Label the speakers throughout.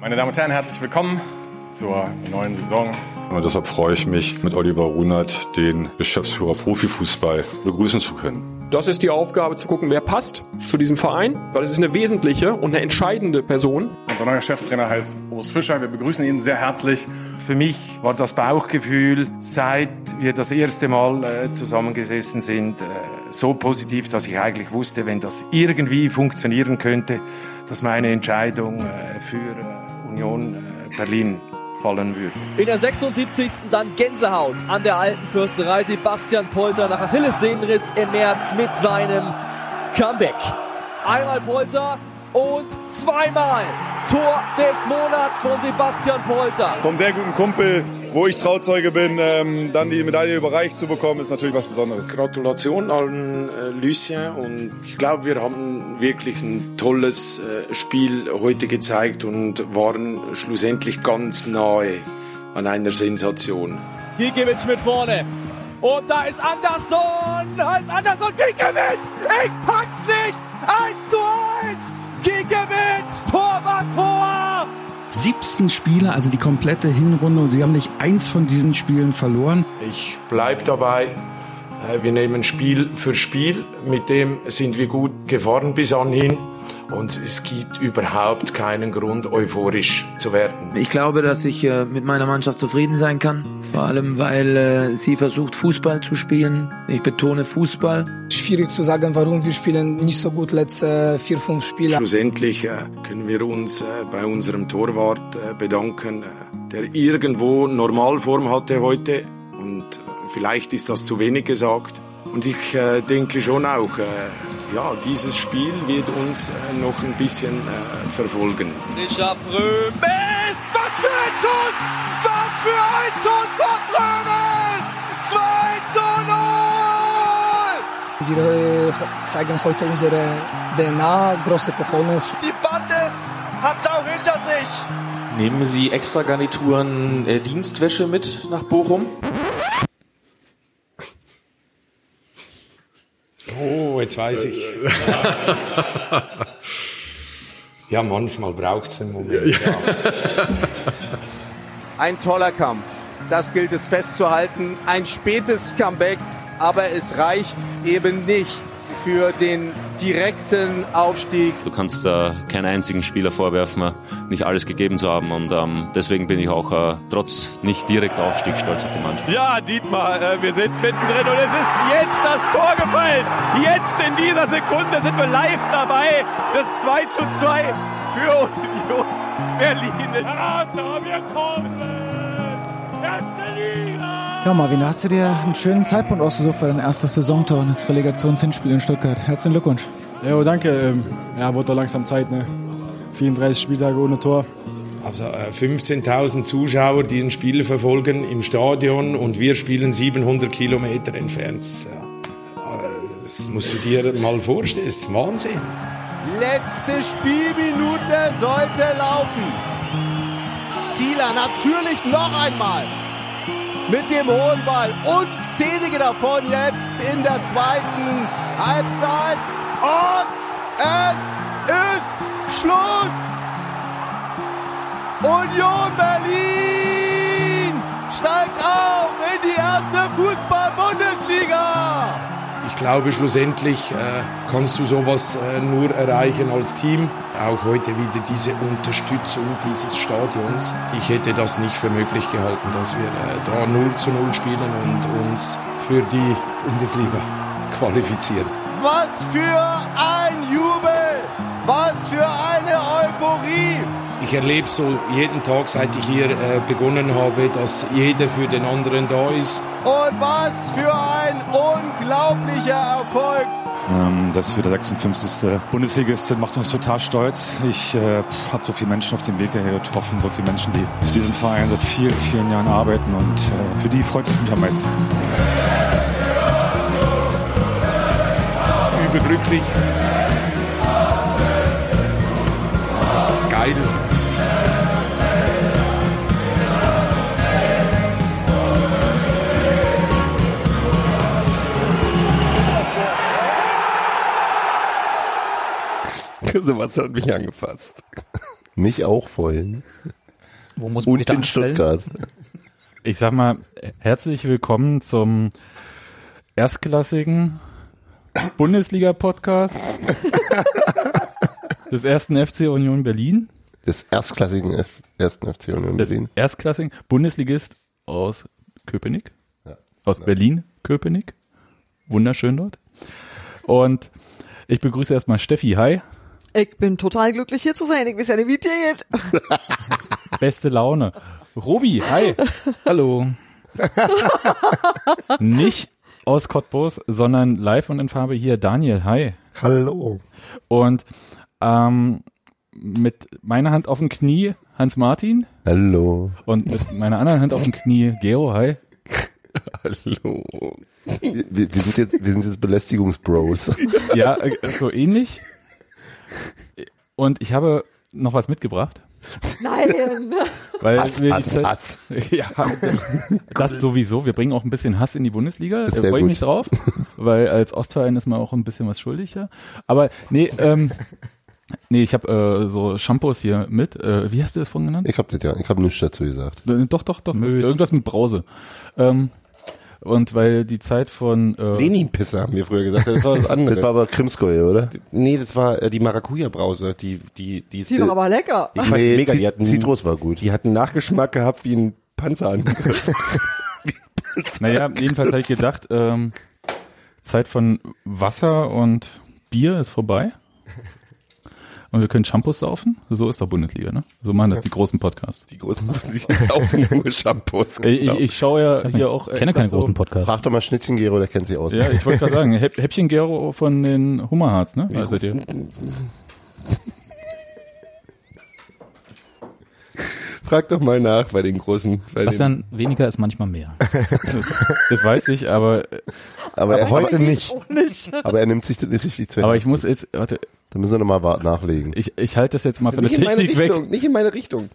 Speaker 1: Meine Damen und Herren, herzlich willkommen zur neuen Saison.
Speaker 2: Und deshalb freue ich mich, mit Oliver Runert, den Geschäftsführer Profifußball, begrüßen zu können.
Speaker 3: Das ist die Aufgabe zu gucken, wer passt zu diesem Verein, weil es ist eine wesentliche und eine entscheidende Person.
Speaker 1: Unser neuer Cheftrainer heißt Urs Fischer. Wir begrüßen ihn sehr herzlich.
Speaker 4: Für mich war das Bauchgefühl, seit wir das erste Mal äh, zusammengesessen sind, äh, so positiv, dass ich eigentlich wusste, wenn das irgendwie funktionieren könnte, dass meine Entscheidung äh, für äh, Union äh, Berlin fallen würde.
Speaker 5: In der 76. dann Gänsehaut an der alten Fürsterei. Sebastian Polter nach Achillessehnenriss im März mit seinem Comeback. Einmal Polter und zweimal Tor des Monats von Sebastian Polter.
Speaker 6: Vom sehr guten Kumpel, wo ich Trauzeuge bin, ähm, dann die Medaille überreicht zu bekommen, ist natürlich was Besonderes.
Speaker 7: Gratulation an äh, Lucien und ich glaube, wir haben wirklich ein tolles äh, Spiel heute gezeigt und waren schlussendlich ganz nahe an einer Sensation.
Speaker 5: Gikiewicz mit vorne. Und da ist Anderson. Da ist Anderson Gikiewicz. Ich pack's nicht. 1 zu 1. Gikiewicz. Tor war Tor.
Speaker 8: 17 Spiele, also die komplette Hinrunde und sie haben nicht eins von diesen Spielen verloren.
Speaker 7: Ich bleibe dabei, äh, wir nehmen Spiel für Spiel, mit dem sind wir gut gefahren bis anhin und es gibt überhaupt keinen Grund, euphorisch zu werden.
Speaker 9: Ich glaube, dass ich äh, mit meiner Mannschaft zufrieden sein kann. Vor allem, weil äh, sie versucht, Fußball zu spielen. Ich betone Fußball.
Speaker 10: Schwierig zu sagen, warum wir spielen nicht so gut letzte vier, fünf Spiele.
Speaker 7: Schlussendlich äh, können wir uns äh, bei unserem Torwart äh, bedanken, äh, der irgendwo Normalform hatte heute und äh, vielleicht ist das zu wenig gesagt. Und ich äh, denke schon auch, äh, ja, dieses Spiel wird uns äh, noch ein bisschen äh, verfolgen.
Speaker 5: Richard Prömel. Was für ein Schuss. Was für ein Schuss von Prömel. 2 zu 0.
Speaker 10: Wir äh, zeigen heute unsere DNA, große Cojones.
Speaker 5: Die Bande hat's auch hinter sich.
Speaker 11: Nehmen Sie extra Garnituren äh, Dienstwäsche mit nach Bochum?
Speaker 7: Oh, jetzt weiß ich. ja, manchmal braucht es einen Moment.
Speaker 12: Ein toller Kampf. Das gilt es festzuhalten. Ein spätes Comeback, aber es reicht eben nicht für den direkten Aufstieg.
Speaker 13: Du kannst äh, keinen einzigen Spieler vorwerfen, nicht alles gegeben zu haben. Und ähm, deswegen bin ich auch äh, trotz nicht direkt Aufstieg stolz auf die Mannschaft.
Speaker 14: Ja, Dietmar, äh, wir sind mittendrin und es ist jetzt das Tor gefallen. Jetzt in dieser Sekunde sind wir live dabei. Das 2 zu 2 für Union Berlin. wir kommen! Erste Liga!
Speaker 15: Ja, Marvin, da hast du dir einen schönen Zeitpunkt ausgesucht für dein erstes Saisontor und das Relegationshinspiel in Stuttgart. Herzlichen Glückwunsch.
Speaker 16: Jo, danke. Ähm, ja, wurde doch langsam Zeit, ne? 34 Spieltage ohne Tor.
Speaker 7: Also äh, 15.000 Zuschauer, die ein Spiel verfolgen im Stadion und wir spielen 700 Kilometer entfernt. Das, äh, Das musst du dir mal vorstellen, das ist Wahnsinn.
Speaker 12: Letzte Spielminute sollte laufen. Zieler natürlich noch einmal mit dem hohen Ball. Unzählige davon jetzt in der zweiten Halbzeit. Und es ist Schluss. Union Berlin steigt auf in die erste Fußball-Bundesliga.
Speaker 7: Ich glaube, schlussendlich äh, kannst du sowas äh, nur erreichen als Team. Auch heute wieder diese Unterstützung dieses Stadions. Ich hätte das nicht für möglich gehalten, dass wir äh, da 0 zu 0 spielen und uns für die Bundesliga qualifizieren.
Speaker 12: Was für ein Jubel! Was für eine Euphorie!
Speaker 7: Ich erlebe so jeden Tag, seit ich hier äh, begonnen habe, dass jeder für den anderen da ist.
Speaker 12: Und was für ein unglaublicher Erfolg!
Speaker 16: Ähm, dass wir der 56. Bundesligist sind, macht uns total stolz. Ich äh, habe so viele Menschen auf dem Weg hierher getroffen, so viele Menschen, die für diesen Verein seit vielen, vielen Jahren arbeiten und äh, für die freut es mich am meisten.
Speaker 7: Überglücklich. Geil.
Speaker 17: Sebastian hat mich angefasst. Mich auch vorhin.
Speaker 18: Wo muss man
Speaker 17: Und
Speaker 18: sich da
Speaker 17: in
Speaker 18: anstellen?
Speaker 17: Stuttgart.
Speaker 19: Ich sag mal, herzlich willkommen zum erstklassigen Bundesliga-Podcast des ersten FC Union Berlin.
Speaker 17: Des erstklassigen F- ersten FC Union
Speaker 19: Des
Speaker 17: Berlin.
Speaker 19: erstklassigen Bundesligist aus Köpenick.
Speaker 17: Ja.
Speaker 19: Aus Berlin, Köpenick. Wunderschön dort. Und ich begrüße erstmal Steffi. Hi.
Speaker 20: Ich bin total glücklich hier zu sein. Ich weiß ja nicht, wie dir geht.
Speaker 19: Beste Laune. Robi, hi. Hallo. Nicht aus Cottbus, sondern live und in Farbe hier Daniel, hi.
Speaker 17: Hallo.
Speaker 19: Und ähm, mit meiner Hand auf dem Knie Hans Martin
Speaker 17: Hallo.
Speaker 19: und mit meiner anderen Hand auf dem Knie Gero, hi.
Speaker 17: Hallo. Wir, wir sind jetzt, wir sind jetzt Belästigungsbros.
Speaker 19: Ja, äh, so ähnlich. Und ich habe noch was mitgebracht.
Speaker 20: Nein.
Speaker 19: Weil
Speaker 17: Hass,
Speaker 19: wir die
Speaker 17: Hass,
Speaker 19: Zeit-
Speaker 17: Hass.
Speaker 19: Ja, das sowieso. Wir bringen auch ein bisschen Hass in die Bundesliga.
Speaker 17: Ist
Speaker 19: Da
Speaker 17: sehr
Speaker 19: freue ich
Speaker 17: gut.
Speaker 19: mich drauf, weil als Ostverein ist man auch ein bisschen was schuldig. Ja. Aber nee, ähm, nee, ich habe äh, so Shampoos hier mit. Äh, wie hast du das vorhin genannt? Äh,
Speaker 17: Ich hab das ja, ich hab nichts dazu gesagt.
Speaker 19: Doch, doch, doch. Irgendwas mit Brause. Ähm, und weil die Zeit von äh,
Speaker 21: Leninpisse haben wir früher gesagt. Das war das andere.
Speaker 17: Das war aber Krimskoje, oder?
Speaker 21: Nee, das war äh, die Maracuja-Brause. Die, die, die,
Speaker 20: Die war aber lecker.
Speaker 21: Die war
Speaker 17: Nee,
Speaker 21: mega.
Speaker 17: Zit-
Speaker 21: Die hatten,
Speaker 17: Zitrus war gut.
Speaker 21: Die hatten Nachgeschmack gehabt wie ein Panzerangriff.
Speaker 19: Naja, jedenfalls habe ich gedacht, ähm, Zeit von Wasser und Bier ist vorbei. Und wir können Shampoos saufen. So ist doch Bundesliga, ne? So machen das die großen Podcasts. Die großen Podcasts saufen nur Shampoos. Ich, ich, ich schaue ja hier auch. äh, so-
Speaker 17: Frag doch mal Schnittchen Gero, der kennt sich aus.
Speaker 19: Ja, ich wollte gerade sagen, Häpp- Häppchen Gero von den Hummerharz, ne? Da seid ihr.
Speaker 21: Frag doch mal nach bei den großen. Bei
Speaker 19: Was
Speaker 21: den,
Speaker 19: dann-
Speaker 18: Weniger ist manchmal mehr.
Speaker 19: Das weiß ich, aber. äh,
Speaker 17: Aber er heute nicht.
Speaker 20: nicht.
Speaker 17: Aber er nimmt sich das nicht richtig zu
Speaker 19: Aber ich
Speaker 17: Herzen.
Speaker 19: muss jetzt, warte.
Speaker 17: Da müssen wir nochmal wa- nachlegen.
Speaker 19: Ich, ich halte das jetzt mal von
Speaker 21: nicht in
Speaker 19: der
Speaker 21: meine
Speaker 19: Technik weg.
Speaker 21: Richtung. Nicht in meine Richtung.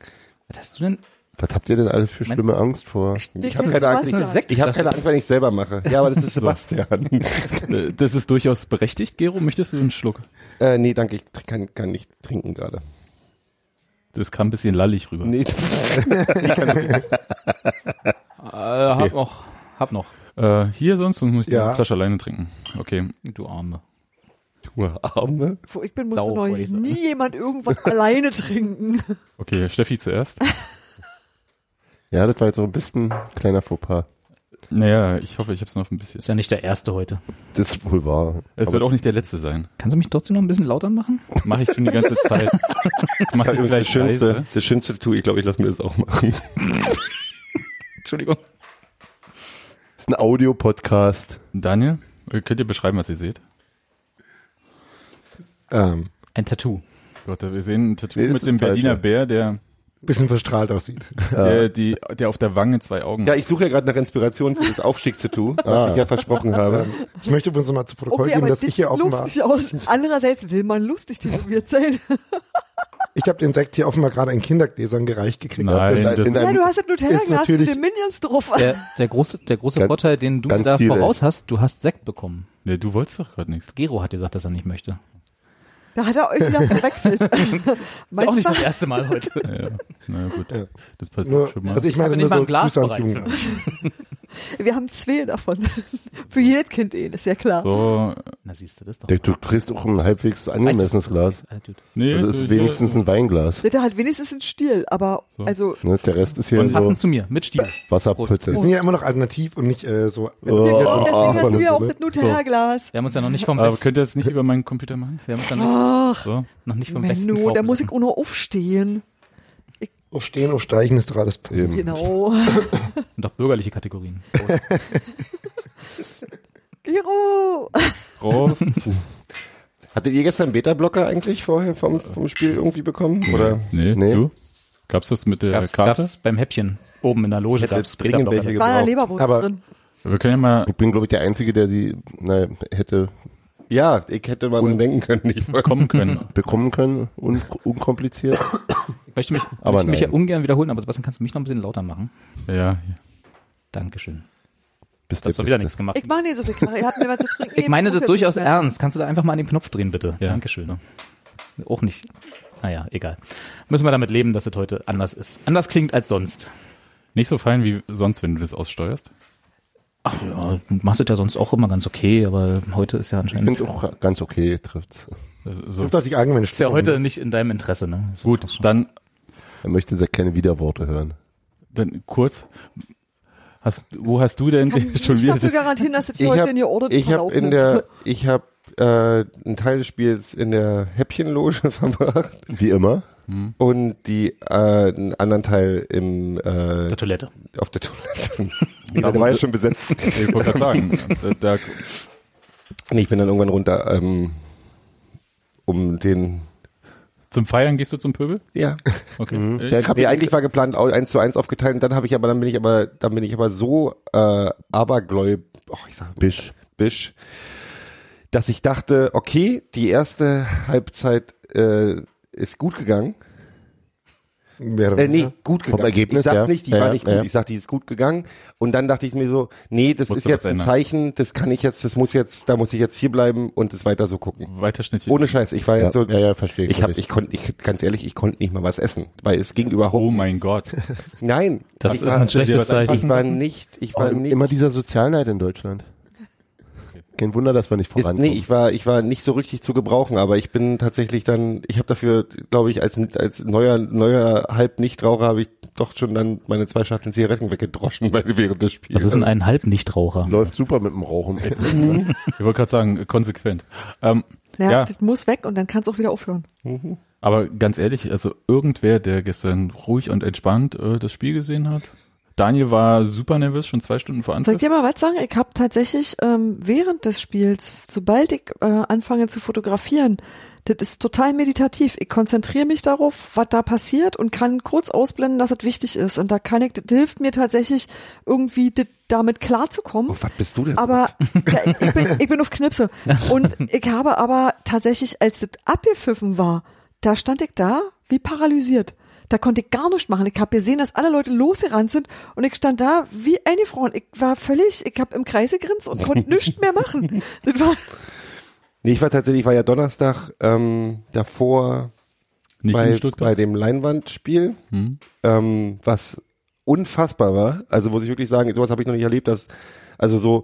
Speaker 18: Was hast du denn?
Speaker 17: Was habt ihr denn alle für schlimme Angst vor?
Speaker 21: Ich habe keine Angst. Ich, ich habe keine Angst, wenn ich selber mache. Ja, aber das ist Sebastian.
Speaker 19: Äh, Das ist durchaus berechtigt, Gero. Möchtest du einen Schluck?
Speaker 21: Äh, nee, danke. Ich tr- kann, kann nicht trinken gerade.
Speaker 19: Das kam ein bisschen lallig rüber.
Speaker 21: Nee. Ich kann wirklich nicht.
Speaker 19: Äh, hab noch, hab noch. Äh, hier sonst, sonst muss ich
Speaker 21: Ja.
Speaker 19: die Flasche alleine trinken. Okay.
Speaker 18: Du Arme.
Speaker 21: Du Arme?
Speaker 20: Wo ich bin, musste
Speaker 19: Sau,
Speaker 20: noch
Speaker 19: wollte ich sagen.
Speaker 20: nie jemand irgendwas alleine trinken.
Speaker 21: Äh,
Speaker 19: Okay, Steffi zuerst.
Speaker 17: Ja, das war jetzt so ein bisschen kleiner Fauxpas.
Speaker 19: Naja, ich hoffe, ich hab's noch ein bisschen.
Speaker 18: Ist ja nicht der erste heute.
Speaker 17: Das ist wohl wahr.
Speaker 19: Es
Speaker 17: Aber
Speaker 19: wird auch nicht der letzte sein.
Speaker 18: Kannst du mich trotzdem noch ein bisschen lauter machen?
Speaker 19: Mache ich schon die ganze Zeit. Ich mach
Speaker 21: Das
Speaker 19: dich
Speaker 21: ist das
Speaker 19: gleich leise.
Speaker 21: schönste, das schönste Tattoo. Ich glaube, ich lasse mir das auch machen.
Speaker 18: Entschuldigung.
Speaker 17: ist ein Audio-Podcast.
Speaker 19: Daniel, äh, könnt ihr beschreiben, was ihr seht?
Speaker 21: Ähm.
Speaker 18: Ein Tattoo.
Speaker 19: Gott, wir sehen ein Tattoo
Speaker 18: Nee, das
Speaker 19: mit
Speaker 18: ist
Speaker 19: dem
Speaker 18: falsch,
Speaker 19: Berliner
Speaker 18: ja.
Speaker 19: Bär, der,
Speaker 21: Bisschen verstrahlt aussieht.
Speaker 17: Äh,
Speaker 19: der, die, der auf der Wange zwei Augen
Speaker 21: Äh. Ja, ich suche ja gerade nach Inspiration für das Aufstiegstattoo, was
Speaker 17: Ah.
Speaker 21: ich ja versprochen habe.
Speaker 22: Ich möchte übrigens mal zu Protokoll
Speaker 20: Okay,
Speaker 22: geben,
Speaker 20: Oh aber
Speaker 22: dass
Speaker 20: das
Speaker 22: ich
Speaker 20: sieht
Speaker 22: hier offenbar,
Speaker 20: lustig aus. Andererseits will man lustig die Dinge erzählen.
Speaker 22: ich habe den Sekt hier offenbar gerade in Kindergläsern gereicht gekriegt.
Speaker 19: Nein,
Speaker 22: Das-
Speaker 19: das-
Speaker 22: in
Speaker 20: Ja,
Speaker 22: einem-
Speaker 20: du hast das
Speaker 22: ist
Speaker 20: Nutella-Glas mit
Speaker 22: natürlich-
Speaker 20: den Minions drauf.
Speaker 18: Der, der große, der große
Speaker 22: Ganz-
Speaker 18: Vorteil, den du
Speaker 19: ganz
Speaker 18: da
Speaker 19: direkt.
Speaker 18: voraus hast, du hast Sekt bekommen.
Speaker 19: Ne, du wolltest doch gerade nichts.
Speaker 18: Gero hat gesagt, dass er nicht möchte.
Speaker 20: Da hat er euch wieder verwechselt.
Speaker 18: Ist auch nicht das
Speaker 20: Manchmal-
Speaker 18: erste Mal heute.
Speaker 19: Ja, na gut. Das passiert
Speaker 22: Nur-
Speaker 19: schon mal.
Speaker 22: also ich meine
Speaker 18: Ich habe nicht
Speaker 22: nur
Speaker 18: mal
Speaker 22: so
Speaker 18: ein Glas
Speaker 22: Grüße ans
Speaker 18: bereit
Speaker 22: Jugendamt.
Speaker 18: für mich.
Speaker 20: Wir haben zwei davon. Für jedes Kind einen, ist ja klar.
Speaker 19: So.
Speaker 18: Na, siehst du das doch.
Speaker 17: Der, du kriegst auch ein halbwegs angemessenes Glas.
Speaker 19: Nee,
Speaker 17: das
Speaker 19: du-
Speaker 17: Also ist wenigstens ein Weinglas.
Speaker 20: Der hat halt, wenigstens einen Stiel, aber also
Speaker 17: Ne, der Rest ist hier
Speaker 22: Und
Speaker 17: so
Speaker 22: passend zu
Speaker 18: mir, mit Stiel.
Speaker 17: Wasserpütte.
Speaker 22: Wir sind ja immer noch alternativ und nicht äh, so.
Speaker 17: Oh, Genau, deswegen hast du
Speaker 20: ja auch
Speaker 22: ne?
Speaker 20: das Nutella-Glas.
Speaker 18: Wir haben uns ja noch nicht vom
Speaker 19: Aber
Speaker 18: Besten-
Speaker 19: könnt ihr das nicht über meinen Computer machen?
Speaker 18: Wir haben uns ja noch
Speaker 20: Ach,
Speaker 18: nicht, so. noch nicht vom Besten
Speaker 20: Menno, da
Speaker 18: vorbereitet.
Speaker 20: muss ich auch noch aufstehen.
Speaker 22: Aufstehen, aufstreichen ist doch alles.
Speaker 20: Genau.
Speaker 18: Sind doch bürgerliche Kategorien.
Speaker 20: Giro!
Speaker 19: Prost.
Speaker 21: Hattet ihr gestern einen Beta-Blocker eigentlich vorher vom, vom Spiel irgendwie bekommen? Oder?
Speaker 19: Nee, nee. du? Gab's das mit der
Speaker 18: Gab's,
Speaker 19: Äh, Karte?
Speaker 18: gab's beim Häppchen. Oben in der Loge gab's Beta-Blocker dazu.
Speaker 20: War ja Leberwurst
Speaker 21: Aber-
Speaker 20: drin.
Speaker 19: Wir können ja mal.
Speaker 17: Ich bin, glaube ich, der Einzige, der die naja, hätte
Speaker 21: Ja, ich hätte mal dran denken können. Ich
Speaker 19: kommen können.
Speaker 17: bekommen können, un unkompliziert.
Speaker 18: Ich möchte mich,
Speaker 17: Aber
Speaker 18: möchte mich ja
Speaker 17: nein.
Speaker 18: ungern wiederholen, aber Sebastian, kannst du mich noch ein bisschen lauter machen?
Speaker 19: Ja.
Speaker 18: Dankeschön.
Speaker 17: Bist
Speaker 18: du hast doch wieder nichts gemacht.
Speaker 20: Ich mach nicht so viel Knarre. Ihr habt mir was zu trinken.
Speaker 18: Ich meine
Speaker 20: muss
Speaker 18: das
Speaker 20: jetzt
Speaker 18: durchaus
Speaker 20: nicht mehr.
Speaker 18: ernst. Kannst du da einfach mal an den Knopf drehen, bitte? Dankeschön. Auch nicht. Naja, egal. müssen wir damit leben, dass es heute anders ist. Anders klingt als sonst.
Speaker 19: Nicht so fein wie sonst, wenn du das aussteuerst.
Speaker 18: Ach ja, du machst es ja sonst auch immer ganz okay, aber heute ist ja
Speaker 17: Ich
Speaker 18: anscheinend. Also
Speaker 17: finde es auch ganz okay, trifft's.
Speaker 18: Trifft doch die eigenen Ist ja heute nicht in deinem Interesse, ne?
Speaker 19: Gut, dann.
Speaker 17: Er möchte sehr keine Widerworte hören.
Speaker 19: Dann kurz. Hast, wo hast du denn
Speaker 20: Kann
Speaker 19: schon
Speaker 20: nicht
Speaker 19: wieder
Speaker 20: dafür
Speaker 19: das-
Speaker 20: garantieren, dass das
Speaker 21: Ich
Speaker 20: heute
Speaker 21: hab-
Speaker 20: in ihr Order
Speaker 21: Ich habe
Speaker 20: verlaufen
Speaker 21: in
Speaker 20: wird.
Speaker 21: der, ich habe äh, einen Teil des Spiels in der Häppchenloge verbracht.
Speaker 17: Wie immer.
Speaker 21: Hm. Und die äh, einen anderen Teil im äh, der
Speaker 18: Toilette.
Speaker 21: Auf der Toilette.
Speaker 19: Da,
Speaker 21: Ja,
Speaker 19: wo
Speaker 21: der war ja
Speaker 19: du-
Speaker 21: schon besetzt.
Speaker 19: Ich wollte gerade sagen, äh, da, da-
Speaker 21: Nee, ich bin dann irgendwann runter, ähm, um den
Speaker 19: zum Feiern gehst du zum Pöbel?
Speaker 21: Mhm. Ja.
Speaker 19: Okay. Äh,
Speaker 21: Der Hm? nee, eigentlich war geplant au- eins zu eins aufgeteilt und dann habe ich aber dann bin ich aber dann bin ich aber so äh, abergläub, oh, ich sag bisch bisch, dass ich dachte, okay, die erste Halbzeit äh, ist gut gegangen.
Speaker 17: Mehr
Speaker 21: Äh, nee, gut gegangen.
Speaker 17: Vom Ergebnis,
Speaker 21: ich sag
Speaker 17: ja.
Speaker 21: nicht, die
Speaker 17: Ja,
Speaker 21: war
Speaker 17: ja,
Speaker 21: nicht gut,
Speaker 17: ja.
Speaker 21: ich sag, die ist gut gegangen und dann dachte ich mir so, nee, das
Speaker 19: Musst
Speaker 21: ist
Speaker 19: du was
Speaker 21: jetzt ein
Speaker 19: ändern.
Speaker 21: Zeichen, das kann ich jetzt, das muss jetzt, da muss ich jetzt hier bleiben und das weiter so gucken.
Speaker 19: Weiter Schnittchen.
Speaker 21: Ohne Scheiß, ich war
Speaker 17: Ja,
Speaker 21: jetzt so
Speaker 17: ja, ja, verstehe ich
Speaker 21: ich hab,
Speaker 17: völlig.
Speaker 21: ich konnte ich ganz ehrlich, ich konnte nicht mal was essen, weil es ging überhaupt Oh
Speaker 19: mein Gott.
Speaker 21: Nein,
Speaker 18: Das
Speaker 21: ich
Speaker 18: ist ein schlechtes
Speaker 21: ich war,
Speaker 18: Zeichen.
Speaker 21: Ich war nicht, ich war
Speaker 17: Oh,
Speaker 21: nicht
Speaker 17: Immer dieser Sozialneid in Deutschland. Kein Wunder, dass wir nicht
Speaker 21: ist,
Speaker 17: vorankommen.
Speaker 21: nee, ich war ich war nicht so richtig zu gebrauchen, aber ich bin tatsächlich dann ich habe dafür, glaube ich, als als neuer neuer halb Nichtraucher habe ich doch schon dann meine zwei Schachteln Zigaretten weggedroschen bei, während des Spiels.
Speaker 18: Was ist denn ein Halbnichtraucher?
Speaker 17: Läuft super mit dem Rauchen.
Speaker 19: ich wollte gerade sagen, äh, konsequent. Ähm,
Speaker 20: Naja,
Speaker 19: ja,
Speaker 20: das muss weg und dann kann es auch wieder aufhören.
Speaker 19: aber ganz ehrlich, also irgendwer, der gestern ruhig und entspannt äh, das Spiel gesehen hat. Daniel war super nervös, schon zwei Stunden vor
Speaker 20: Soll ich dir
Speaker 19: Anpfiff.
Speaker 20: mal was sagen? Ich habe tatsächlich ähm, während des Spiels, sobald ich äh, anfange zu fotografieren, das ist total meditativ. Ich konzentriere mich darauf, was da passiert und kann kurz ausblenden, dass es wichtig ist. Und da kann ich, das hilft mir tatsächlich irgendwie das, damit klarzukommen.
Speaker 21: was bist du denn?
Speaker 20: Aber ja, ich, bin, ich bin auf Knipse. Und ich habe aber tatsächlich, als das abgepfiffen war, da stand ich da wie paralysiert. Da konnte ich gar nichts machen. Ich habe gesehen, dass alle Leute losgerannt sind und ich stand da wie eine Frau. Und ich war völlig, ich habe im Kreise grinst und konnte nichts mehr machen. Das war,
Speaker 21: Nee, ich war tatsächlich, ich war ja Donnerstag ähm, davor
Speaker 19: Nicht in
Speaker 21: bei,
Speaker 19: Stuttgart. Hm.
Speaker 21: bei dem Leinwandspiel, ähm, was unfassbar war. Also muss ich wirklich sagen, sowas habe ich noch nicht erlebt, dass, also so,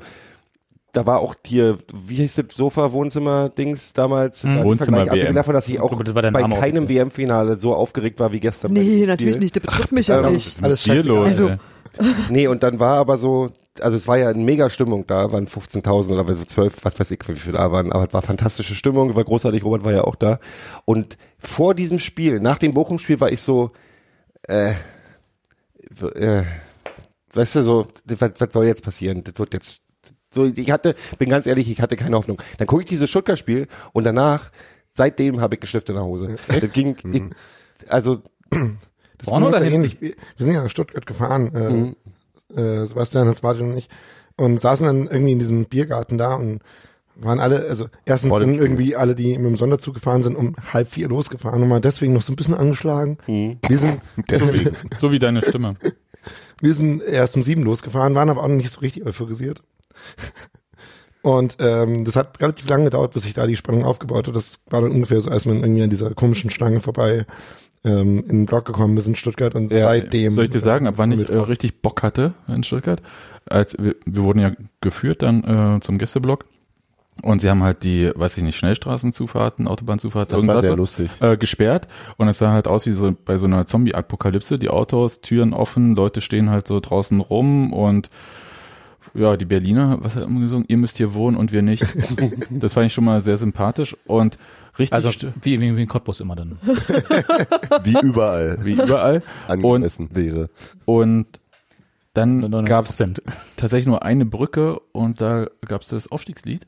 Speaker 21: da war auch hier, wie hieß das Sofa-Wohnzimmer-Dings damals? War
Speaker 19: Hm. Wohnzimmer-
Speaker 21: Vergleich, Abgesehen
Speaker 19: WM.
Speaker 21: davon, dass ich auch
Speaker 19: Aber das war dein
Speaker 21: bei
Speaker 19: Arm auch
Speaker 21: keinem
Speaker 19: jetzt,
Speaker 21: WM-Finale so aufgeregt war wie gestern. bei
Speaker 20: Nee,
Speaker 21: dem Spiel.
Speaker 20: natürlich nicht, das betrifft mich ja
Speaker 21: Ähm,
Speaker 20: nicht. Alles scheißegal. Also-
Speaker 21: Also, nee, und dann war aber so, also es war ja eine mega Stimmung da, waren 15.000 oder so 12, was weiß ich, wie viele da waren, aber es war fantastische Stimmung, war großartig, Robert war ja auch da. Und vor diesem Spiel, nach dem Bochum-Spiel war ich so, äh, w- äh, weißt du, so, was, was soll jetzt passieren? Das wird jetzt, so, ich hatte, bin ganz ehrlich, ich hatte keine Hoffnung. Dann gucke ich dieses Stuttgart-Spiel und danach, seitdem habe ich Geschäfte in der Hose. Das ging, ich, also,
Speaker 22: Mhm. Das ging uns ja ähnlich. Wir wir sind ja nach Stuttgart gefahren, äh, äh, Sebastian, Hans Martin und ich, und saßen dann irgendwie in diesem Biergarten da und waren alle, also erstens
Speaker 17: Vor dem
Speaker 22: sind
Speaker 17: Spiel.
Speaker 22: irgendwie alle, die mit dem Sonderzug gefahren sind, um halb vier losgefahren und waren deswegen noch so ein bisschen angeschlagen. Wir sind
Speaker 19: Deswegen. so wie deine Stimme.
Speaker 22: wir sind erst um sieben losgefahren, waren aber auch noch nicht so richtig euphorisiert. Und ähm, das hat relativ lange gedauert, bis sich da die Spannung aufgebaut hat. Das war dann ungefähr so, als man irgendwie an dieser komischen Stange vorbei ähm, in den Block gekommen ist in Stuttgart und seitdem.
Speaker 19: Soll ich dir sagen, ab wann ich äh, richtig Bock hatte in Stuttgart? Als wir, wir wurden ja geführt dann äh, zum Gästeblock. Und sie haben halt die, weiß ich nicht, Schnellstraßenzufahrten, Autobahnzufahrten,
Speaker 17: Das war
Speaker 19: irgendwas
Speaker 17: sehr
Speaker 19: so,
Speaker 17: lustig.
Speaker 19: Äh, gesperrt. Und es sah halt aus wie so bei so einer Zombie-Apokalypse. Die Autos, Türen offen, Leute stehen halt so draußen rum und ja, die Berliner, was hat er immer gesungen? Ihr müsst hier wohnen und wir nicht. das fand ich schon mal sehr sympathisch und richtig.
Speaker 18: Also
Speaker 19: st-
Speaker 18: wie, wie, wie in Cottbus immer dann.
Speaker 17: Wie überall.
Speaker 19: wie überall.
Speaker 17: Angemessen wäre.
Speaker 19: Und dann gab es tatsächlich nur eine Brücke und da gab es das Aufstiegslied.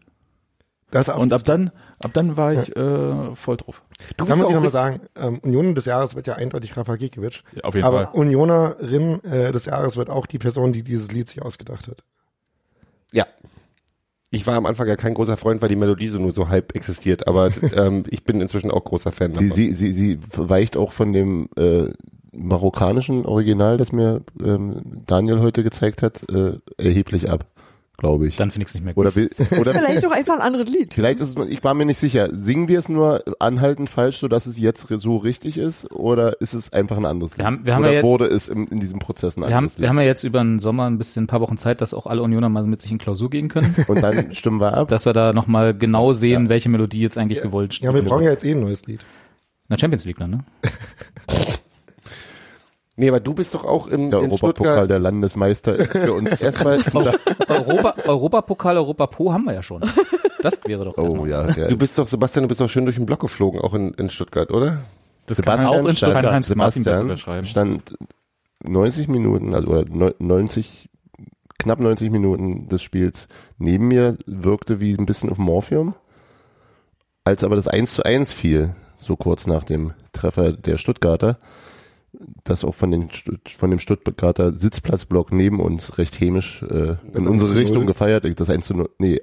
Speaker 22: Das
Speaker 19: und ab dann, ab dann war ich äh, voll drauf.
Speaker 22: Du Kann man sich nochmal sagen, ähm, Union des Jahres wird ja eindeutig Rafa Gikiewicz.
Speaker 19: Ja, auf jeden
Speaker 22: aber
Speaker 19: Fall.
Speaker 22: Unionerin äh, des Jahres wird auch die Person, die dieses Lied sich ausgedacht hat.
Speaker 21: Ja. Ich war am Anfang ja kein großer Freund, weil die Melodie so nur so halb existiert, aber ähm, ich bin inzwischen auch großer Fan.
Speaker 17: Sie,
Speaker 21: davon.
Speaker 17: sie, sie, sie weicht auch von dem äh, marokkanischen Original, das mir ähm, Daniel heute gezeigt hat, äh, erheblich ab. glaube ich.
Speaker 18: Dann finde ich es nicht mehr
Speaker 17: gut. Oder, will-
Speaker 20: Oder
Speaker 17: oder
Speaker 20: vielleicht doch einfach ein anderes Lied.
Speaker 17: Vielleicht ist es, ich war mir nicht sicher, singen wir es nur anhaltend falsch, so dass es jetzt so richtig ist, oder ist es einfach ein anderes
Speaker 18: Wir haben- wir haben
Speaker 17: Oder
Speaker 18: ja jetzt-
Speaker 17: wurde es im, in diesem Prozess ein
Speaker 18: Wir haben,
Speaker 17: anderes
Speaker 18: wir haben ja jetzt über den Sommer ein bisschen ein paar Wochen Zeit, dass auch alle Unioner mal mit sich in Klausur gehen können.
Speaker 17: Und dann stimmen wir ab.
Speaker 18: Dass wir da nochmal genau sehen, welche Melodie jetzt eigentlich gewollt
Speaker 22: Ja, wir
Speaker 18: wird.
Speaker 22: brauchen ja jetzt eh ein neues Lied.
Speaker 18: Na, Champions League dann, ne?
Speaker 17: Nee, aber du bist doch auch im Der
Speaker 18: in
Speaker 17: Europapokal
Speaker 18: Stuttgart-
Speaker 17: der Landesmeister ist für uns
Speaker 18: Erstmal- Europa, Europapokal, Europa Pro haben wir ja schon. Das wäre doch
Speaker 17: Oh ja, ja. Du bist doch, Sebastian, du bist doch schön durch den Block geflogen, auch in, in Stuttgart, oder?
Speaker 19: Das kann auch in Stuttgart. Kann Heinz Martin darüber
Speaker 17: Sebastian
Speaker 19: schreiben.
Speaker 17: stand 90 Minuten, also oder neun- 90, knapp 90 Minuten des Spiels neben mir, wirkte wie ein bisschen auf Morphium. Als aber das 1 zu 1 fiel, so kurz nach dem Treffer der Stuttgarter, das auch von, den, Stutt- von dem Stuttgarter Sitzplatzblock neben uns recht hämisch äh, in
Speaker 21: 1 zu 0.
Speaker 17: unsere Richtung gefeiert. Das 1 zu 0, nee,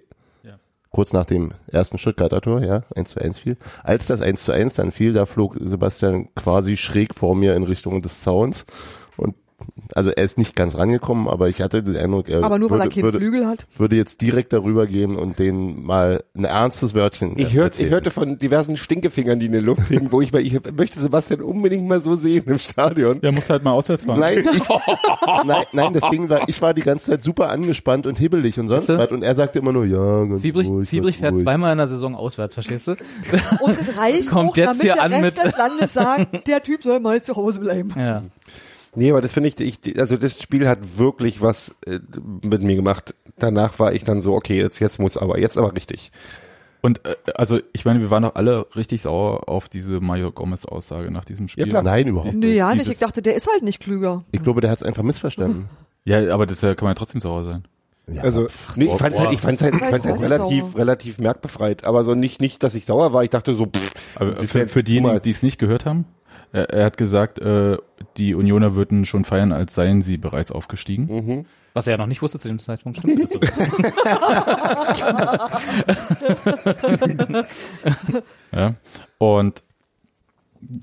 Speaker 17: kurz nach dem ersten Stuttgarter Tor, ja, 1 zu 1 fiel. Als das 1 zu 1 dann fiel, da flog Sebastian quasi schräg vor mir in Richtung des Zauns und also er ist nicht ganz rangekommen, aber ich hatte den Eindruck, er
Speaker 20: Aber nur, weil
Speaker 17: würde,
Speaker 20: er keinen
Speaker 17: würde,
Speaker 20: Flügel hat?
Speaker 17: würde jetzt direkt darüber gehen und den mal ein ernstes Wörtchen
Speaker 21: Ich,
Speaker 17: äh,
Speaker 21: hört,
Speaker 17: erzählen.
Speaker 21: ich hörte von diversen Stinkefingern, die in der Luft hingen, wo ich, weil ich möchte Sebastian unbedingt mal so sehen im Stadion.
Speaker 19: Der muss halt mal auswärts fahren.
Speaker 17: Nein, ich, nein, nein, das Ding war, ich war die ganze Zeit super angespannt und hibbelig und sonst
Speaker 18: Weißt du?
Speaker 17: was und er sagte immer nur, ja, ganz
Speaker 18: Fiebrich,
Speaker 17: ruhig,
Speaker 18: Fiebrich
Speaker 17: ganz
Speaker 18: fährt
Speaker 17: ruhig.
Speaker 18: zweimal in der Saison auswärts, verstehst du?
Speaker 20: Und das reicht
Speaker 18: Kommt
Speaker 20: auch,
Speaker 18: jetzt
Speaker 20: damit
Speaker 18: hier
Speaker 20: der
Speaker 18: an
Speaker 20: Rest
Speaker 18: mit-
Speaker 20: des Landes sagt, der Typ soll mal zu Hause bleiben.
Speaker 18: Ja.
Speaker 21: Nee, aber das finde ich, ich, also das Spiel hat wirklich was äh, mit mir gemacht. Danach war ich dann so, okay, jetzt, jetzt muss aber, jetzt aber richtig.
Speaker 19: Und äh, also ich meine, wir waren doch alle richtig sauer auf diese Mario Gomez Aussage nach diesem Spiel.
Speaker 17: klar. Nein, überhaupt
Speaker 20: Nö, ja nicht.
Speaker 19: Dieses-
Speaker 20: Ich dachte, der ist halt nicht klüger.
Speaker 17: Ich glaube, der hat es einfach missverstanden.
Speaker 19: Ja, aber das äh, kann man ja trotzdem sauer sein.
Speaker 21: also, nee, ich fand's halt, ich fand's halt, ich
Speaker 20: Weil
Speaker 21: fand's halt
Speaker 20: Kohl
Speaker 21: relativ,
Speaker 20: sauer.
Speaker 21: relativ merkbefreit. Aber so nicht, nicht, dass ich sauer war. Ich dachte so, pff,
Speaker 19: Aber
Speaker 21: die
Speaker 19: für,
Speaker 21: Fans-
Speaker 19: für diejenigen, die es nicht gehört haben, er, er hat gesagt, äh, die Unioner würden schon feiern, als seien sie bereits aufgestiegen.
Speaker 21: Mhm.
Speaker 18: Was er ja noch nicht wusste zu dem Zeitpunkt, stimmt.
Speaker 19: Ja. Und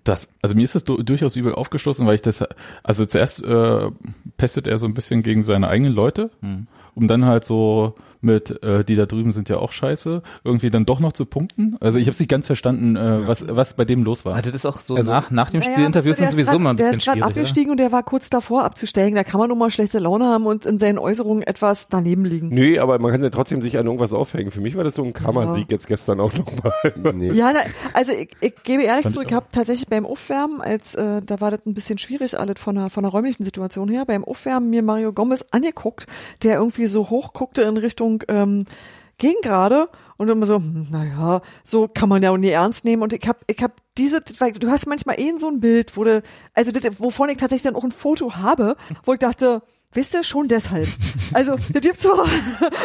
Speaker 19: das, also mir ist das du durchaus übel aufgestoßen, weil ich das, also zuerst äh, pestet er so ein bisschen gegen seine eigenen Leute,
Speaker 18: Mhm.
Speaker 19: um dann halt so mit, äh, die da drüben sind ja auch scheiße, irgendwie dann doch noch zu punkten. Also ich habe es nicht ganz verstanden, äh, was, was bei dem los war.
Speaker 18: Also das ist auch so nach, nach dem Spielinterview
Speaker 20: Naja,
Speaker 18: sind
Speaker 20: weißt du, der
Speaker 18: sowieso
Speaker 20: grad-
Speaker 18: mal ein
Speaker 20: Der
Speaker 18: bisschen
Speaker 20: ist gerade
Speaker 18: schwierig. oder?
Speaker 20: abgestiegen und der war kurz davor abzusteigen. Da kann man nun mal schlechte Laune haben und in seinen Äußerungen etwas daneben liegen.
Speaker 21: Nee, aber man kann ja trotzdem sich an irgendwas aufhängen. Für mich war das so ein Kammersieg jetzt gestern auch nochmal.
Speaker 17: Nee.
Speaker 20: Ja, na, also ich, ich gebe ehrlich
Speaker 21: Fand
Speaker 20: zu,
Speaker 21: ich
Speaker 20: ich habe tatsächlich beim Aufwärmen, als äh, da war das ein bisschen schwierig alles von der, von der räumlichen Situation her, beim Aufwärmen mir Mario Gomez angeguckt, der irgendwie so hoch guckte in Richtung ähm, Gegengrade und immer so, hm, naja, so kann man ja auch nie ernst nehmen und ich habe ich hab diese, weil du hast manchmal eh so ein Bild, wo du, also das, wovon ich tatsächlich dann auch ein Foto habe, wo ich dachte, Wisst ihr, schon deshalb. Also, da gibt's so,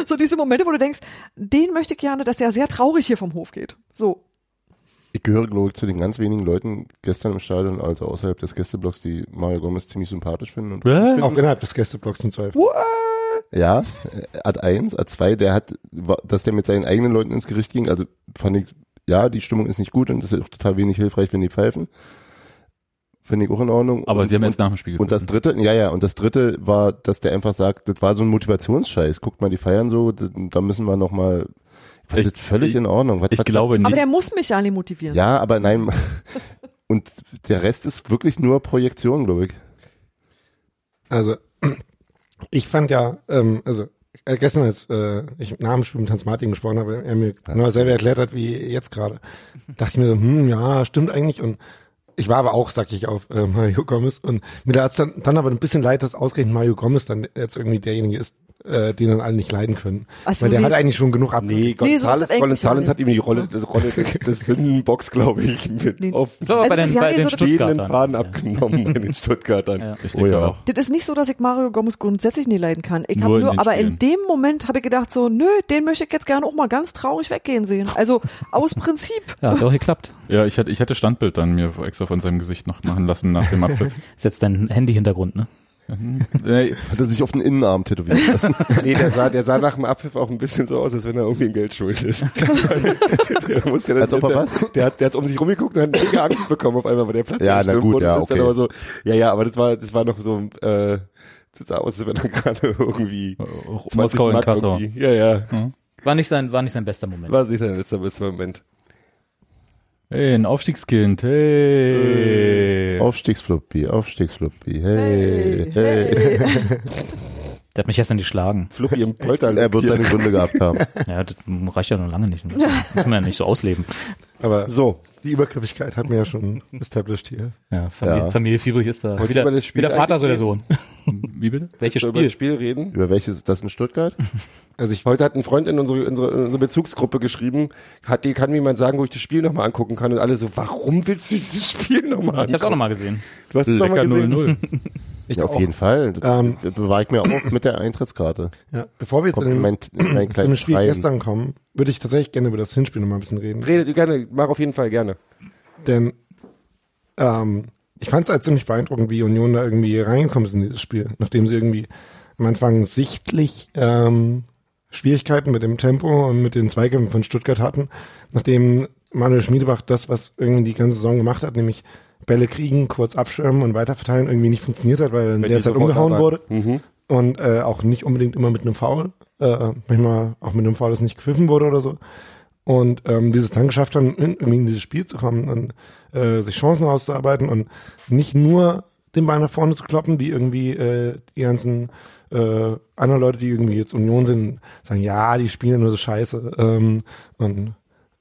Speaker 20: so diese Momente, wo du denkst, den möchte ich gerne, dass der sehr traurig hier vom Hof geht. So,
Speaker 17: Ich gehöre, glaube ich, zu den ganz wenigen Leuten gestern im Stadion, also außerhalb des Gästeblocks, die Mario Gomez ziemlich sympathisch finden. Und
Speaker 22: Auch innerhalb des Gästeblocks zum Zweifel.
Speaker 17: Ja, äh, Ad 1, Ad 2, der hat, wa- dass der mit seinen eigenen Leuten ins Gericht ging, also fand ich, ja, die Stimmung ist nicht gut und es ist auch total wenig hilfreich, wenn die pfeifen. Finde ich auch in Ordnung.
Speaker 19: Aber
Speaker 17: und,
Speaker 19: sie haben
Speaker 17: und,
Speaker 19: erst nach dem Spiel ne?
Speaker 17: Und das dritte, ja, ja, und das dritte war, dass der einfach sagt, das war so ein Motivationsscheiß. Guckt mal, die feiern so, d- da müssen wir nochmal, ich fand das völlig in Ordnung. Was, ich
Speaker 19: glaube
Speaker 20: Aber der muss mich ja nicht motivieren.
Speaker 17: Ja, aber nein. Und der Rest ist wirklich nur Projektion, glaube ich.
Speaker 22: Also, ich fand ja, ähm, also äh, gestern, als äh, ich nach dem Spiel mit Hans Martin gesprochen habe, er mir genau selber erklärt hat, wie jetzt gerade, dachte ich mir so, hm, ja, stimmt eigentlich. Und ich war aber auch, sag ich auf, äh, Mario Gomez. Und mir hat's dann, dann aber ein bisschen leid, dass ausgerechnet Mario Gomez dann jetzt irgendwie derjenige ist, äh, den dann alle nicht leiden können.
Speaker 21: Ach so,
Speaker 22: Weil der
Speaker 21: nee.
Speaker 22: hat eigentlich schon genug ab. Nee,
Speaker 21: Gonzales, Gonzales hat ihm die Rolle, die Rolle des, des Sündenbocks, glaube ich, mit auf
Speaker 20: Das war aber bei den- Also, sie bei haben den ja so-
Speaker 21: stehenden
Speaker 20: Stuttgartern.
Speaker 21: Faden abgenommen bei den Stuttgartern.
Speaker 19: Ich
Speaker 17: denke
Speaker 21: auch.
Speaker 20: Das ist nicht so, dass ich Mario Gomez grundsätzlich nie leiden kann. Ich habe
Speaker 21: Nur in
Speaker 20: nur,
Speaker 21: den
Speaker 20: aber in dem Moment habe ich gedacht so, nö, den möchte ich jetzt gerne auch mal ganz traurig weggehen sehen. Also aus Prinzip.
Speaker 18: Ja, hat auch geklappt.
Speaker 19: Ja, ich hatte, ich hatte Standbild dann mir extra von seinem Gesicht noch machen lassen nach dem Abpfiff.
Speaker 18: Ist jetzt dein Handy-Hintergrund, ne?
Speaker 17: Hat er sich auf den Innenarm tätowiert lassen?
Speaker 21: Nee, der sah, der sah nach dem Abpfiff auch ein bisschen so aus, als wenn er irgendwie ein Geld schuld ist. der muss ja dann,
Speaker 17: Als ob er
Speaker 21: der,
Speaker 17: was?
Speaker 21: Der hat, der hat um sich rumgeguckt und hat mega Angst bekommen auf einmal, weil der Platz
Speaker 17: Ja, na
Speaker 21: gestimmt
Speaker 17: gut,
Speaker 21: wurde.
Speaker 17: ja,
Speaker 21: Das ist dann
Speaker 17: okay.
Speaker 21: aber so, ja, ja, aber das war, das war noch so, äh, Sieht aus, als wenn er gerade
Speaker 18: Äh,
Speaker 21: irgendwie 20
Speaker 19: Moskau in
Speaker 21: Mark
Speaker 19: Kassau.
Speaker 21: irgendwie- Ja, ja.
Speaker 18: War nicht sein, war nicht sein bester Moment.
Speaker 21: War sicher letzter bester Moment.
Speaker 19: Hey, ein Aufstiegskind. Hey.
Speaker 17: Aufstiegsfluppi, Aufstiegsfluppi, hey, hey.
Speaker 18: Der hat mich gestern geschlagen.
Speaker 21: Fluppi im Polter.
Speaker 17: Er wird seine Gründe gehabt haben.
Speaker 18: Ja, das reicht ja noch lange nicht. Muss man ja nicht so ausleben.
Speaker 21: Aber
Speaker 22: so, die Übergriffigkeit hat mir ja schon established hier.
Speaker 18: Ja, Familie,
Speaker 21: Ja.
Speaker 18: Familie Fiebrich ist da.
Speaker 21: Wollt ihr
Speaker 18: Wieder,
Speaker 21: über das Spiel
Speaker 18: wieder Vater so der Sohn.
Speaker 21: eigentlich
Speaker 19: Wie bitte?
Speaker 18: Welches
Speaker 21: Über
Speaker 18: Spiel?
Speaker 21: das Spiel reden.
Speaker 17: Über welches ist das in Stuttgart?
Speaker 21: Also ich heute hat ein Freund in unsere, unsere, unsere Bezugsgruppe geschrieben, hat die kann mir jemand sagen, wo ich das Spiel nochmal angucken kann und alle so, warum willst du dieses Spiel nochmal angucken?
Speaker 18: Ich hab's auch nochmal gesehen.
Speaker 21: Du hast es noch mal gesehen? Ich
Speaker 17: ja, auf
Speaker 21: auch.
Speaker 17: jeden Fall. Das
Speaker 21: Ähm,
Speaker 17: bewahre ich mir auch mit der Eintrittskarte.
Speaker 21: Ja,
Speaker 22: Bevor wir jetzt
Speaker 17: Kommt
Speaker 22: in den,
Speaker 17: mein, mein
Speaker 22: zu dem
Speaker 17: kleines
Speaker 22: Spiel
Speaker 17: Schreien.
Speaker 22: gestern kommen, würde ich tatsächlich gerne über das Hinspiel noch mal ein bisschen reden.
Speaker 21: Redet gerne, mach auf jeden Fall gerne.
Speaker 22: Denn ähm, ich fand es halt ziemlich beeindruckend, wie Union da irgendwie reingekommen ist in dieses Spiel, nachdem sie irgendwie am Anfang sichtlich ähm, Schwierigkeiten mit dem Tempo und mit den Zweikämpfen von Stuttgart hatten, nachdem Manuel Schmiedebach das, was irgendwie die ganze Saison gemacht hat, nämlich Bälle kriegen, kurz abschirmen und weiterverteilen, irgendwie nicht funktioniert hat, weil in
Speaker 21: Wenn
Speaker 22: der
Speaker 21: die
Speaker 22: Zeit
Speaker 21: sofort da
Speaker 22: umgehauen
Speaker 21: waren.
Speaker 22: wurde
Speaker 21: Mhm.
Speaker 22: und äh, auch nicht unbedingt immer mit einem Foul, äh, manchmal auch mit einem Foul, das nicht gepfiffen wurde oder so. Und ähm, dieses dann geschafft haben, in, irgendwie in dieses Spiel zu kommen und äh, sich Chancen auszuarbeiten und nicht nur den Ball nach vorne zu kloppen, die irgendwie äh, die ganzen äh, anderen Leute, die irgendwie jetzt Union sind, sagen, ja, die spielen ja nur so scheiße ähm, und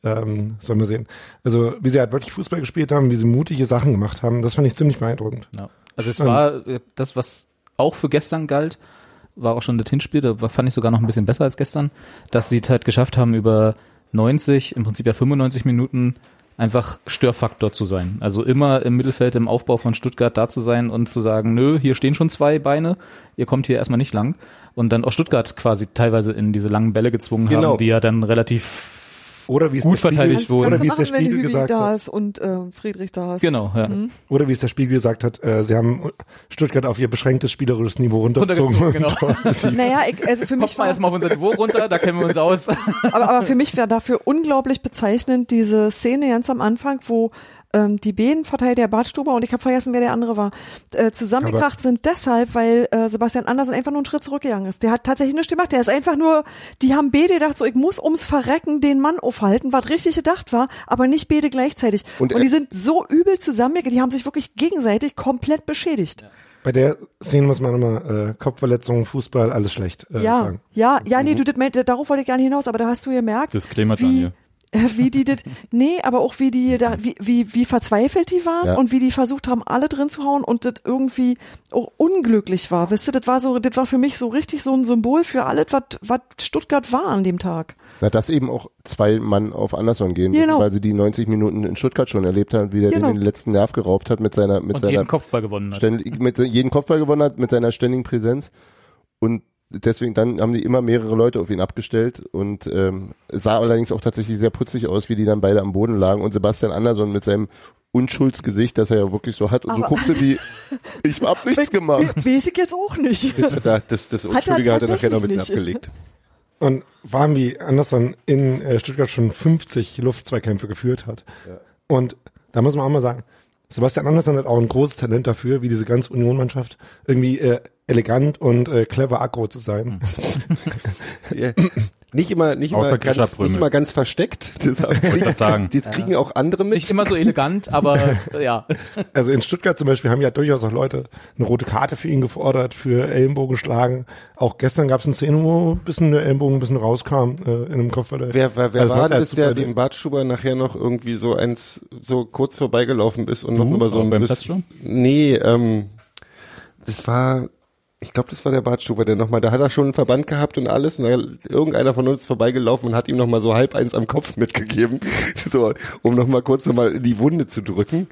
Speaker 22: ähm, sollen wir sehen. Also wie sie halt wirklich Fußball gespielt haben, wie sie mutige Sachen gemacht haben, das fand ich ziemlich beeindruckend.
Speaker 18: Ja. Also es
Speaker 22: Und-
Speaker 18: war äh, das, was auch für gestern galt, war auch schon das Hinspiel, da war- fand ich sogar noch ein bisschen besser als gestern, dass sie es halt geschafft haben, über 90, im Prinzip ja 95 Minuten einfach Störfaktor zu sein. Also immer im Mittelfeld, im Aufbau von Stuttgart da zu sein und zu sagen, nö, hier stehen schon zwei Beine, ihr kommt hier erstmal nicht lang. Und dann auch Stuttgart quasi teilweise in diese langen Bälle gezwungen
Speaker 22: Genau.
Speaker 18: haben, die ja dann relativ
Speaker 22: oder wie es
Speaker 18: gut
Speaker 22: der Spiegel-
Speaker 18: verteidigt wurden.
Speaker 22: oder wie es der
Speaker 20: Wenn
Speaker 22: Spiegel
Speaker 20: Hübi
Speaker 22: gesagt hat.
Speaker 20: da ist und äh, Friedrich da ist.
Speaker 18: Genau, ja.
Speaker 20: Mhm.
Speaker 22: Oder wie es der Spiegel gesagt hat, äh, sie haben Stuttgart auf ihr beschränktes spielerisches Niveau runtergezogen.
Speaker 18: Runtergezogen,
Speaker 22: genau.
Speaker 20: Naja, ich, also für mich
Speaker 18: Kommt mal erstmal auf unser Niveau runter, da kennen wir uns aus.
Speaker 20: aber, aber für mich wäre dafür unglaublich bezeichnend diese Szene ganz am Anfang, wo ähm, die beiden Verteidiger Bartstuber und ich habe vergessen, wer der andere war, äh, zusammengekracht sind deshalb, weil äh, Sebastian Andersen einfach nur einen Schritt zurückgegangen ist. Der hat tatsächlich nichts gemacht. Der ist einfach nur, die haben beide gedacht, so ich muss ums Verrecken den Mann aufhalten, was richtig gedacht war, aber nicht beide gleichzeitig. Und,
Speaker 22: Und
Speaker 20: die
Speaker 22: er-
Speaker 20: sind so übel zusammen, die haben sich wirklich gegenseitig komplett beschädigt.
Speaker 22: Bei der Szene muss man immer äh, Kopfverletzungen, Fußball, alles schlecht
Speaker 20: ja,
Speaker 22: äh,
Speaker 20: Mhm.
Speaker 22: sagen.
Speaker 20: ja, ja, nee, du, das, meint- darauf wollte ich gar nicht hinaus, aber da hast du gemerkt,
Speaker 19: Disclaimer,
Speaker 20: Wie-
Speaker 19: Daniel.
Speaker 20: Äh, wie die das, nee, aber auch wie die da, wie, wie, wie verzweifelt die waren
Speaker 19: Ja.
Speaker 20: und wie die versucht haben, alle drin zu hauen und das irgendwie auch unglücklich war. Wisst ihr, das war so, das war für mich so richtig so ein Symbol für alles, was, was Stuttgart war an dem Tag.
Speaker 17: Na, dass eben auch zwei Mann auf Anderson gehen müssen,
Speaker 20: Genau.
Speaker 17: weil sie die 90 Minuten in Stuttgart schon erlebt haben, wie der
Speaker 20: Genau.
Speaker 17: den letzten Nerv geraubt hat mit seiner, mit
Speaker 18: Und
Speaker 17: seiner
Speaker 18: jeden Kopfball gewonnen hat.
Speaker 17: Ständig, mit se- jeden Kopfball gewonnen hat, mit seiner ständigen Präsenz. Und deswegen dann haben die immer mehrere Leute auf ihn abgestellt und ähm, es sah allerdings auch tatsächlich sehr putzig aus, wie die dann beide am Boden lagen und Sebastian Anderson mit seinem Unschuldsgesicht, das er ja wirklich so hat und
Speaker 20: Aber-
Speaker 17: so guckte wie, ich hab nichts gemacht.
Speaker 20: Das weiß ich jetzt auch nicht.
Speaker 21: das, das
Speaker 20: Hat er Unschuldige hat er nachher noch mit tatsächlich abgelegt.
Speaker 22: Und waren wie Anderson in äh, Stuttgart schon 50 Luftzweikämpfe geführt hat.
Speaker 17: Ja.
Speaker 22: Und da muss man auch mal sagen, Sebastian Andersson hat auch ein großes Talent dafür, wie diese ganze Union-Mannschaft irgendwie äh, elegant und äh, clever aggro zu sein.
Speaker 21: Ja. Nicht immer, nicht
Speaker 22: Außer
Speaker 21: immer, ganz,
Speaker 22: Kescherbrümmel.
Speaker 21: nicht immer ganz versteckt. Das,
Speaker 22: Wollte ich sagen.
Speaker 21: das kriegen ja. auch andere mit.
Speaker 18: Nicht immer so elegant, aber äh, ja.
Speaker 22: Also in Stuttgart zum Beispiel haben ja durchaus auch Leute eine rote Karte für ihn gefordert, für Ellenbogen schlagen. Auch gestern gab es eine Szene, wo ein bisschen der Ellenbogen ein bisschen rauskam äh, in einem Also Kopf.
Speaker 21: Wer, wer, wer war
Speaker 22: halt
Speaker 21: das, der dem Bartschuber nachher noch irgendwie so eins so kurz vorbeigelaufen ist und noch über so
Speaker 19: Aber
Speaker 21: ein
Speaker 19: beim Platzsturm?
Speaker 21: bisschen. Nee, ähm, das war, ich glaube, das war der Bartschuber, der nochmal, da hat er schon einen Verband gehabt und alles und dann ist irgendeiner von uns vorbeigelaufen und hat ihm nochmal so halb eins am Kopf mitgegeben, so, um nochmal kurz nochmal in die Wunde zu drücken.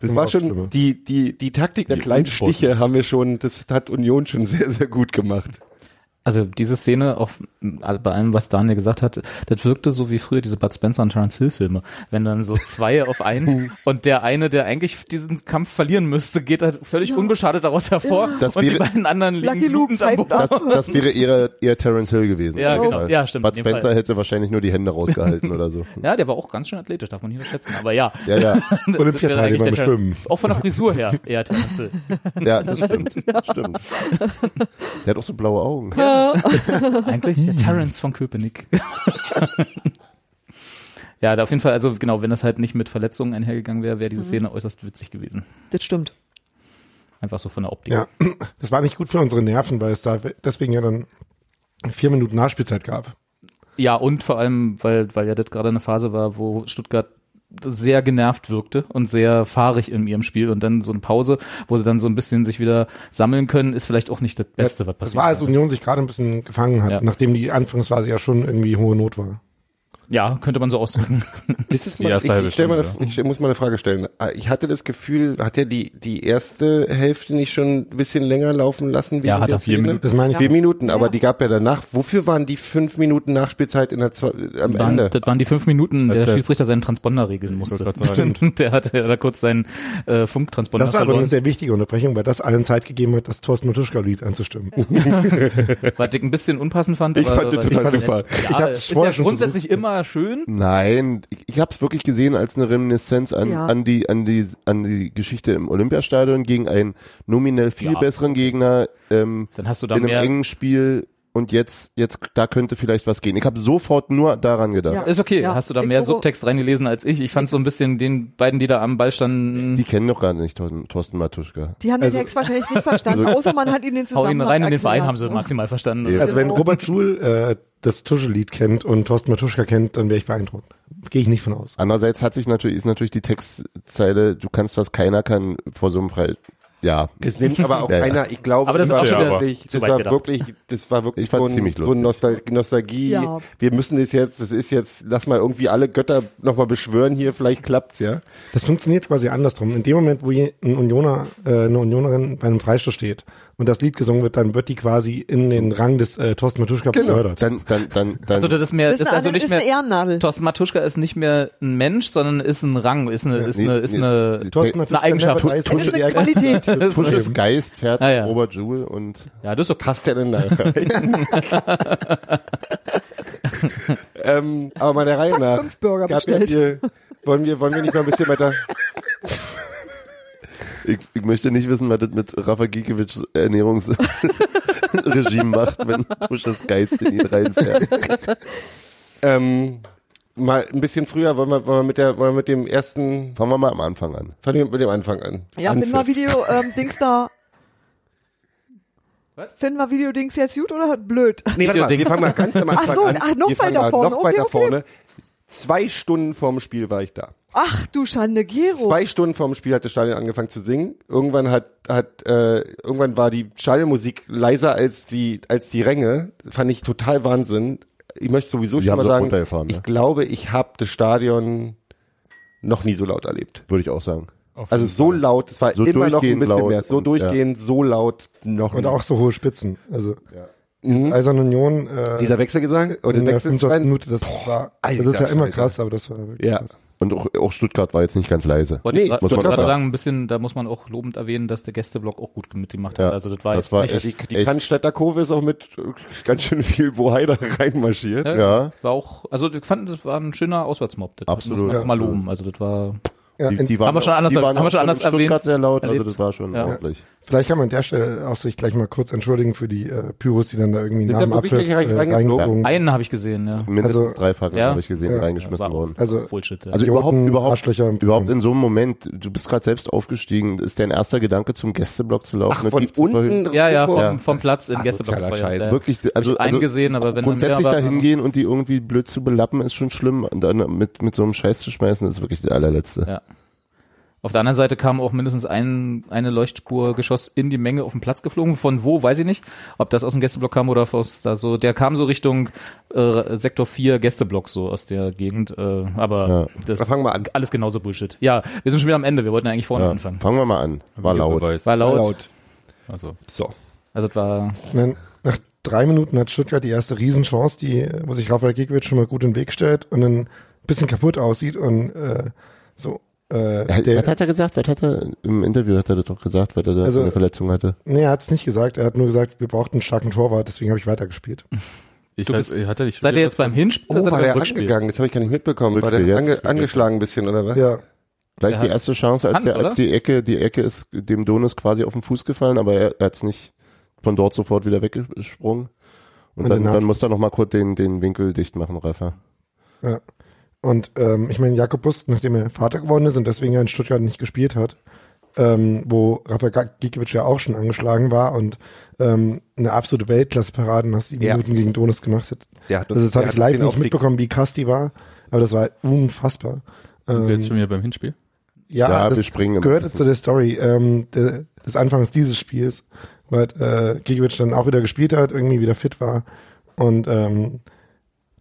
Speaker 21: Das
Speaker 22: Ja,
Speaker 21: war
Speaker 22: auch schlimmer.
Speaker 21: schon, die, die, die Taktik der kleinen
Speaker 22: Unsportlich.
Speaker 21: Stiche haben wir schon, das hat Union schon sehr, sehr gut gemacht.
Speaker 18: also diese Szene, auf, bei allem, was Daniel gesagt hat, das wirkte so wie früher diese Bud Spencer und Terence Hill Filme. Wenn dann so zwei auf einen und der eine, der eigentlich diesen Kampf verlieren müsste, geht halt völlig unbeschadet daraus hervor
Speaker 17: Das
Speaker 18: und die
Speaker 17: wäre-
Speaker 18: beiden anderen liegen
Speaker 20: Lucky Luke
Speaker 18: blutend am Boden.
Speaker 17: Das, das wäre eher, eher Terence Hill gewesen.
Speaker 18: Ja,
Speaker 17: auf jeden
Speaker 18: genau.
Speaker 17: Fall.
Speaker 18: Ja, stimmt,
Speaker 17: Bud
Speaker 18: in dem
Speaker 17: Spencer
Speaker 18: Fall.
Speaker 17: hätte wahrscheinlich nur die Hände rausgehalten oder so.
Speaker 18: Ja, der war auch ganz schön athletisch, darf man nicht unterschätzen, aber ja.
Speaker 17: Ja, ja.
Speaker 18: Das wäre
Speaker 17: Olympiateilnehmer
Speaker 18: eigentlich der
Speaker 17: im
Speaker 18: Ter-
Speaker 17: Schwimmen.
Speaker 18: Auch von der Frisur her, eher Terence Hill.
Speaker 17: Ja, das stimmt. stimmt. Der hat auch so blaue Augen.
Speaker 18: Ja. Eigentlich
Speaker 20: Hm.
Speaker 18: der Terrence von Köpenick. ja, da auf jeden Fall, also genau, wenn das halt nicht mit Verletzungen einhergegangen wäre, wäre diese
Speaker 20: Mhm.
Speaker 18: Szene äußerst witzig gewesen.
Speaker 20: Das stimmt.
Speaker 18: Einfach so von der Optik.
Speaker 22: Ja, das war nicht gut für unsere Nerven, weil es da deswegen ja dann vier Minuten Nachspielzeit gab.
Speaker 18: Ja, und vor allem, weil, weil ja das gerade eine Phase war, wo Stuttgart sehr genervt wirkte und sehr fahrig in ihrem Spiel und dann so eine Pause, wo sie dann so ein bisschen sich wieder sammeln können, ist vielleicht auch nicht das Beste, was
Speaker 22: Das
Speaker 18: passiert.
Speaker 22: war, also als
Speaker 18: wäre.
Speaker 22: Union sich gerade ein bisschen gefangen hat,
Speaker 18: Ja.
Speaker 22: nachdem die Anfangsphase ja schon irgendwie hohe Not war.
Speaker 18: ja, könnte man so ausdrücken.
Speaker 22: Ist es
Speaker 21: Mal- ich, ich, stell mal, eine- ich stell- muss mal eine Frage stellen. Ah, Ich hatte das Gefühl, hat er die, die erste Hälfte nicht schon ein bisschen länger laufen lassen?
Speaker 18: Ja, hat
Speaker 21: er. Vier Minuten.
Speaker 22: Das meine ich.
Speaker 21: Vier
Speaker 22: Ja.
Speaker 21: Minuten, aber die gab ja danach. Wofür waren die fünf Minuten Nachspielzeit in der Zwe äh, am
Speaker 18: Das waren,
Speaker 21: Ende?
Speaker 18: das waren die fünf Minuten, der
Speaker 21: Okay.
Speaker 18: Schiedsrichter seinen Transponder regeln musste.
Speaker 21: wollte gerade sagen.
Speaker 18: der hatte ja da kurz seinen äh, Funktransponder
Speaker 22: Das war aber eine
Speaker 18: verloren.
Speaker 22: sehr wichtige Unterbrechung, weil das allen Zeit gegeben hat, das Thorsten Matuschka-Lied anzustimmen.
Speaker 18: Was ich ein bisschen unpassend fand.
Speaker 22: Ich
Speaker 18: aber-
Speaker 22: fand den
Speaker 18: aber-
Speaker 22: total super.
Speaker 18: Ja,
Speaker 22: Ich hab's
Speaker 18: es ist
Speaker 22: vorher
Speaker 18: ja
Speaker 22: schon
Speaker 18: grundsätzlich immer schön.
Speaker 17: Nein, ich, ich habe es wirklich gesehen als eine Reminiszenz an,
Speaker 18: Ja.
Speaker 17: an, die, an, die, an die Geschichte im Olympiastadion gegen einen nominell viel
Speaker 18: Ja.
Speaker 17: besseren Gegner ähm,
Speaker 18: Dann hast du da
Speaker 17: in einem
Speaker 18: mehr-
Speaker 17: engen Spiel und jetzt, jetzt da könnte vielleicht was gehen. Ich habe sofort nur daran gedacht.
Speaker 18: Ist okay, hast du da mehr Subtext reingelesen als ich. Ich fand so ein bisschen den beiden, die da am Ball standen.
Speaker 17: Die kennen doch gar nicht Thorsten Thorsten Matuschka.
Speaker 20: Die haben den Text wahrscheinlich nicht verstanden,
Speaker 18: Also-
Speaker 20: außer man hat ihnen den
Speaker 18: Hau
Speaker 20: zusammen.
Speaker 18: ihn rein in den Verein, haben sie maximal
Speaker 17: Ne?
Speaker 18: verstanden.
Speaker 22: Also wenn Robert Schul äh, das Tuschelied kennt und Thorsten Matuschka kennt, dann wäre ich beeindruckt. Gehe ich nicht von aus.
Speaker 17: Andererseits hat sich natürlich, ist natürlich die Textzeile, du kannst, was keiner kann, vor so einem Frei... Ja.
Speaker 21: Das nimmt aber auch
Speaker 17: Ja, ja.
Speaker 21: einer, ich glaube, wirklich, das war wirklich, das war wirklich
Speaker 17: Ich fand's
Speaker 21: so ein,
Speaker 17: ziemlich
Speaker 21: so ein Nostal Nostalgie.
Speaker 20: Ja.
Speaker 21: Wir müssen das jetzt, das ist jetzt, lass mal irgendwie alle Götter nochmal beschwören hier, vielleicht klappt's, ja.
Speaker 22: Das funktioniert quasi andersrum. In dem Moment, wo je- ein Unioner, äh, eine Unionerin bei einem Freistoß steht und das Lied gesungen wird, dann wird die quasi in den Rang des äh, Thorsten Matuschka
Speaker 17: Genau.
Speaker 21: Genau.
Speaker 22: befördert.
Speaker 17: Dann, dann, dann, dann.
Speaker 18: Also das ist mehr,
Speaker 20: Das
Speaker 18: das
Speaker 20: ist
Speaker 18: ist also
Speaker 20: eine-
Speaker 18: nicht
Speaker 20: ist eine
Speaker 18: mehr. Thorsten Matuschka ist nicht mehr ein Mensch, sondern ist ein Rang, ist eine, ist
Speaker 17: Nee,
Speaker 18: eine, ist
Speaker 17: nee.
Speaker 18: eine,
Speaker 17: Thorsten
Speaker 18: eine
Speaker 17: Matuschka
Speaker 18: Eigenschaft. Ah,
Speaker 17: never dies, Tusche- Es ist eine Qualität. Tusches Geist fährt
Speaker 18: Ja, ja.
Speaker 17: Robert Joule und
Speaker 18: ja, das ist okay.
Speaker 21: Passt der denn da rein? ähm, aber mal der Reihe nach.
Speaker 20: fünf Burger
Speaker 21: Gab ja
Speaker 20: bestellt.
Speaker 21: hier, wollen wir, wollen wir nicht mal ein bisschen weiter?
Speaker 17: Ich, ich möchte nicht wissen, was das mit Rafa Gikiewicz Ernährungsregime macht, wenn Tusches Geist in ihn reinfährt.
Speaker 21: Ähm, mal ein bisschen früher, wollen wir, wollen wir mit der, wollen wir mit dem ersten.
Speaker 17: Fangen wir mal am Anfang an.
Speaker 21: Fangen wir mit dem Anfang an.
Speaker 20: Ja,
Speaker 21: Anpfiff.
Speaker 20: bin mal Video ähm, Dings da. Finden wir Video Dings jetzt gut oder blöd?
Speaker 21: Nee, warte mal, wir fangen mal ganz am Anfang
Speaker 20: Ach so,
Speaker 21: an.
Speaker 20: ach, noch
Speaker 21: Wir fangen
Speaker 20: weiter
Speaker 21: mal
Speaker 20: vorne.
Speaker 21: Noch
Speaker 20: Okay,
Speaker 21: weiter
Speaker 20: okay.
Speaker 21: vorne. Zwei Stunden vorm Spiel war ich da.
Speaker 20: Ach du Schande, Gero.
Speaker 21: Zwei Stunden vorm Spiel hat das Stadion angefangen zu singen. Irgendwann hat, hat, äh, irgendwann war die Stadionmusik leiser als die, als die Ränge. Fand ich total Wahnsinn. Ich möchte sowieso
Speaker 17: Die
Speaker 21: schon
Speaker 17: haben
Speaker 21: mal
Speaker 17: doch
Speaker 21: sagen,
Speaker 17: runtergefahren, ne?
Speaker 21: ich glaube, ich habe das Stadion noch nie so laut erlebt.
Speaker 17: Würde ich auch sagen.
Speaker 21: Also so laut, es war
Speaker 17: So
Speaker 21: immer noch ein
Speaker 17: durchgehend
Speaker 21: bisschen
Speaker 17: laut
Speaker 21: mehr. So
Speaker 17: und-
Speaker 21: durchgehend, so laut noch
Speaker 22: Und
Speaker 21: nie.
Speaker 22: auch so hohe Spitzen. Also
Speaker 21: Mhm.
Speaker 22: Eiserne Union. Äh,
Speaker 21: Dieser Wechselgesang? Oder
Speaker 22: in der
Speaker 21: Wechselschrein?
Speaker 22: 25. Minute, das war, das ist ja
Speaker 21: alter
Speaker 22: immer
Speaker 21: Schwede.
Speaker 22: krass, aber das war wirklich
Speaker 21: Ja.
Speaker 17: Und auch, auch Stuttgart war jetzt nicht ganz leise.
Speaker 18: Wollte ich
Speaker 17: muss
Speaker 18: gerade
Speaker 17: man
Speaker 18: wollte
Speaker 17: auch
Speaker 18: gerade
Speaker 17: sagen.
Speaker 18: sagen, ein bisschen, da muss man auch lobend erwähnen, dass der Gästeblock auch gut mitgemacht hat.
Speaker 17: Ja,
Speaker 18: also das war
Speaker 17: das
Speaker 18: jetzt
Speaker 17: war
Speaker 18: nicht,
Speaker 17: echt-
Speaker 21: Die Cannstatter Kurve ist auch mit äh, ganz schön viel Bohai da reinmarschiert.
Speaker 18: ja. War auch, also ich fand, das war ein schöner Auswärtsmob. Das
Speaker 17: Absolut.
Speaker 18: Muss man auch
Speaker 17: Ja.
Speaker 18: mal loben. Also das war.
Speaker 22: Ja, Die- die
Speaker 18: haben wir schon anders,
Speaker 17: die waren
Speaker 18: haben wir schon
Speaker 17: auch
Speaker 18: anders
Speaker 17: in Stuttgart
Speaker 18: erwähnt.
Speaker 17: sehr laut, also
Speaker 18: erlebt.
Speaker 17: das war schon ordentlich.
Speaker 22: Vielleicht kann man an der Stelle auch sich gleich mal kurz entschuldigen für die äh, Pyros, die dann da irgendwie nach dem Abpfiff äh, reingeflogen
Speaker 18: Einen habe ich gesehen, ja.
Speaker 17: Mindestens
Speaker 22: Also-
Speaker 17: drei Fackeln
Speaker 22: Ja.
Speaker 17: habe ich gesehen,
Speaker 22: Ja.
Speaker 17: reingeschmissen
Speaker 22: War-
Speaker 17: worden.
Speaker 22: also-
Speaker 18: Bullshit, ja.
Speaker 17: also überhaupt,
Speaker 22: Idioten,
Speaker 17: überhaupt,
Speaker 22: Arschlöcher im
Speaker 17: überhaupt in so einem Moment, du bist gerade selbst aufgestiegen, ist dein erster Gedanke zum Gästeblock zu laufen.
Speaker 21: Ach, von
Speaker 17: Tief zu verhüllen?
Speaker 18: Ja, ja, vom, vom Platz in Gästeblock. war ja- ja.
Speaker 17: Wirklich,
Speaker 18: Hab ich
Speaker 17: also, also
Speaker 18: eingesehen, aber wenn dann
Speaker 17: grundsätzlich
Speaker 18: wieder war-
Speaker 17: dahin gehen und die irgendwie blöd zu belappen, ist schon schlimm. Und dann mit, mit so einem Scheiß zu schmeißen, ist wirklich der allerletzte.
Speaker 18: Ja. Auf der anderen Seite kam auch mindestens ein, eine Leuchtspur Geschoss in die Menge auf den Platz geflogen. Von wo, weiß ich nicht. Ob das aus dem Gästeblock kam oder aus da so, der kam so Richtung äh, Sektor 4 Gästeblock so aus der Gegend. Äh, aber das
Speaker 21: Fangen wir an.
Speaker 18: alles genauso Bullshit. Ja, wir sind schon wieder am Ende. Wir wollten eigentlich vorne
Speaker 17: Ja.
Speaker 18: anfangen.
Speaker 17: Fangen wir mal an. War laut.
Speaker 18: War laut.
Speaker 21: Laut.
Speaker 18: Also,
Speaker 21: So.
Speaker 18: also es war
Speaker 22: Nein, nach drei Minuten hat Stuttgart die erste Riesenchance, die, wo sich Rafael Gikiewicz schon mal gut in den Weg stellt und dann ein bisschen kaputt aussieht und äh, so. Äh, der-
Speaker 17: was hat er gesagt? Was hat er im Interview hat er das doch gesagt, weil er da
Speaker 22: Also-
Speaker 17: eine Verletzung hatte?
Speaker 22: Nee, er hat es nicht gesagt. Er hat nur gesagt, wir brauchten einen starken Torwart, deswegen habe ich weitergespielt.
Speaker 19: Ich weiß, hat er nicht
Speaker 18: Seid ihr jetzt beim Hinspiel
Speaker 22: Oh,
Speaker 18: oder seid ihr
Speaker 22: war
Speaker 18: beim
Speaker 22: der
Speaker 18: Rückspiel?
Speaker 22: angegangen?
Speaker 21: Das habe ich gar nicht mitbekommen. War
Speaker 17: Rückspiel,
Speaker 21: der
Speaker 17: ja.
Speaker 21: ange, angeschlagen ein bisschen, oder was?
Speaker 22: Ja.
Speaker 17: Gleich
Speaker 21: Der
Speaker 17: die
Speaker 21: hat-
Speaker 17: erste Chance, als,
Speaker 21: Hand,
Speaker 17: der, als
Speaker 21: oder?
Speaker 17: die Ecke, die Ecke ist dem Donis quasi auf den Fuß gefallen, aber er, er hat es nicht von dort sofort wieder weggesprungen. Und
Speaker 22: Und
Speaker 17: dann,
Speaker 22: danach-
Speaker 17: dann muss er nochmal kurz den, den Winkel dicht machen, Rafa.
Speaker 22: Ja. Und ähm, ich meine, Jakobus, nachdem er Vater geworden ist und deswegen ja in Stuttgart nicht gespielt hat, ähm, wo Rafael Gikiewicz ja auch schon angeschlagen war und ähm, eine absolute Weltklasse-Parade nach sieben
Speaker 21: Ja.
Speaker 22: Minuten gegen Donis gemacht hat.
Speaker 21: Der hat uns-
Speaker 22: also das habe
Speaker 21: der
Speaker 22: ich
Speaker 21: hat uns
Speaker 22: live
Speaker 21: den
Speaker 22: nicht
Speaker 21: Aufstieg-
Speaker 22: mitbekommen, wie krass die war, aber das war unfassbar.
Speaker 19: Sind wir
Speaker 22: Ähm,
Speaker 19: jetzt schon wieder beim Hinspiel?
Speaker 22: ja, das gehört jetzt zu der Story ähm, de, des Anfangs dieses Spiels, weil äh, Gigovic dann auch wieder gespielt hat, irgendwie wieder fit war und ähm,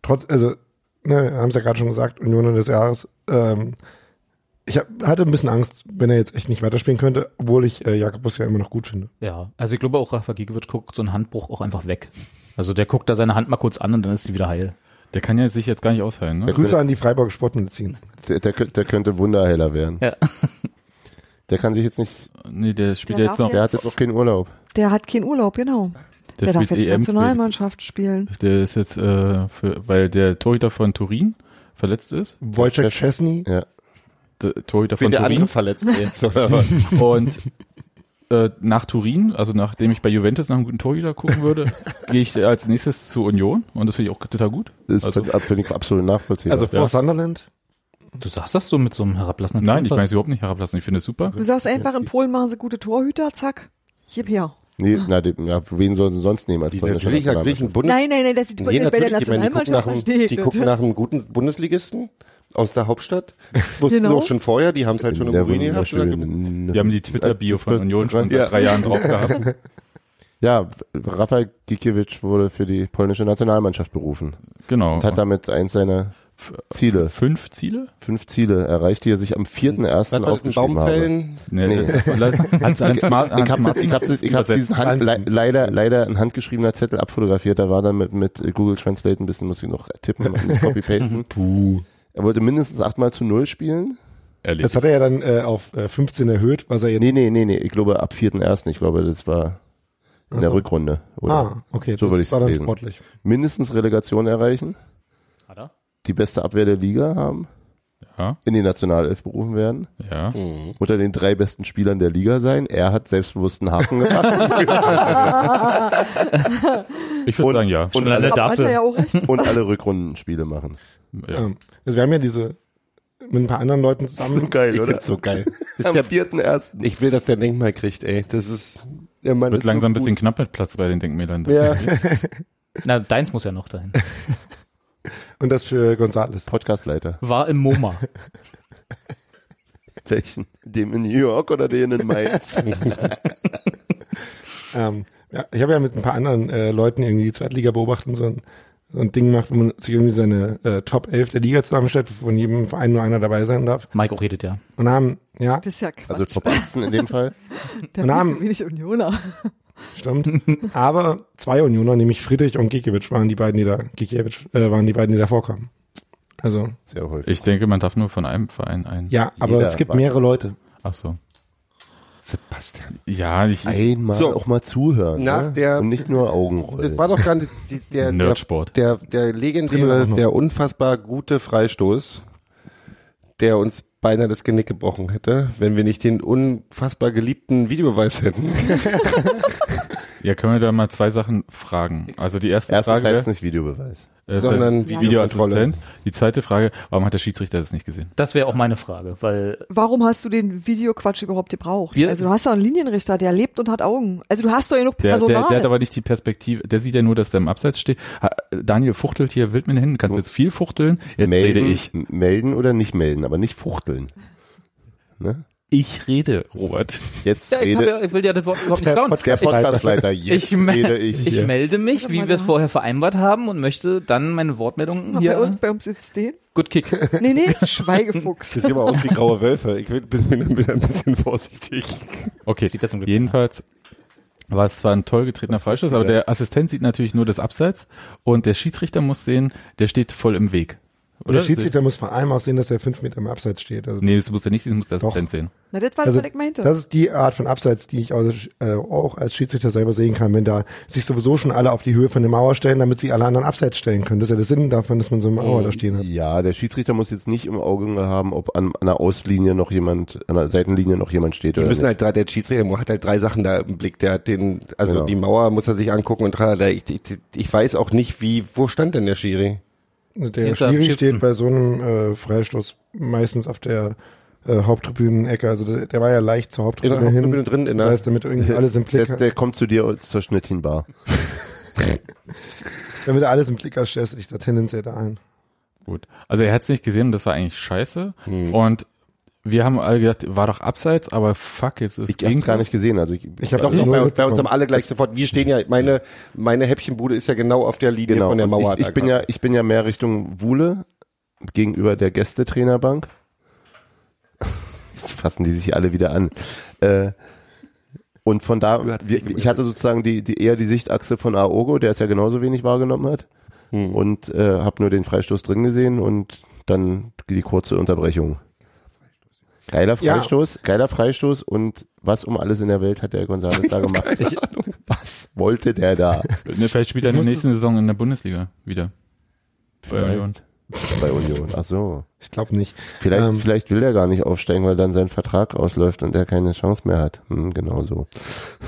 Speaker 22: trotz, also ne, haben es ja gerade schon gesagt, Union des Jahres. Ähm, ich hab, hatte ein bisschen Angst, wenn er jetzt echt nicht weiterspielen könnte, obwohl ich äh, Jakobus ja immer noch gut finde.
Speaker 18: Ja, also ich glaube auch, Rafa Gigovic guckt so einen Handbruch auch einfach weg. Also der guckt da seine Hand mal kurz an und dann ist sie wieder heil.
Speaker 19: Der kann ja sich jetzt gar nicht ausheilen, ne?
Speaker 22: Grüße an die Freiburger Sportmedizin.
Speaker 17: Der, der, kö- der könnte wunderheller werden.
Speaker 18: Ja.
Speaker 17: Der kann sich jetzt nicht.
Speaker 19: Nee, der spielt
Speaker 20: Der jetzt darf noch.
Speaker 17: Der hat
Speaker 20: jetzt-
Speaker 17: jetzt auch keinen Urlaub.
Speaker 20: Der hat keinen Urlaub, genau.
Speaker 19: Der
Speaker 20: Der, darf
Speaker 19: spielt
Speaker 20: jetzt
Speaker 19: EM
Speaker 20: Nationalmannschaft spielen.
Speaker 19: Der ist jetzt, äh, für, weil der Torhüter von Turin verletzt ist.
Speaker 22: Wojciech Chesney.
Speaker 17: Ja.
Speaker 19: Der Torhüter
Speaker 21: Spielt
Speaker 19: von
Speaker 21: der
Speaker 19: Turin.
Speaker 21: andere verletzt jetzt, oder was?
Speaker 19: Und äh, nach Turin, also nachdem ich bei Juventus nach einem guten Torhüter gucken würde, gehe ich als nächstes zu Union und das finde ich auch total gut.
Speaker 17: Das ist
Speaker 19: Also-
Speaker 17: also, finde ich absolut nachvollziehbar.
Speaker 22: Also vor
Speaker 19: Ja.
Speaker 22: Sunderland.
Speaker 18: Du sagst das so mit so einem herablassenden
Speaker 19: Nein, ich
Speaker 18: Tonfall.
Speaker 19: meine es überhaupt nicht herablassen. Ich finde es super.
Speaker 20: Du sagst einfach, in Polen machen sie gute Torhüter, zack, gib her.
Speaker 17: Nee, na, die, ja, wen sollen sie sonst nehmen als
Speaker 21: Die
Speaker 17: polnische
Speaker 21: natürlich nach Griechen
Speaker 17: Nationalmannschaft?
Speaker 21: Bundes
Speaker 20: Nein, nein, nein, das ist bei der
Speaker 21: natürlich, ich meine, die gucken nach
Speaker 20: Nationalmannschaft
Speaker 21: einem-
Speaker 20: verstehe ich
Speaker 21: Die gucken
Speaker 20: das.
Speaker 21: nach einem guten Bundesligisten aus der Hauptstadt. Wussten sie
Speaker 20: Genau.
Speaker 21: auch schon vorher, die haben es halt schon im Urin gehabt. und dann gibt-
Speaker 19: Wir haben die Twitter-Bio von Union schon seit drei Jahren drauf gehabt.
Speaker 17: Ja, Rafael Gikiewicz wurde für die polnische Nationalmannschaft berufen.
Speaker 19: Genau.
Speaker 17: Und hat damit eins seiner Ziele.
Speaker 19: Fünf Ziele?
Speaker 17: Fünf Ziele erreicht, die er sich am 4.1.
Speaker 21: Was war das, ein
Speaker 17: aufgeschrieben habe.
Speaker 21: Baumfällen?
Speaker 19: Nee, das- Hans- Hans
Speaker 17: ich
Speaker 19: Mar- Hans
Speaker 17: ich habe
Speaker 19: Martin
Speaker 17: ich hab, das- ich hab
Speaker 19: übersetzt.
Speaker 17: diesen Hand, le, leider, leider ein handgeschriebener Zettel abfotografiert. Da war dann mit, mit Google Translate ein bisschen, muss ich noch tippen, und copy-pasten.
Speaker 21: Puh.
Speaker 17: Er wollte mindestens achtmal zu null spielen.
Speaker 19: Ehrlich.
Speaker 22: Das hat er ja dann äh, auf äh, 15 erhöht, was er jetzt
Speaker 17: Nee, nee, nee, nee. Ich glaube ab 4.1. Ich glaube, das war in
Speaker 22: Ach
Speaker 17: der
Speaker 22: so.
Speaker 17: Rückrunde. Oder?
Speaker 22: Ah, okay,
Speaker 17: So
Speaker 22: das
Speaker 17: würde ich
Speaker 22: war dann
Speaker 17: lesen.
Speaker 22: sportlich.
Speaker 17: Mindestens Relegation erreichen.
Speaker 18: Hat er?
Speaker 17: Die beste Abwehr der Liga haben.
Speaker 19: Ja.
Speaker 17: In die Nationalelf berufen werden.
Speaker 19: Ja.
Speaker 20: Mhm.
Speaker 17: Unter den drei besten Spielern der Liga sein. Er hat selbstbewusst einen Haken gemacht.
Speaker 19: Ich würde sagen, ja.
Speaker 17: Und
Speaker 20: alle dafür. Hat er ja auch recht.
Speaker 17: und alle Rückrundenspiele machen.
Speaker 22: Ähm, also wir haben ja diese mit ein paar anderen Leuten zusammen.
Speaker 17: So geil,
Speaker 21: ich
Speaker 17: oder?
Speaker 21: find's so geil.
Speaker 17: Am vierten ersten.
Speaker 21: Ich will, dass der ein Denkmal kriegt, ey. Das ist, ja, man
Speaker 19: Wird
Speaker 21: ist so
Speaker 19: langsam ein bisschen
Speaker 21: gut.
Speaker 19: knapp mit Platz bei den Denkmälern.
Speaker 21: Ja.
Speaker 18: Na, deins muss ja noch dahin.
Speaker 22: Und das für Gonzales.
Speaker 17: Podcastleiter.
Speaker 18: War im MoMA.
Speaker 17: Welchen? Dem in New York oder den in Mainz?
Speaker 22: Ähm, ja, ich habe ja mit ein paar anderen äh, Leuten irgendwie die Zweitliga beobachten so ein, so ein Ding gemacht, wo man sich irgendwie seine äh, Top 11 der Liga zusammenstellt, wo von jedem Verein nur einer dabei sein darf.
Speaker 18: Maiko redet ja.
Speaker 22: Und haben, ja.
Speaker 20: Das ist ja Quatsch.
Speaker 17: Also Top 18 in dem Fall.
Speaker 20: Da
Speaker 22: Und
Speaker 20: haben
Speaker 22: haben,
Speaker 20: zu wenig Unioner.
Speaker 22: stimmt. Aber zwei Unioner, nämlich Friedrich und Gikiewicz, waren die beiden, die da, Gikiewicz, äh, waren die beiden, die davor kamen. Also,
Speaker 17: Sehr häufig.
Speaker 19: Ich denke, man darf nur von einem Verein ein.
Speaker 22: ja, aber es gibt mehrere Leute.
Speaker 19: Ach so.
Speaker 21: Sebastian.
Speaker 19: Ja, ich,
Speaker 17: Einmal
Speaker 21: So.
Speaker 17: auch mal zuhören.
Speaker 21: Nach
Speaker 17: ne?
Speaker 21: der-
Speaker 17: Und nicht nur Augenrollen.
Speaker 21: Das war doch gerade die, der,
Speaker 19: Nerdsport.
Speaker 21: der, der
Speaker 22: Dribbel
Speaker 21: legendäre,
Speaker 22: auch noch.
Speaker 21: der unfassbar gute Freistoß, der uns beinahe das Genick gebrochen hätte, wenn wir nicht den unfassbar geliebten Videobeweis hätten.
Speaker 19: Ja, können wir da mal zwei Sachen fragen. Also die erste
Speaker 17: Erstens
Speaker 19: Frage.
Speaker 17: heißt es nicht Videobeweis.
Speaker 19: äh,
Speaker 21: sondern
Speaker 19: der
Speaker 21: Videokontrolle.
Speaker 19: Videoassistent. Die zweite Frage, warum hat der Schiedsrichter das nicht gesehen?
Speaker 18: Das wäre auch meine Frage, weil
Speaker 20: Warum hast du den Videoquatsch überhaupt gebraucht?
Speaker 19: Wir-
Speaker 20: also du hast doch einen Linienrichter, der lebt und hat Augen. Also du hast doch genug
Speaker 19: Der, der,
Speaker 20: Personal.
Speaker 19: der hat aber nicht die Perspektive, der sieht ja nur, dass der im Abseits steht. Ha, Daniel fuchtelt hier wild mit den Händen, kannst jetzt viel fuchteln, jetzt
Speaker 17: melden,
Speaker 19: rede ich.
Speaker 17: m- Melden oder nicht melden, aber nicht fuchteln. Ne?
Speaker 19: Ich rede, Robert.
Speaker 17: Jetzt
Speaker 18: Ja, ich, hab
Speaker 17: rede
Speaker 18: ja, ich will ja das Wort überhaupt nicht klauen.
Speaker 17: der Podcastleiter.
Speaker 18: Ich,
Speaker 17: Jetzt
Speaker 18: ich, me-
Speaker 17: rede ich.
Speaker 18: ich
Speaker 17: Ja.
Speaker 18: melde mich, wie wir es vorher vereinbart haben und möchte dann meine Wortmeldungen
Speaker 20: Mal bei
Speaker 18: hier.
Speaker 20: uns, bei uns sitzt den.
Speaker 18: Good Kick.
Speaker 20: Nee, nee, Schweigefuchs.
Speaker 21: Das sieht aber aus wie graue Wölfe. Ich bin, bin, bin ein bisschen vorsichtig.
Speaker 19: Okay, jedenfalls war es zwar ein toll getretener Freischuss, aber
Speaker 16: Ja.
Speaker 19: der Assistent sieht natürlich nur das Abseits und der Schiedsrichter muss sehen, der steht voll im Weg.
Speaker 22: Und
Speaker 19: Oder?
Speaker 22: der Schiedsrichter muss vor allem auch sehen, dass er fünf Meter im Abseits steht. Also
Speaker 19: Nee, das muss er nicht, das muss der Assistent sehen.
Speaker 20: Na, das
Speaker 21: Also,
Speaker 20: war das, was ich meinte.
Speaker 22: Das ist die Art von Abseits, die ich also, äh, auch als Schiedsrichter selber sehen kann, wenn da sich sowieso schon alle auf die Höhe von der Mauer stellen, damit sie alle anderen abseits stellen können. Das ist ja der Sinn davon, dass man so eine Mauer da stehen hat.
Speaker 17: Ja, der Schiedsrichter muss jetzt nicht im Auge haben, ob an einer Auslinie noch jemand, an einer Seitenlinie noch jemand steht
Speaker 21: Die
Speaker 17: oder
Speaker 21: müssen
Speaker 17: nicht.
Speaker 21: halt drei, der Schiedsrichter hat halt drei Sachen da im Blick. Der hat den, also
Speaker 17: Genau.
Speaker 21: die Mauer muss er sich angucken und tralala. Ich, ich, ich weiß auch nicht, wie, wo stand denn der Schiri?
Speaker 22: Der Schiri steht bei so einem äh, Freistoß meistens auf der äh, Haupttribünenecke. Also der, der war ja leicht zur
Speaker 19: eh
Speaker 22: Haupttribüne hin. das heißt, damit irgendwie alles im Blick
Speaker 17: Der, der kommt zu dir zur Schnittchenbar.
Speaker 22: Damit du alles im Blick hast, stellst du dich da tendenziell da ein.
Speaker 19: Gut. Also er hat es nicht gesehen, und das war eigentlich scheiße.
Speaker 21: Hm.
Speaker 19: Und wir haben alle gedacht, war doch abseits, aber fuck, jetzt ist
Speaker 21: Ich hab's gar nicht
Speaker 17: gesehen. Also ich,
Speaker 21: Ich habe doch bei, uns- bei uns haben alle gleich sofort, wir stehen ja, meine, meine Häppchenbude ist ja genau auf der Linie
Speaker 17: Genau.
Speaker 21: von der
Speaker 17: und
Speaker 21: Mauer.
Speaker 17: ich, ich, bin ja, ich bin ja mehr Richtung Wuhle gegenüber der Gästetrainerbank. Jetzt fassen die sich alle wieder an. Äh, und von da, wir, ich hatte sozusagen die, die eher die Sichtachse von Aogo, der es ja genauso wenig wahrgenommen hat.
Speaker 21: Hm.
Speaker 17: Und äh, habe nur den Freistoß drin gesehen und dann die kurze Unterbrechung. Geiler
Speaker 21: Ja.
Speaker 17: Freistoß, geiler Freistoß und was um alles in der Welt hat der González da gemacht? Was wollte der da?
Speaker 19: Ne, vielleicht spielt er in der
Speaker 17: Ich
Speaker 19: nächsten Saison in der Bundesliga wieder. Bei
Speaker 17: Vielleicht.
Speaker 19: Union.
Speaker 17: Bei Union, ach so.
Speaker 22: Ich glaube nicht.
Speaker 17: Vielleicht,
Speaker 21: Ähm,
Speaker 17: vielleicht will er gar nicht aufsteigen, weil dann sein Vertrag ausläuft und er keine Chance mehr hat. Hm, genau so.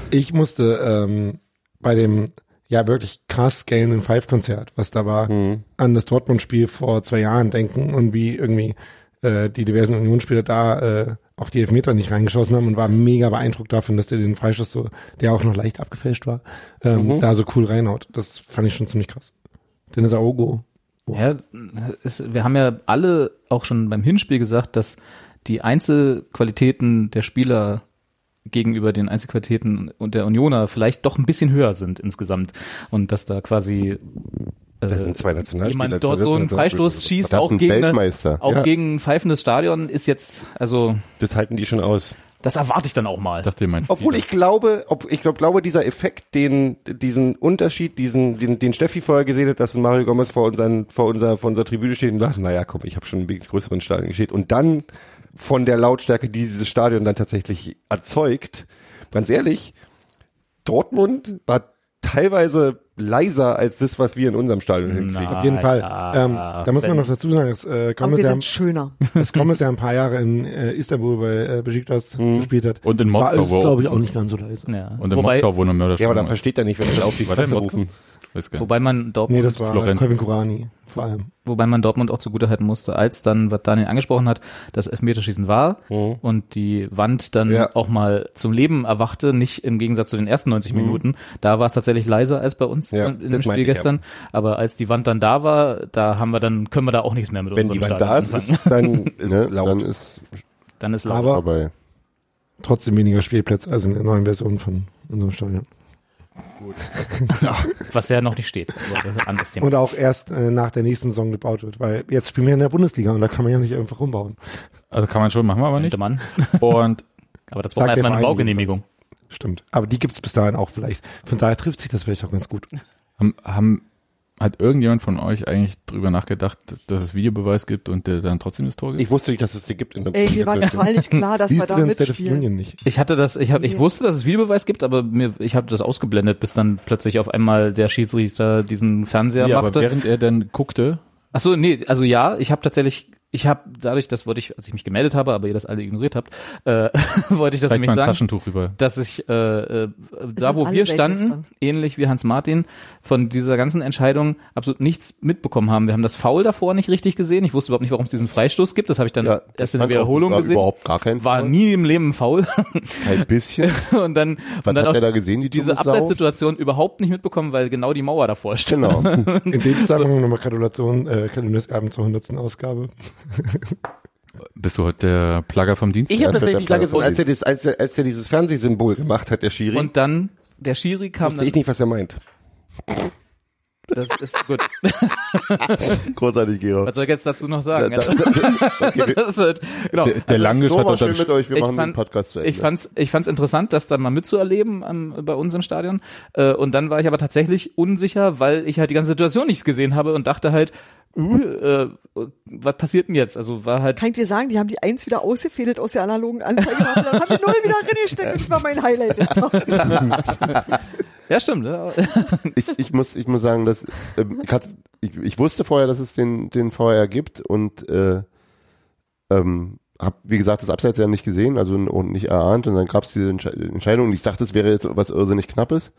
Speaker 22: Ich musste ähm, bei dem ja wirklich krass gähnenden Five-Konzert, was da war, an das Dortmund-Spiel vor zwei Jahren denken und wie irgendwie äh, die diversen Unionsspieler da äh, auch die Elfmeter nicht reingeschossen haben und war mega beeindruckt davon, dass der den Freischuss so, der auch noch leicht abgefälscht war, ähm,
Speaker 18: Mhm.
Speaker 22: da so cool reinhaut. Das fand ich schon ziemlich krass. Dennis Aogo.
Speaker 18: Ja, es, wir haben ja alle auch schon beim Hinspiel gesagt, dass die Einzelqualitäten der Spieler gegenüber den Einzelqualitäten und der Unioner vielleicht doch ein bisschen höher sind insgesamt und dass da quasi äh,
Speaker 21: Das sind zwei Nationalspieler.
Speaker 18: jemand dort so einen Freistoß schießt,
Speaker 21: Das
Speaker 18: auch
Speaker 21: sind
Speaker 18: gegen eine-
Speaker 21: Weltmeister.
Speaker 18: auch
Speaker 21: Ja.
Speaker 18: gegen ein pfeifendes Stadion ist jetzt also
Speaker 21: das halten die schon aus.
Speaker 18: Das erwarte ich dann auch mal.
Speaker 19: Dachte ihr mein
Speaker 21: Obwohl ich glaube, ob, ich glaub, glaube, dieser Effekt, den, diesen Unterschied, diesen, den, den Steffi vorher gesehen hat, dass ein Mario Gomez vor, unseren, vor, unser, vor unserer Tribüne steht und sagt, naja, komm, ich habe schon ein bisschen größeren Stadion gespielt. Und dann von der Lautstärke, die dieses Stadion dann tatsächlich erzeugt, ganz ehrlich, Dortmund war teilweise leiser als das, was wir in unserem Stadion hinkriegen.
Speaker 22: Auf jeden Fall. Ähm, da muss man noch dazu sagen, es äh, Gomez
Speaker 20: wir
Speaker 22: ja,
Speaker 20: sind schöner.
Speaker 22: es Gomez ja ein paar Jahre in äh, Istanbul bei äh, Besiktas gespielt hat.
Speaker 19: Und in
Speaker 22: War
Speaker 19: Moskau,
Speaker 22: alles,
Speaker 19: wo-
Speaker 22: glaube ich, auch nicht ganz so leise.
Speaker 18: Mhm. Ja.
Speaker 19: Und in Moskau, wo eine Mörderstimmung
Speaker 21: Ja, aber dann
Speaker 19: ist.
Speaker 21: versteht er nicht, wenn er auf die
Speaker 19: War der in
Speaker 21: Fresse
Speaker 19: Moskau?
Speaker 21: rufen.
Speaker 19: Weiß gar nicht.
Speaker 18: wobei man Dortmund
Speaker 22: Nee, das war
Speaker 19: Florenz.
Speaker 22: Kevin Kurani vor allem.
Speaker 18: Wobei man Dortmund auch zugutehalten musste, als dann, was Daniel angesprochen hat, das Elfmeterschießen war
Speaker 21: Mhm.
Speaker 18: und die Wand dann auch mal zum Leben erwachte, nicht im Gegensatz zu den ersten 90
Speaker 21: Mhm.
Speaker 18: Minuten. Da war es tatsächlich leiser als bei uns
Speaker 21: Ja,
Speaker 18: in dem
Speaker 21: das meine
Speaker 18: Spiel
Speaker 21: ich, ja.
Speaker 18: gestern. Aber als die Wand dann da war, da haben wir dann, können wir da auch nichts mehr mit
Speaker 21: Wenn
Speaker 18: unserem
Speaker 21: die Wand
Speaker 18: Stadion
Speaker 21: da ist,
Speaker 18: anfangen.
Speaker 21: ist dann ist
Speaker 17: Ne?
Speaker 21: laut.
Speaker 17: Dann ist
Speaker 18: dann ist laut.
Speaker 22: Aber trotzdem weniger Spielplätze als in der neuen Version von unserem Stadion.
Speaker 18: was ja noch nicht steht. Aber das ist ein anderes Thema.
Speaker 22: Und auch erst äh, nach der nächsten Saison gebaut wird, weil jetzt spielen wir in der Bundesliga und da kann man ja nicht einfach rumbauen.
Speaker 19: Also kann man schon, machen wir aber nicht.
Speaker 18: Mann.
Speaker 19: Und
Speaker 18: aber das
Speaker 22: Sagt
Speaker 18: braucht erstmal
Speaker 22: der
Speaker 18: eine
Speaker 22: Verein
Speaker 18: Baugenehmigung.
Speaker 22: jedenfalls. Stimmt. Aber die gibt's bis dahin auch vielleicht. Von daher trifft sich das vielleicht auch ganz gut.
Speaker 19: Haben, haben, hat irgendjemand von euch eigentlich drüber nachgedacht, dass es Videobeweis gibt und der dann trotzdem das Tor gibt?
Speaker 21: Ich wusste nicht, dass es die gibt in der
Speaker 20: Ey, mir war total nicht klar, dass wir da mitspielen.
Speaker 22: nicht?
Speaker 18: Ich hatte das, ich, hab, ich wusste, dass es Videobeweis gibt, aber mir, ich habe das ausgeblendet, bis dann plötzlich auf einmal der Schiedsrichter diesen Fernseher
Speaker 19: Ja, aber
Speaker 18: machte.
Speaker 19: während er dann guckte.
Speaker 18: Ach so, nee, also ja, ich habe tatsächlich, ich habe dadurch, das wollte ich, als ich mich gemeldet habe, aber ihr das alle ignoriert habt, äh, wollte ich das
Speaker 19: Zeig
Speaker 18: nämlich
Speaker 19: mal ein
Speaker 18: sagen,
Speaker 19: Taschentuch rüber.
Speaker 18: dass ich äh, äh, da,
Speaker 20: sind
Speaker 18: wo
Speaker 20: alle
Speaker 18: wir
Speaker 20: Weltmeister.
Speaker 18: standen, ähnlich wie Hans Martin, von dieser ganzen Entscheidung absolut nichts mitbekommen haben. Wir haben das Foul davor nicht richtig gesehen. Ich wusste überhaupt nicht, warum es diesen Freistoß gibt. Das habe ich dann erst in der
Speaker 17: fand auch, das
Speaker 18: Wiederholung
Speaker 17: war
Speaker 18: gesehen.
Speaker 17: überhaupt gar kein
Speaker 18: War nie im Leben faul.
Speaker 17: Ein bisschen.
Speaker 18: und dann,
Speaker 17: Was
Speaker 18: und dann
Speaker 17: hat er da gesehen, die
Speaker 18: diese
Speaker 17: dumme Sau?
Speaker 18: Abseitssituation überhaupt nicht mitbekommen, weil genau die Mauer davor steht.
Speaker 17: Genau.
Speaker 22: In dem Zusammenhang nochmal Gratulation, äh, Gratulationsabend zur 100. Ausgabe.
Speaker 19: Bist du heute der äh, Plugger vom Dienst?
Speaker 21: Ich habe tatsächlich lange gesehen, als er, das, als, er, als er dieses Fernsehsymbol gemacht hat, der Schiri.
Speaker 18: Und dann, der Schiri kam
Speaker 21: wusste ich
Speaker 18: dann-
Speaker 21: nicht, was er meint.
Speaker 18: Das ist gut.
Speaker 17: Großartig, Gero.
Speaker 18: Was
Speaker 19: Also,
Speaker 18: soll ich jetzt dazu noch sagen?
Speaker 17: Da- da- da- okay.
Speaker 18: Das ist halt- genau.
Speaker 17: Der- der Lange Thomas, hat schön unterm- mit euch, wir
Speaker 18: Ich
Speaker 17: machen den Podcast zu Ende.
Speaker 18: Ich fand's, ich fand's interessant, das dann mal mitzuerleben am, bei uns im Stadion. Äh, und dann war ich aber tatsächlich unsicher, weil ich halt die ganze Situation nicht gesehen habe und dachte halt, uh, äh, was passiert denn jetzt? Also war halt
Speaker 20: Kann ich dir sagen, die haben die eins wieder ausgefädelt aus der analogen Anzeige. Dann haben die null wieder reingesteckt und das war mein Highlight. jetzt noch.
Speaker 18: ja, stimmt. Ne?
Speaker 17: ich, ich, muss, ich muss sagen, dass ähm, ich, hatte, ich, ich wusste vorher, dass es den, den VR gibt und äh, ähm, habe, wie gesagt, das Abseits ja nicht gesehen also und nicht erahnt. Und dann gab es diese Entsche Entscheidung und ich dachte, es wäre jetzt was irrsinnig Knappes,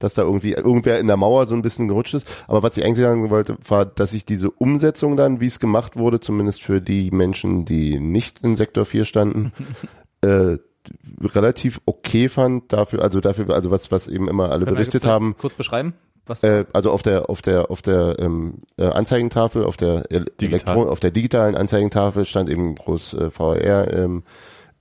Speaker 17: dass da irgendwie irgendwer in der Mauer so ein bisschen gerutscht ist. Aber was ich eigentlich sagen wollte, war, dass ich diese Umsetzung dann, wie es gemacht wurde, zumindest für die Menschen, die nicht in Sektor 4 standen, äh, relativ okay fand dafür, also dafür, also was, was eben immer alle
Speaker 18: Können wir
Speaker 17: berichtet
Speaker 18: vielleicht
Speaker 17: haben.
Speaker 18: Kurz beschreiben. Was
Speaker 17: Äh, also auf der auf der auf der ähm, äh, Anzeigentafel, auf der El- Elektro auf der digitalen Anzeigentafel stand eben groß äh, VR. Ähm,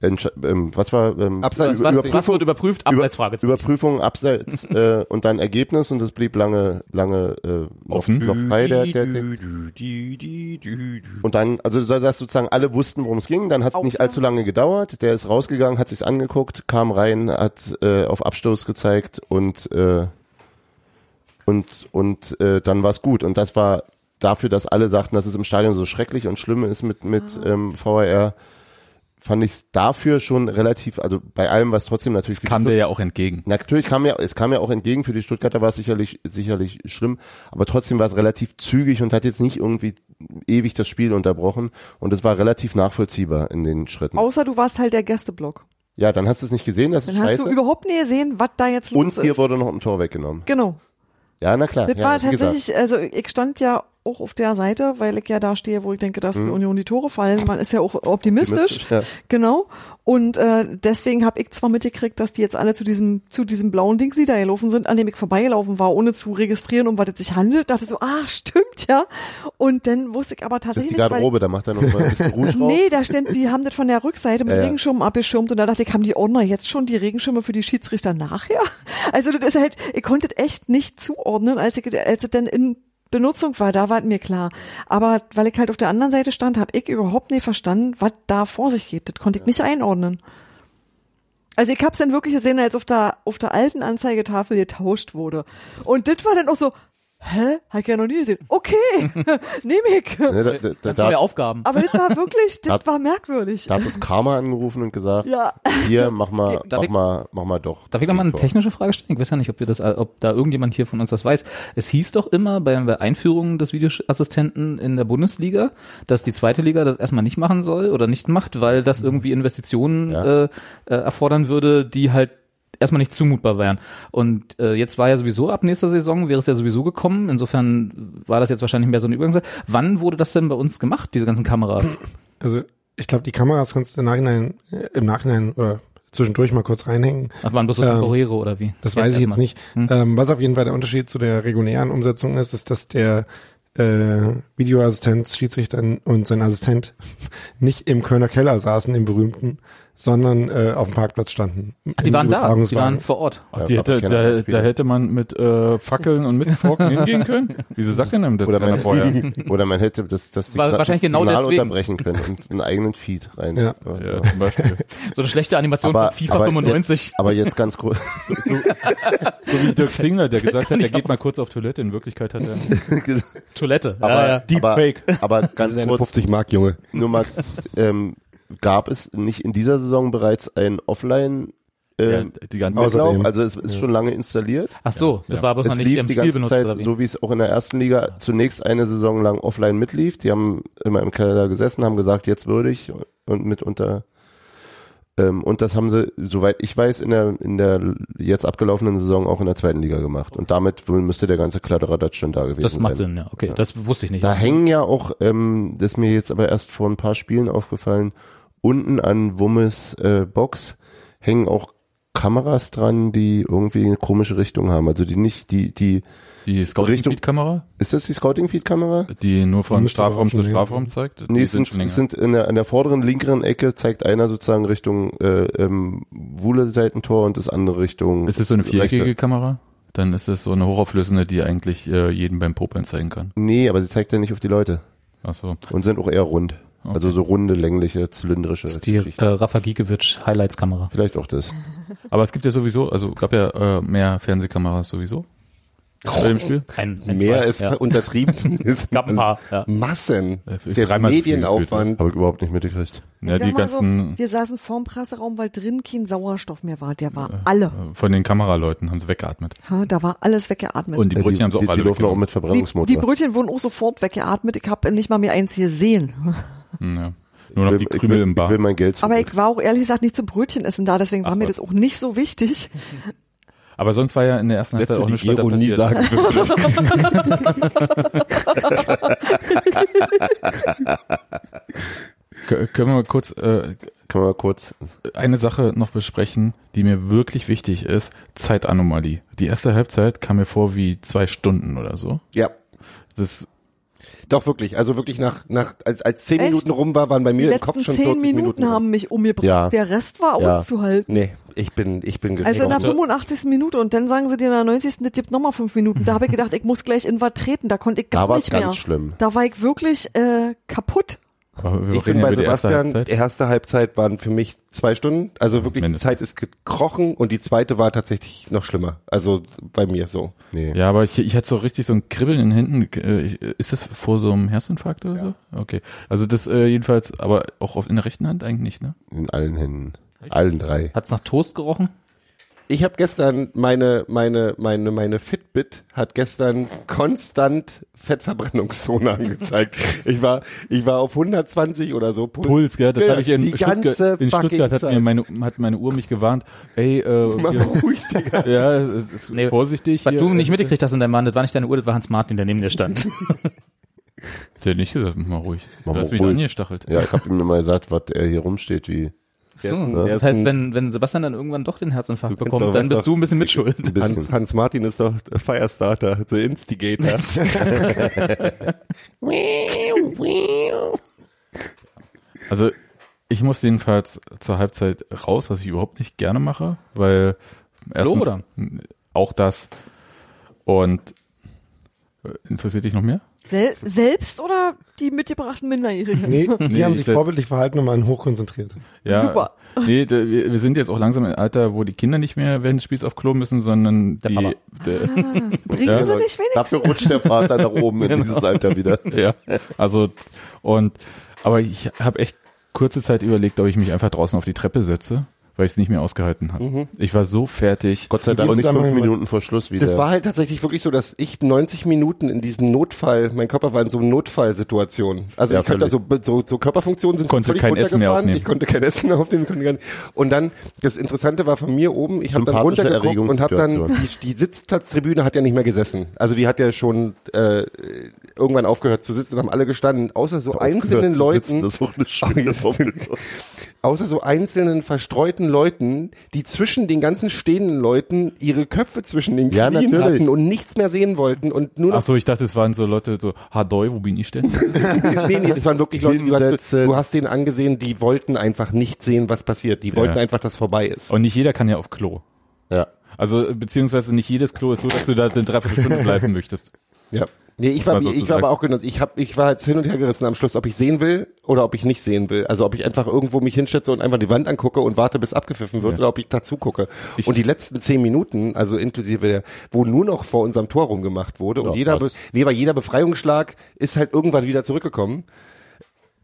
Speaker 17: entsch- ähm, was war ähm,
Speaker 18: was, was, was wird überprüft? Abseitsfrage.
Speaker 17: Überprüfung abseits äh, und dann Ergebnis und das blieb lange lange äh, noch, noch frei der, der Text. Und dann, also so- dass sozusagen alle wussten, worum es ging, dann hat es nicht allzu lange gedauert. Der ist rausgegangen, hat sich's angeguckt, kam rein, hat äh, auf Abstoß gezeigt und äh, und und äh, dann war's gut. Und das war dafür, dass alle sagten, dass es im Stadion so schrecklich und schlimm ist mit mit ähm, VAR, fand ich es dafür schon relativ, also bei allem, was trotzdem natürlich für die
Speaker 19: Kam
Speaker 17: Stutt-
Speaker 19: der ja auch entgegen.
Speaker 17: Natürlich kam ja, es kam ja auch entgegen für die Stuttgarter war es sicherlich sicherlich schlimm, aber trotzdem war es relativ zügig und hat jetzt nicht irgendwie ewig das Spiel unterbrochen und es war relativ nachvollziehbar in den Schritten.
Speaker 20: Außer du warst halt der Gästeblock.
Speaker 17: Ja, dann hast du es nicht gesehen, das ist
Speaker 20: Dann hast du
Speaker 17: scheiße.
Speaker 20: überhaupt nie gesehen, was da jetzt los
Speaker 17: Und dir
Speaker 20: ist.
Speaker 17: wurde noch ein Tor weggenommen.
Speaker 20: Genau.
Speaker 17: Ja, na klar.
Speaker 20: Das
Speaker 17: ja,
Speaker 20: war
Speaker 17: wie gesagt.
Speaker 20: tatsächlich, also ich stand ja auch auf der Seite, weil ich ja da stehe, wo ich denke, dass
Speaker 17: Hm.
Speaker 20: für Union die Tore fallen. Man ist ja auch optimistisch.
Speaker 17: Optimistisch, ja.
Speaker 20: Genau. Und äh, deswegen habe ich zwar mitgekriegt, dass die jetzt alle zu diesem, zu diesem blauen Ding sie da gelaufen sind, an dem ich vorbeigelaufen war, ohne zu registrieren, um was es sich handelt. Dachte so, ach, stimmt ja. Und dann wusste ich aber
Speaker 17: Das ist die
Speaker 20: tatsächlich, weil,
Speaker 17: Garderobe, da macht er noch mal ein bisschen Rouge drauf.
Speaker 20: Nee, da stand, die haben das von der Rückseite mit
Speaker 17: Ja, ja.
Speaker 20: Regenschirm abgeschirmt und da dachte ich, haben die Ordner jetzt schon die Regenschirme für die Schiedsrichter nachher? Also das ist halt, ihr konntet echt nicht zuordnen, als ich, als es denn in Benutzung war, da war es mir klar. Aber weil ich halt auf der anderen Seite stand, habe ich überhaupt nicht verstanden, was da vor sich geht. Das konnte ich nicht einordnen. Also ich hab's dann wirklich gesehen, als auf der, auf der alten Anzeigetafel getauscht wurde. Und das war dann auch so, hä? Hab ich ja noch nie gesehen. Okay, nehme ich.
Speaker 17: Ne, da- da- da- Ganz neue Aufgaben.
Speaker 20: äh, Aber das war wirklich, das
Speaker 17: Da-
Speaker 20: war merkwürdig.
Speaker 17: Da hat das Karma angerufen und gesagt,
Speaker 20: Ja.
Speaker 17: hier, mach mal,
Speaker 18: Darf
Speaker 17: mach
Speaker 18: ich-
Speaker 17: mal, mach mal doch.
Speaker 18: Darf ich noch mal eine
Speaker 17: Tor.
Speaker 18: technische Frage stellen? Ich weiß ja nicht, ob wir das, ob da irgendjemand hier von uns das weiß. Es hieß doch immer bei, bei Einführungen des Videoassistenten in der Bundesliga, dass die zweite Liga das erstmal nicht machen soll oder nicht macht, weil das irgendwie Investitionen äh, äh, erfordern würde, die halt erstmal nicht zumutbar wären. Und äh, jetzt war ja sowieso ab nächster Saison, wäre es ja sowieso gekommen. Insofern war das jetzt wahrscheinlich mehr so eine Übergangszeit. Wann wurde das denn bei uns gemacht, diese ganzen Kameras?
Speaker 22: Also ich glaube, die Kameras kannst du im Nachhinein, äh, im Nachhinein oder zwischendurch mal kurz reinhängen. Ähm,
Speaker 18: Ach, waren bloß so temporäre oder wie?
Speaker 22: Das
Speaker 18: Jetzt
Speaker 22: weiß ich jetzt
Speaker 18: erstmal.
Speaker 22: nicht.
Speaker 18: Hm.
Speaker 22: Ähm, was auf jeden Fall der Unterschied zu der regulären Umsetzung ist, ist, dass der äh, Videoassistent, Schiedsrichter und sein Assistent nicht im Kölner Keller saßen, im berühmten, sondern äh, auf dem Parkplatz standen.
Speaker 18: Ach, Ah, die
Speaker 22: Im
Speaker 18: waren da, die
Speaker 22: Übertragungswagen.
Speaker 18: waren vor Ort.
Speaker 19: Ach, die hätte, da, da hätte man mit äh, Fackeln und mit Forken hingehen können. Wieso sagt denn das
Speaker 17: oder
Speaker 19: keiner
Speaker 17: man,
Speaker 19: vorher?
Speaker 17: oder man hätte das, das
Speaker 18: War
Speaker 17: Signal,
Speaker 18: wahrscheinlich
Speaker 17: das
Speaker 18: genau
Speaker 17: Signal
Speaker 18: deswegen.
Speaker 17: unterbrechen können und einen eigenen Feed rein.
Speaker 18: Ja.
Speaker 17: ja
Speaker 19: zum Beispiel.
Speaker 18: So eine schlechte Animation von FIFA 95.
Speaker 17: Jetzt, aber jetzt ganz kurz.
Speaker 19: So wie Dirk Singler, der gesagt
Speaker 17: Kann
Speaker 19: hat, er
Speaker 17: ich
Speaker 19: geht mal kurz auf Toilette. In Wirklichkeit hat er
Speaker 18: Toilette.
Speaker 19: Ja, ja. Deepfake.
Speaker 17: Aber, aber ganz
Speaker 19: Seine
Speaker 17: kurz.
Speaker 19: 50 Mark, Junge.
Speaker 17: Nur mal, ähm, gab es nicht in dieser Saison bereits ein Offline ähm,
Speaker 19: Ja, die ganze-
Speaker 17: Mitlauf?
Speaker 19: Außerdem.
Speaker 17: Also es ist
Speaker 19: Ja.
Speaker 17: schon lange installiert.
Speaker 18: Ach so, das war bloß
Speaker 17: es
Speaker 18: noch nicht
Speaker 17: lief
Speaker 18: im
Speaker 17: die
Speaker 18: Spiel
Speaker 17: ganze
Speaker 18: benutzt,
Speaker 17: Zeit,
Speaker 18: oder wie?
Speaker 17: so wie es auch in der ersten Liga zunächst eine Saison lang offline mitlief. Die haben immer im Keller gesessen, haben gesagt, jetzt würdig und mitunter ähm, und das haben sie, soweit ich weiß, in der, in der jetzt abgelaufenen Saison auch in der zweiten Liga gemacht. Und damit wohl müsste der ganze Kladderadatsch schon da gewesen sein.
Speaker 18: Das macht Sinn, ja. Okay, das wusste ich nicht.
Speaker 17: Da hängen ja auch, ähm, das ist mir jetzt aber erst vor ein paar Spielen aufgefallen, unten an Wummes äh, Box hängen auch Kameras dran, die irgendwie eine komische Richtung haben. Also die nicht, die, die,
Speaker 19: die Scouting-Feed-Kamera?
Speaker 17: Ist das die Scouting-Feed-Kamera?
Speaker 19: Die nur von Strafraum zu Strafraum zeigt?
Speaker 17: Nee,
Speaker 19: Die
Speaker 17: es sind,
Speaker 19: schon länger.
Speaker 17: es sind in der, an der vorderen linkeren Ecke zeigt einer sozusagen Richtung äh, ähm, Wuhle Seitentor und das andere Richtung.
Speaker 19: Ist das so eine viereckige
Speaker 17: rechte.
Speaker 19: Kamera? Dann ist es so eine hochauflösende, die eigentlich äh, jeden beim Popeln zeigen kann.
Speaker 17: Nee, aber sie zeigt ja nicht auf die Leute.
Speaker 19: Ach so.
Speaker 17: Und sind auch eher rund. Also so runde, längliche, zylindrische.
Speaker 18: Das ist die äh, Rafa Giekewitsch Highlights-Kamera.
Speaker 17: Vielleicht auch das.
Speaker 19: Aber es gibt ja sowieso, also gab ja äh, mehr Fernsehkameras sowieso. Bei dem Spiel?
Speaker 18: Ein,
Speaker 21: Mehr ist untertrieben. Es
Speaker 18: gab ein paar. Ja.
Speaker 21: Massen.
Speaker 19: Äh, ich-
Speaker 21: Der
Speaker 19: dreimal so viel
Speaker 21: Medienaufwand.
Speaker 17: Habe ich überhaupt nicht mitgekriegt.
Speaker 19: Ja, die
Speaker 20: Sag mal so,
Speaker 19: ganzen
Speaker 20: wir saßen vorm Presseraum, weil drin kein Sauerstoff mehr war. Der war alle.
Speaker 19: äh, von den Kameraleuten haben sie weggeatmet.
Speaker 20: Ha, da war alles weggeatmet.
Speaker 19: Und die Brötchen haben sie auch
Speaker 17: die- die
Speaker 19: alle
Speaker 17: laufen auch mit
Speaker 20: die, die Brötchen wurden auch sofort weggeatmet. Ich habe nicht mal mehr eins gesehen.
Speaker 19: Hm, ja. Nur noch die Krümel im Bar.
Speaker 17: Ich will mein Geld zurück.
Speaker 20: Aber ich war auch ehrlich gesagt nicht zum Brötchenessen da, deswegen war mir das auch nicht so wichtig.
Speaker 19: Aber sonst war ja in der ersten
Speaker 21: Sätze,
Speaker 19: Halbzeit auch
Speaker 21: die
Speaker 19: eine Stadt
Speaker 21: Ironie sagen
Speaker 19: Können wir mal kurz, äh,
Speaker 17: Können wir mal kurz
Speaker 19: eine Sache noch besprechen, die mir wirklich wichtig ist. Zeitanomalie. Die erste Halbzeit kam mir vor wie zwei Stunden oder so.
Speaker 21: Ja.
Speaker 19: Das ne?
Speaker 21: Doch wirklich, also wirklich nach nach als als zehn Minuten rum war, waren bei
Speaker 20: Die
Speaker 21: mir im Kopf
Speaker 20: letzten
Speaker 21: schon
Speaker 20: zehn
Speaker 21: 40
Speaker 20: Minuten,
Speaker 21: Minuten.
Speaker 20: haben mich umgebracht.
Speaker 21: Ja.
Speaker 20: Der Rest war
Speaker 21: Ja.
Speaker 20: auszuhalten.
Speaker 21: Nee, ich bin ich bin
Speaker 20: Also in der
Speaker 21: geschockt.
Speaker 20: 85. Minute und dann sagen sie dir in der 90. Das gibt nochmal fünf Minuten. Da habe ich gedacht, ich muss gleich in was treten. Da konnte ich gar
Speaker 21: Da war's
Speaker 20: nicht
Speaker 21: ganz
Speaker 20: mehr.
Speaker 21: schlimm.
Speaker 20: Da war ich wirklich äh, kaputt.
Speaker 19: Aber wir
Speaker 21: ich
Speaker 19: reden
Speaker 21: bin
Speaker 19: ja
Speaker 21: bei
Speaker 19: über die erste
Speaker 21: Sebastian. Erste
Speaker 19: Halbzeit.
Speaker 21: Halbzeit. waren für mich zwei Stunden. Also wirklich, die Zeit ist gekrochen und die zweite war tatsächlich noch schlimmer. Also bei mir so.
Speaker 17: Nee.
Speaker 19: Ja, aber ich, ich hatte so richtig so ein Kribbeln in den Händen. Äh, Ist das vor so einem Herzinfarkt oder so? Okay. Also das äh, jedenfalls, aber auch auf, in der rechten Hand eigentlich nicht, ne?
Speaker 17: In allen Händen. Allen drei.
Speaker 18: Hat's nach Toast gerochen?
Speaker 21: Ich habe gestern meine meine meine meine Fitbit hat gestern konstant Fettverbrennungszone angezeigt. Ich war ich war auf 120 oder so Puls.
Speaker 19: Puls, gell? Das
Speaker 21: Ja,
Speaker 19: habe ich in
Speaker 21: die ganze
Speaker 19: Stuttgart, in
Speaker 21: fucking
Speaker 19: Stuttgart hat
Speaker 21: Zeit.
Speaker 19: mir meine, hat meine Uhr mich gewarnt. Ey, äh,
Speaker 21: Mach
Speaker 19: hier-
Speaker 21: ruhig,
Speaker 19: ja, es ist vorsichtig.
Speaker 18: Was
Speaker 19: hier.
Speaker 18: du nicht mitgekriegt hast in deinem Mann, das war nicht deine Uhr, das war Hans Martin, der neben dir stand.
Speaker 19: Der hat nicht gesagt, mach mal ruhig.
Speaker 17: Mach
Speaker 19: Du hast
Speaker 17: mal
Speaker 19: mich
Speaker 17: ruhig.
Speaker 19: angestachelt.
Speaker 17: Ja, ich habe ihm immer gesagt, was er hier rumsteht, wie. Ne?
Speaker 18: So, das heißt, wenn, wenn Sebastian dann irgendwann doch den Herzinfarkt
Speaker 21: kennst
Speaker 18: bekommt,
Speaker 21: doch
Speaker 18: dann
Speaker 21: was
Speaker 18: bist
Speaker 21: auf-
Speaker 18: du ein bisschen mitschuld.
Speaker 21: Hans, Hans Martin ist doch der Firestarter, the Instigator.
Speaker 19: Also ich muss jedenfalls zur Halbzeit raus, was ich überhaupt nicht gerne mache, weil erstens
Speaker 18: oder?
Speaker 19: auch das und äh, interessiert dich noch mehr?
Speaker 20: Sel selbst oder die mitgebrachten Minderjährigen?
Speaker 22: Nee, die
Speaker 19: Nee,
Speaker 22: haben
Speaker 19: ich
Speaker 22: sich
Speaker 19: sel-
Speaker 22: vorbildlich verhalten und waren hochkonzentriert.
Speaker 19: Ja,
Speaker 22: Super.
Speaker 19: Nee, da, wir, wir sind jetzt auch langsam im Alter, wo die Kinder nicht mehr während des Spiels auf Klo müssen, sondern die. der-
Speaker 20: bringen sie dich wenigstens?
Speaker 17: Dafür rutscht der Vater nach oben in dieses Alter wieder.
Speaker 19: Genau. Ja, also und aber ich habe echt kurze Zeit überlegt, ob ich mich einfach draußen auf die Treppe setze, weil ich es nicht mehr ausgehalten habe.
Speaker 21: Mhm.
Speaker 19: Ich war so fertig.
Speaker 17: Gott sei Dank
Speaker 19: Und
Speaker 17: nicht
Speaker 19: ich-
Speaker 17: fünf Minuten vor Schluss wieder.
Speaker 21: Das war halt tatsächlich wirklich so, dass ich 90 Minuten in diesem Notfall, mein Körper war in so einer Notfallsituation. Also
Speaker 19: Ja,
Speaker 21: ich konnte also
Speaker 19: völlig.
Speaker 21: so, so Körperfunktionen sind
Speaker 19: Konnte
Speaker 21: völlig
Speaker 19: kein Essen mehr
Speaker 21: runtergefahren.
Speaker 19: aufnehmen.
Speaker 21: Ich konnte kein Essen mehr aufnehmen. Ich konnte gar nicht. Und dann das Interessante war von mir oben, ich habe dann
Speaker 17: Sympathische
Speaker 21: runtergeguckt und habe dann
Speaker 17: Erregungssituation.
Speaker 21: die, die Sitzplatztribüne hat ja nicht mehr gesessen. Also die hat ja schon äh, irgendwann aufgehört zu sitzen und haben alle gestanden, außer so
Speaker 17: Aufgehört
Speaker 21: einzelnen
Speaker 17: zu
Speaker 21: Leuten.
Speaker 17: sitzen, Das ist auch eine schöne Formulierung.
Speaker 21: Außer so einzelnen verstreuten Leuten, die zwischen den ganzen stehenden Leuten ihre Köpfe zwischen den
Speaker 17: Ja,
Speaker 21: Knien
Speaker 17: natürlich.
Speaker 21: hatten und nichts mehr sehen wollten und nur
Speaker 19: Ach
Speaker 21: noch
Speaker 19: so, ich dachte, es waren so Leute so, Hadoi, wo bin ich denn?
Speaker 21: nee, nee, das waren wirklich Leute, die du, du hast denen angesehen, die wollten einfach nicht sehen, was passiert. Die wollten
Speaker 19: Ja.
Speaker 21: einfach, dass vorbei ist.
Speaker 19: Und nicht jeder kann ja auf Klo.
Speaker 17: Ja.
Speaker 19: Also beziehungsweise nicht jedes Klo ist so, dass du da eine Dreiviertelstunde bleiben möchtest.
Speaker 21: Ja. Nee, ich war, ich war aber auch genutzt. Ich hab, ich war jetzt hin und her gerissen am Schluss, ob ich sehen will oder ob ich nicht sehen will. Also ob ich einfach irgendwo mich hinschätze und einfach die Wand angucke und warte, bis abgepfiffen wird
Speaker 19: Ja.
Speaker 21: oder ob ich dazu gucke. und die letzten zehn Minuten, also inklusive der, wo nur noch vor unserem Tor rumgemacht wurde und
Speaker 17: Ja,
Speaker 21: jeder,
Speaker 17: was.
Speaker 21: Be nee, bei jeder Befreiungsschlag ist halt irgendwann wieder zurückgekommen.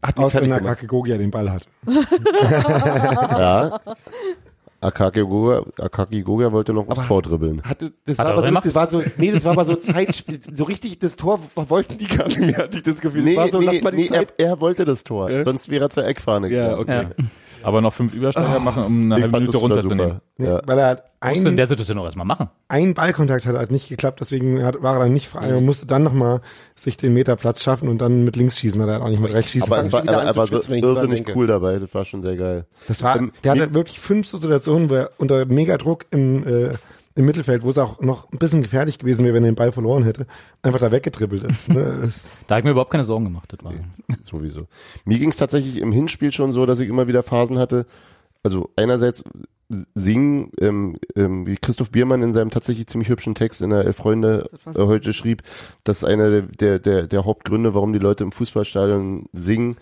Speaker 21: Hat mich
Speaker 22: Außer
Speaker 21: fertig
Speaker 22: wenn der
Speaker 21: gemacht.
Speaker 22: Kakegogia den Ball hat.
Speaker 17: ja. Akaki Goga, Akaki Goga wollte noch aufs Tor dribbeln.
Speaker 21: Hatte, das, war aber so, das war so, nee, das war aber so Zeitspiel, so richtig, das Tor wollten die gar nicht mehr, hatte ich das Gefühl.
Speaker 17: Nee,
Speaker 21: das war so,
Speaker 17: nee,
Speaker 21: lass mal die
Speaker 17: nee,
Speaker 21: Zeit.
Speaker 17: er, er wollte das Tor,
Speaker 21: Ja.
Speaker 17: sonst wäre er zur Eckfahne
Speaker 21: Ja, Ah.
Speaker 17: gegangen.
Speaker 19: Ja. Aber noch fünf Übersteiger machen, um
Speaker 17: Ich
Speaker 19: eine halbe
Speaker 17: fand
Speaker 19: Minute
Speaker 17: das wieder
Speaker 19: runterzunehmen.
Speaker 17: super. Ja.
Speaker 22: Weil er hat
Speaker 18: Musst du in
Speaker 22: einen,
Speaker 18: der Situation auch erstmal machen.
Speaker 22: einen Ballkontakt hat, hat nicht geklappt, deswegen hat, war er dann nicht frei und musste dann nochmal sich den Meterplatz schaffen und dann mit links schießen, weil er hat auch nicht mit rechts schießen
Speaker 17: Aber es war,
Speaker 22: Fang schon
Speaker 17: aber,
Speaker 22: wieder an
Speaker 17: er war
Speaker 22: zu
Speaker 17: so
Speaker 22: schwitzen, wenn ich dran
Speaker 17: irrsinnig
Speaker 22: denke.
Speaker 17: cool dabei, das war schon sehr geil.
Speaker 22: Das war,
Speaker 17: Ähm,
Speaker 22: der
Speaker 17: wie-
Speaker 22: hatte wirklich fünf so Situationen, wo er unter Megadruck im, äh, im Mittelfeld, wo es auch noch ein bisschen gefährlich gewesen wäre, wenn er den Ball verloren hätte, einfach da weggetribbelt ist. Ne? Das-
Speaker 18: Da habe ich mir überhaupt keine Sorgen gemacht. Das war.
Speaker 17: Sowieso. Mir ging es tatsächlich im Hinspiel schon so, dass ich immer wieder Phasen hatte, also einerseits singen, ähm, ähm, wie Christoph Biermann in seinem tatsächlich ziemlich hübschen Text in der Elf Freunde äh, heute schrieb, dass einer der, der, der, der Hauptgründe, warum die Leute im Fußballstadion singen,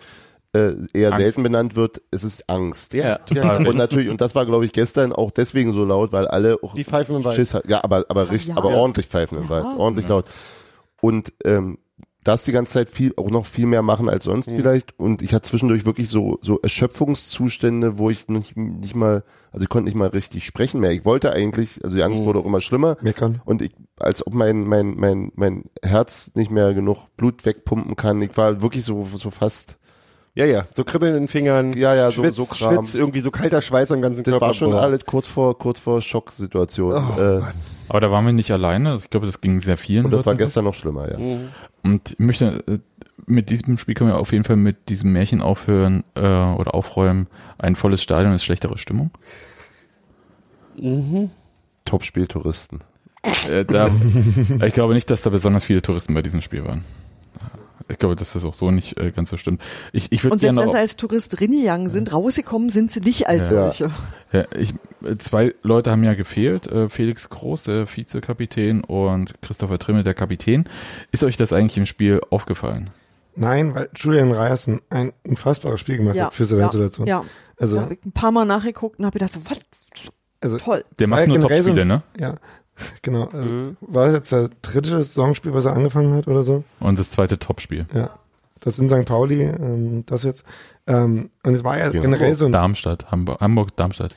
Speaker 17: äh, eher
Speaker 21: Angst.
Speaker 17: selten benannt wird, es ist Angst.
Speaker 21: Ja, total.
Speaker 17: Und natürlich, und das war, glaube ich, gestern auch deswegen so laut, weil alle auch
Speaker 21: Die pfeifen im Wald.
Speaker 17: Schiss hatten. Ja, aber, aber,
Speaker 21: Ja,
Speaker 17: richtig,
Speaker 21: ja.
Speaker 17: aber
Speaker 21: Ja.
Speaker 17: ordentlich pfeifen im
Speaker 21: Ja.
Speaker 17: Wald, ordentlich
Speaker 21: Ja.
Speaker 17: laut. Und ähm, das die ganze Zeit viel, auch noch viel mehr machen als sonst
Speaker 21: Ja.
Speaker 17: vielleicht. Und ich hatte zwischendurch wirklich so, so Erschöpfungszustände, wo ich nicht, nicht mal, also ich konnte nicht mal richtig sprechen mehr. Ich wollte eigentlich, also die Angst wurde auch immer schlimmer.
Speaker 21: Mhm. Meckern.
Speaker 17: Und ich, als ob mein, mein, mein, mein Herz nicht mehr genug Blut wegpumpen kann. Ich war wirklich so, so fast.
Speaker 21: Ja, ja, so kribbeln in den Fingern.
Speaker 17: Ja, ja, so,
Speaker 21: Schwitz,
Speaker 17: so Kram.
Speaker 21: Schwitz, irgendwie so kalter Schweiß am ganzen
Speaker 17: Das
Speaker 21: Körper.
Speaker 17: war schon
Speaker 21: Boah. Oh,
Speaker 17: alles kurz vor, kurz vor Schocksituation. äh,
Speaker 19: Aber da waren wir nicht alleine. Also Ich glaube, das ging sehr vielen.
Speaker 21: Hm,
Speaker 17: Und
Speaker 19: Leuten
Speaker 17: das war
Speaker 19: so.
Speaker 17: gestern noch schlimmer, ja.
Speaker 21: Mhm.
Speaker 19: Und ich möchte, äh, mit diesem Spiel können wir auf jeden Fall mit diesem Märchen aufhören äh, oder aufräumen. Ein volles Stadion ist schlechtere Stimmung.
Speaker 21: Mhm.
Speaker 17: Top-Spiel Touristen.
Speaker 19: Äh, da, ich glaube nicht, dass da besonders viele Touristen bei diesem Spiel waren. Ich glaube, dass das auch so nicht äh, ganz so stimmt. Ich, ich würde
Speaker 20: Und selbst
Speaker 19: gerne
Speaker 20: wenn
Speaker 19: noch-
Speaker 20: sie als Tourist reingegangen sind, rausgekommen sind sie nicht als
Speaker 19: Ja.
Speaker 20: solche.
Speaker 19: Ja, ich, äh, zwei Leute haben ja gefehlt. Äh, Felix Groß, der Vizekapitän und Christopher Trimmel, der Kapitän. Ist euch das eigentlich im Spiel aufgefallen?
Speaker 22: Nein, weil Julian Reierson ein unfassbares Spiel gemacht hat für seine Situation.
Speaker 20: Ja. Also. Da
Speaker 22: Also,
Speaker 20: habe ich ein paar Mal nachgeguckt und habe gedacht, so, was?
Speaker 22: also
Speaker 20: Toll.
Speaker 19: Der
Speaker 22: es
Speaker 19: macht
Speaker 22: war ja
Speaker 19: nur
Speaker 22: generell so ein-
Speaker 19: Top-Spiele, ne?
Speaker 22: Ja, genau. Also,
Speaker 17: Mhm.
Speaker 22: War das jetzt das dritte Saisonspiel, was er angefangen hat oder so?
Speaker 19: Und das zweite Topspiel.
Speaker 22: Ja. Das in St. Pauli, ähm, das jetzt. Ähm, und es war ja
Speaker 17: Genau.
Speaker 19: Genau.
Speaker 22: generell so ein Äh,
Speaker 19: Darmstadt, Hamburg, Hamburg, Darmstadt.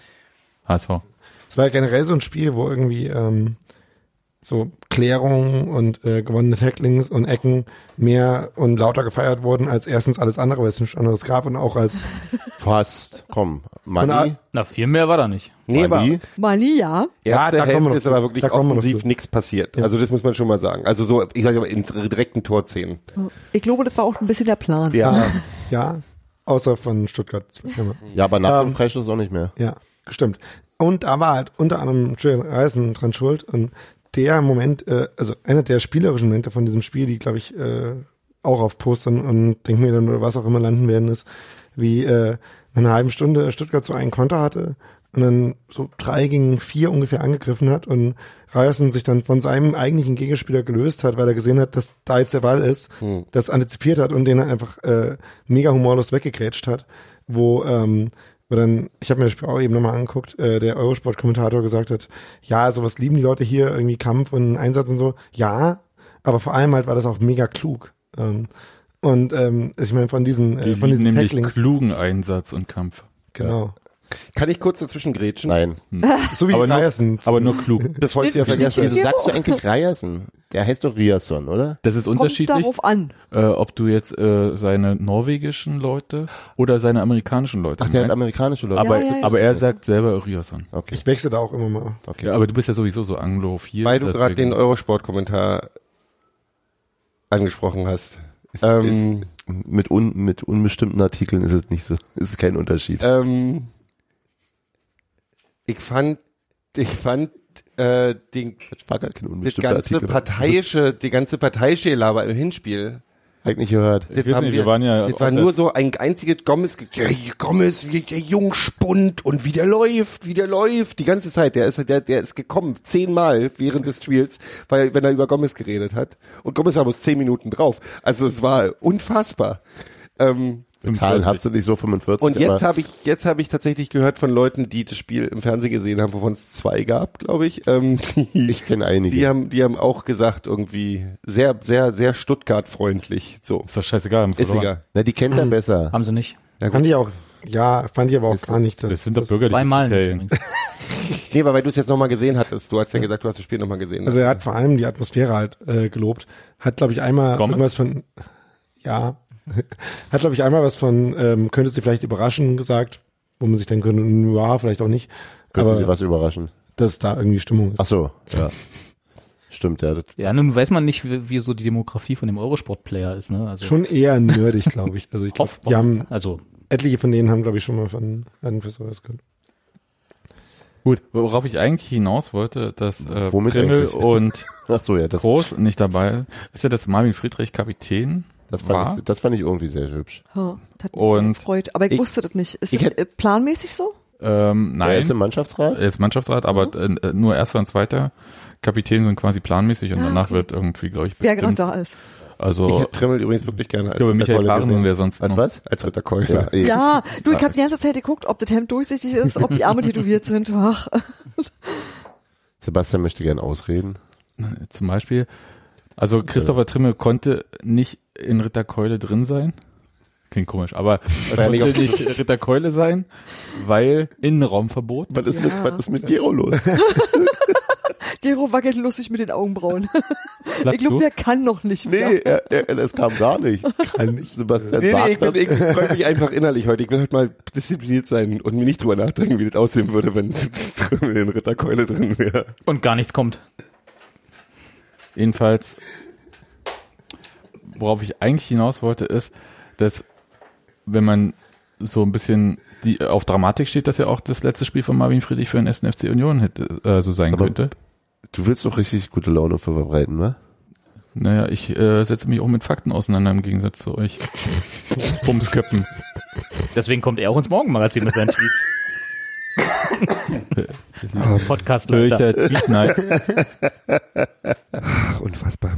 Speaker 19: HSV.
Speaker 22: Es war ja generell so ein Spiel, wo irgendwie ähm, so Klärungen und äh, gewonnene Tacklings und Ecken mehr und lauter gefeiert wurden als erstens alles andere, weil es nichts anderes gab und auch als
Speaker 17: fast komm
Speaker 22: Mani?
Speaker 18: Na, viel mehr war da nicht.
Speaker 21: Nee, aber
Speaker 20: Malia?
Speaker 21: Ja, da kommen wir ist aber wirklich
Speaker 22: Da kommen wir noch
Speaker 21: offensiv
Speaker 22: zu.
Speaker 21: nichts passiert. Also das muss man schon mal sagen. Also so, ich sage aber in direkten Torszenen.
Speaker 20: Ich glaube, das war auch ein bisschen der Plan.
Speaker 21: Ja.
Speaker 22: ja, außer von Stuttgart. Ähm,
Speaker 17: Ja, aber nach
Speaker 21: Ähm.
Speaker 17: dem Fresh ist auch nicht mehr.
Speaker 22: Ja, stimmt. Und da war halt unter anderem Julian Reisen dran schuld und der Moment, äh, also einer der spielerischen Momente von diesem Spiel, die glaube ich äh, auch auf Postern und Denkmälern oder was auch immer landen werden, ist, wie äh, nach einer halben Stunde Stuttgart so einen Konter hatte und dann so drei gegen vier ungefähr angegriffen hat und Reisen sich dann von seinem eigentlichen Gegenspieler gelöst hat, weil er gesehen hat, dass da jetzt der Ball ist,
Speaker 21: Hm.
Speaker 22: das antizipiert hat und den einfach äh, mega humorlos weggegrätscht hat, wo, ähm, wo dann, ich habe mir das Spiel auch eben nochmal angeguckt, äh, der Eurosport-Kommentator gesagt hat, ja, sowas lieben die Leute hier, irgendwie Kampf und Einsatz und so. Ja, aber vor allem halt war das auch mega klug. Ähm, und ähm, ich meine, von diesen,
Speaker 19: Wir
Speaker 22: äh, von
Speaker 19: lieben
Speaker 22: diesen
Speaker 19: nämlich
Speaker 22: Tacklings.
Speaker 19: klugen Einsatz und Kampf. Hm.
Speaker 22: Genau.
Speaker 21: Kann ich kurz dazwischen grätschen?
Speaker 17: Nein.
Speaker 22: So wie
Speaker 19: aber, nur,
Speaker 22: Ryerson.
Speaker 19: aber nur klug.
Speaker 21: Das wolltest du ja vergessen.
Speaker 17: Wieso sagst du eigentlich Ryerson? Der heißt doch Ryerson, oder?
Speaker 19: Das ist unterschiedlich,
Speaker 20: darauf an.
Speaker 19: Äh, ob du jetzt äh, seine norwegischen Leute oder seine amerikanischen Leute
Speaker 17: Ach, der hat
Speaker 19: meinst.
Speaker 17: amerikanische Leute.
Speaker 19: Aber,
Speaker 17: Ja, ja, ja.
Speaker 19: aber er sagt selber Ryerson.
Speaker 17: Okay.
Speaker 22: Ich wechsle da auch immer mal.
Speaker 17: Okay.
Speaker 19: Ja, aber du bist ja sowieso so anglophil.
Speaker 21: Weil du gerade
Speaker 19: deswegen-
Speaker 21: den Eurosport-Kommentar angesprochen hast.
Speaker 17: Ist, ist, mit, un, mit unbestimmten Artikeln ist es nicht so, ist kein Unterschied.
Speaker 21: Ähm, ich fand, ich fand äh, den,
Speaker 17: halt
Speaker 21: das
Speaker 17: unbestimmter
Speaker 21: ganze
Speaker 17: Artikel.
Speaker 21: parteiische, die ganze parteiische Laber im Hinspiel.
Speaker 17: Eigentlich gehört.
Speaker 21: Das, haben wir, das war nur so ein einziges Gommes, ge- ja, hier Gommes, wie der Jungspund und wie der läuft, wie der läuft, die ganze Zeit. Der ist, der, der ist gekommen, zehnmal während des Spiels, weil, wenn er über Gommes geredet hat. Und Gommes war bloß zehn Minuten drauf. Also es war unfassbar. Ähm,
Speaker 17: Mit Zahlen hast du nicht so 45.
Speaker 21: und jetzt
Speaker 17: aber-
Speaker 21: habe ich jetzt habe ich tatsächlich gehört von Leuten, die das Spiel im Fernsehen gesehen haben, wovon es zwei gab, glaube ich. Ähm, die,
Speaker 17: ich kenne einige.
Speaker 21: Die haben die haben auch gesagt irgendwie sehr sehr sehr Stuttgart freundlich. So ist
Speaker 19: doch scheißegal. Haben
Speaker 21: ist
Speaker 19: verloren. Hm.
Speaker 21: egal.
Speaker 17: Na, die kennt er
Speaker 22: Mhm.
Speaker 17: besser.
Speaker 18: Haben sie nicht.
Speaker 21: gut.
Speaker 22: Fand ich auch, ja, fand ich aber auch gar nicht. Das,
Speaker 19: sind doch bürgerliche
Speaker 18: Zweimal.
Speaker 21: Nee, aber weil du es jetzt nochmal gesehen hattest, du hast ja gesagt, du hast das Spiel nochmal
Speaker 17: Genau.
Speaker 21: gesehen.
Speaker 22: Also er hat vor allem die Atmosphäre halt äh, gelobt. Hat, glaube ich, einmal
Speaker 21: Gomez?
Speaker 22: irgendwas von ja. hat, glaube ich, einmal was von ähm, könntest du vielleicht überraschen gesagt, wo man sich denken könnte, hm, ja, vielleicht auch nicht.
Speaker 17: Könnten
Speaker 22: aber
Speaker 17: sie was überraschen?
Speaker 22: Dass da irgendwie Stimmung ist.
Speaker 17: Ach so, ja. Stimmt, ja. Das
Speaker 18: Ja, nun weiß man nicht, wie, wie so die Demografie von dem Eurosport-Player ist. Ne? Also
Speaker 22: Schon eher nerdig, glaube ich. Also ich glaube,
Speaker 18: Hoff-
Speaker 22: die haben
Speaker 18: also
Speaker 22: etliche von denen haben, glaube ich, schon mal von Adam Fischer gehört.
Speaker 19: Gut, worauf ich eigentlich hinaus wollte, dass äh,
Speaker 17: Womit
Speaker 19: Trimmel
Speaker 17: eigentlich?
Speaker 19: und
Speaker 17: Ach so, ja, das-
Speaker 19: Groß nicht dabei ist ja, dass Marvin Friedrich Kapitän
Speaker 17: Das fand
Speaker 19: war.
Speaker 17: ich- das fand ich irgendwie sehr hübsch.
Speaker 20: Ha, das hat mich sehr
Speaker 19: Und
Speaker 20: gefreut. Aber ich,
Speaker 19: ich-
Speaker 20: wusste das nicht. Ist
Speaker 19: ich
Speaker 20: das äh, planmäßig so?
Speaker 19: Ähm, nein.
Speaker 17: Er ist im Mannschaftsrat?
Speaker 19: Er ist Mannschaftsrat, aber
Speaker 20: Mhm.
Speaker 19: äh, nur erster und zweiter Kapitän sind quasi planmäßig und
Speaker 20: Ah,
Speaker 19: danach
Speaker 20: okay.
Speaker 19: wird irgendwie, glaube ich,
Speaker 20: Wer gerade
Speaker 19: bestimmt-
Speaker 20: da ist.
Speaker 19: Also,
Speaker 21: Ich hätte Trimmel übrigens wirklich gerne als
Speaker 19: ich glaube, Michael
Speaker 21: Ritterkeule
Speaker 19: Paaren
Speaker 21: gesehen.
Speaker 19: wäre sonst
Speaker 21: Als
Speaker 19: noch.
Speaker 21: was? Als Ritterkeule.
Speaker 17: Ja, eh.
Speaker 20: Ja, du, ich habe die ganze Zeit geguckt, ob das Hemd durchsichtig ist, ob die Arme tätowiert sind. Ach.
Speaker 17: Sebastian möchte gern ausreden.
Speaker 19: Zum Beispiel, also Christopher Trimmel konnte nicht in Ritterkeule drin sein. Klingt komisch, aber er
Speaker 21: Weil er
Speaker 19: konnte
Speaker 21: nicht auf-
Speaker 19: nicht Ritterkeule sein, weil Innenraumverbot.
Speaker 17: Was ist mit- Ja. was ist mit Gero los?
Speaker 20: Gero wackelt lustig mit den Augenbrauen.
Speaker 17: Platz
Speaker 20: ich glaube,
Speaker 17: du?
Speaker 20: der kann noch nicht mehr.
Speaker 17: Nee, äh, er, er, es kam gar nichts. Kann nicht. Sebastian
Speaker 21: Nee, nee, ich,
Speaker 17: sagt
Speaker 21: bin-
Speaker 17: das.
Speaker 21: ich freue mich einfach innerlich heute. Ich will heute mal diszipliniert sein und mir nicht drüber nachdenken, wie das aussehen würde, wenn Trimmel in Ritterkeule drin wäre.
Speaker 18: Und gar nichts kommt.
Speaker 19: Jedenfalls, worauf ich eigentlich hinaus wollte, ist, dass wenn man so ein bisschen die, auf Dramatik steht, dass ja auch das letzte Spiel von Marvin Friedrich für den ersten FC Union hätte, äh, so sein könnte.
Speaker 17: Du willst doch richtig gute Laune verbreiten, ne?
Speaker 19: Naja, ich äh, setze mich auch mit Fakten auseinander im Gegensatz zu euch. Bumsköppen.
Speaker 2: Deswegen kommt er auch ins Morgenmagazin mit seinen Tweets.
Speaker 17: Ah,
Speaker 21: Ah,
Speaker 2: Podcast
Speaker 19: Fürchter Tweet Night.
Speaker 21: Ach, unfassbar.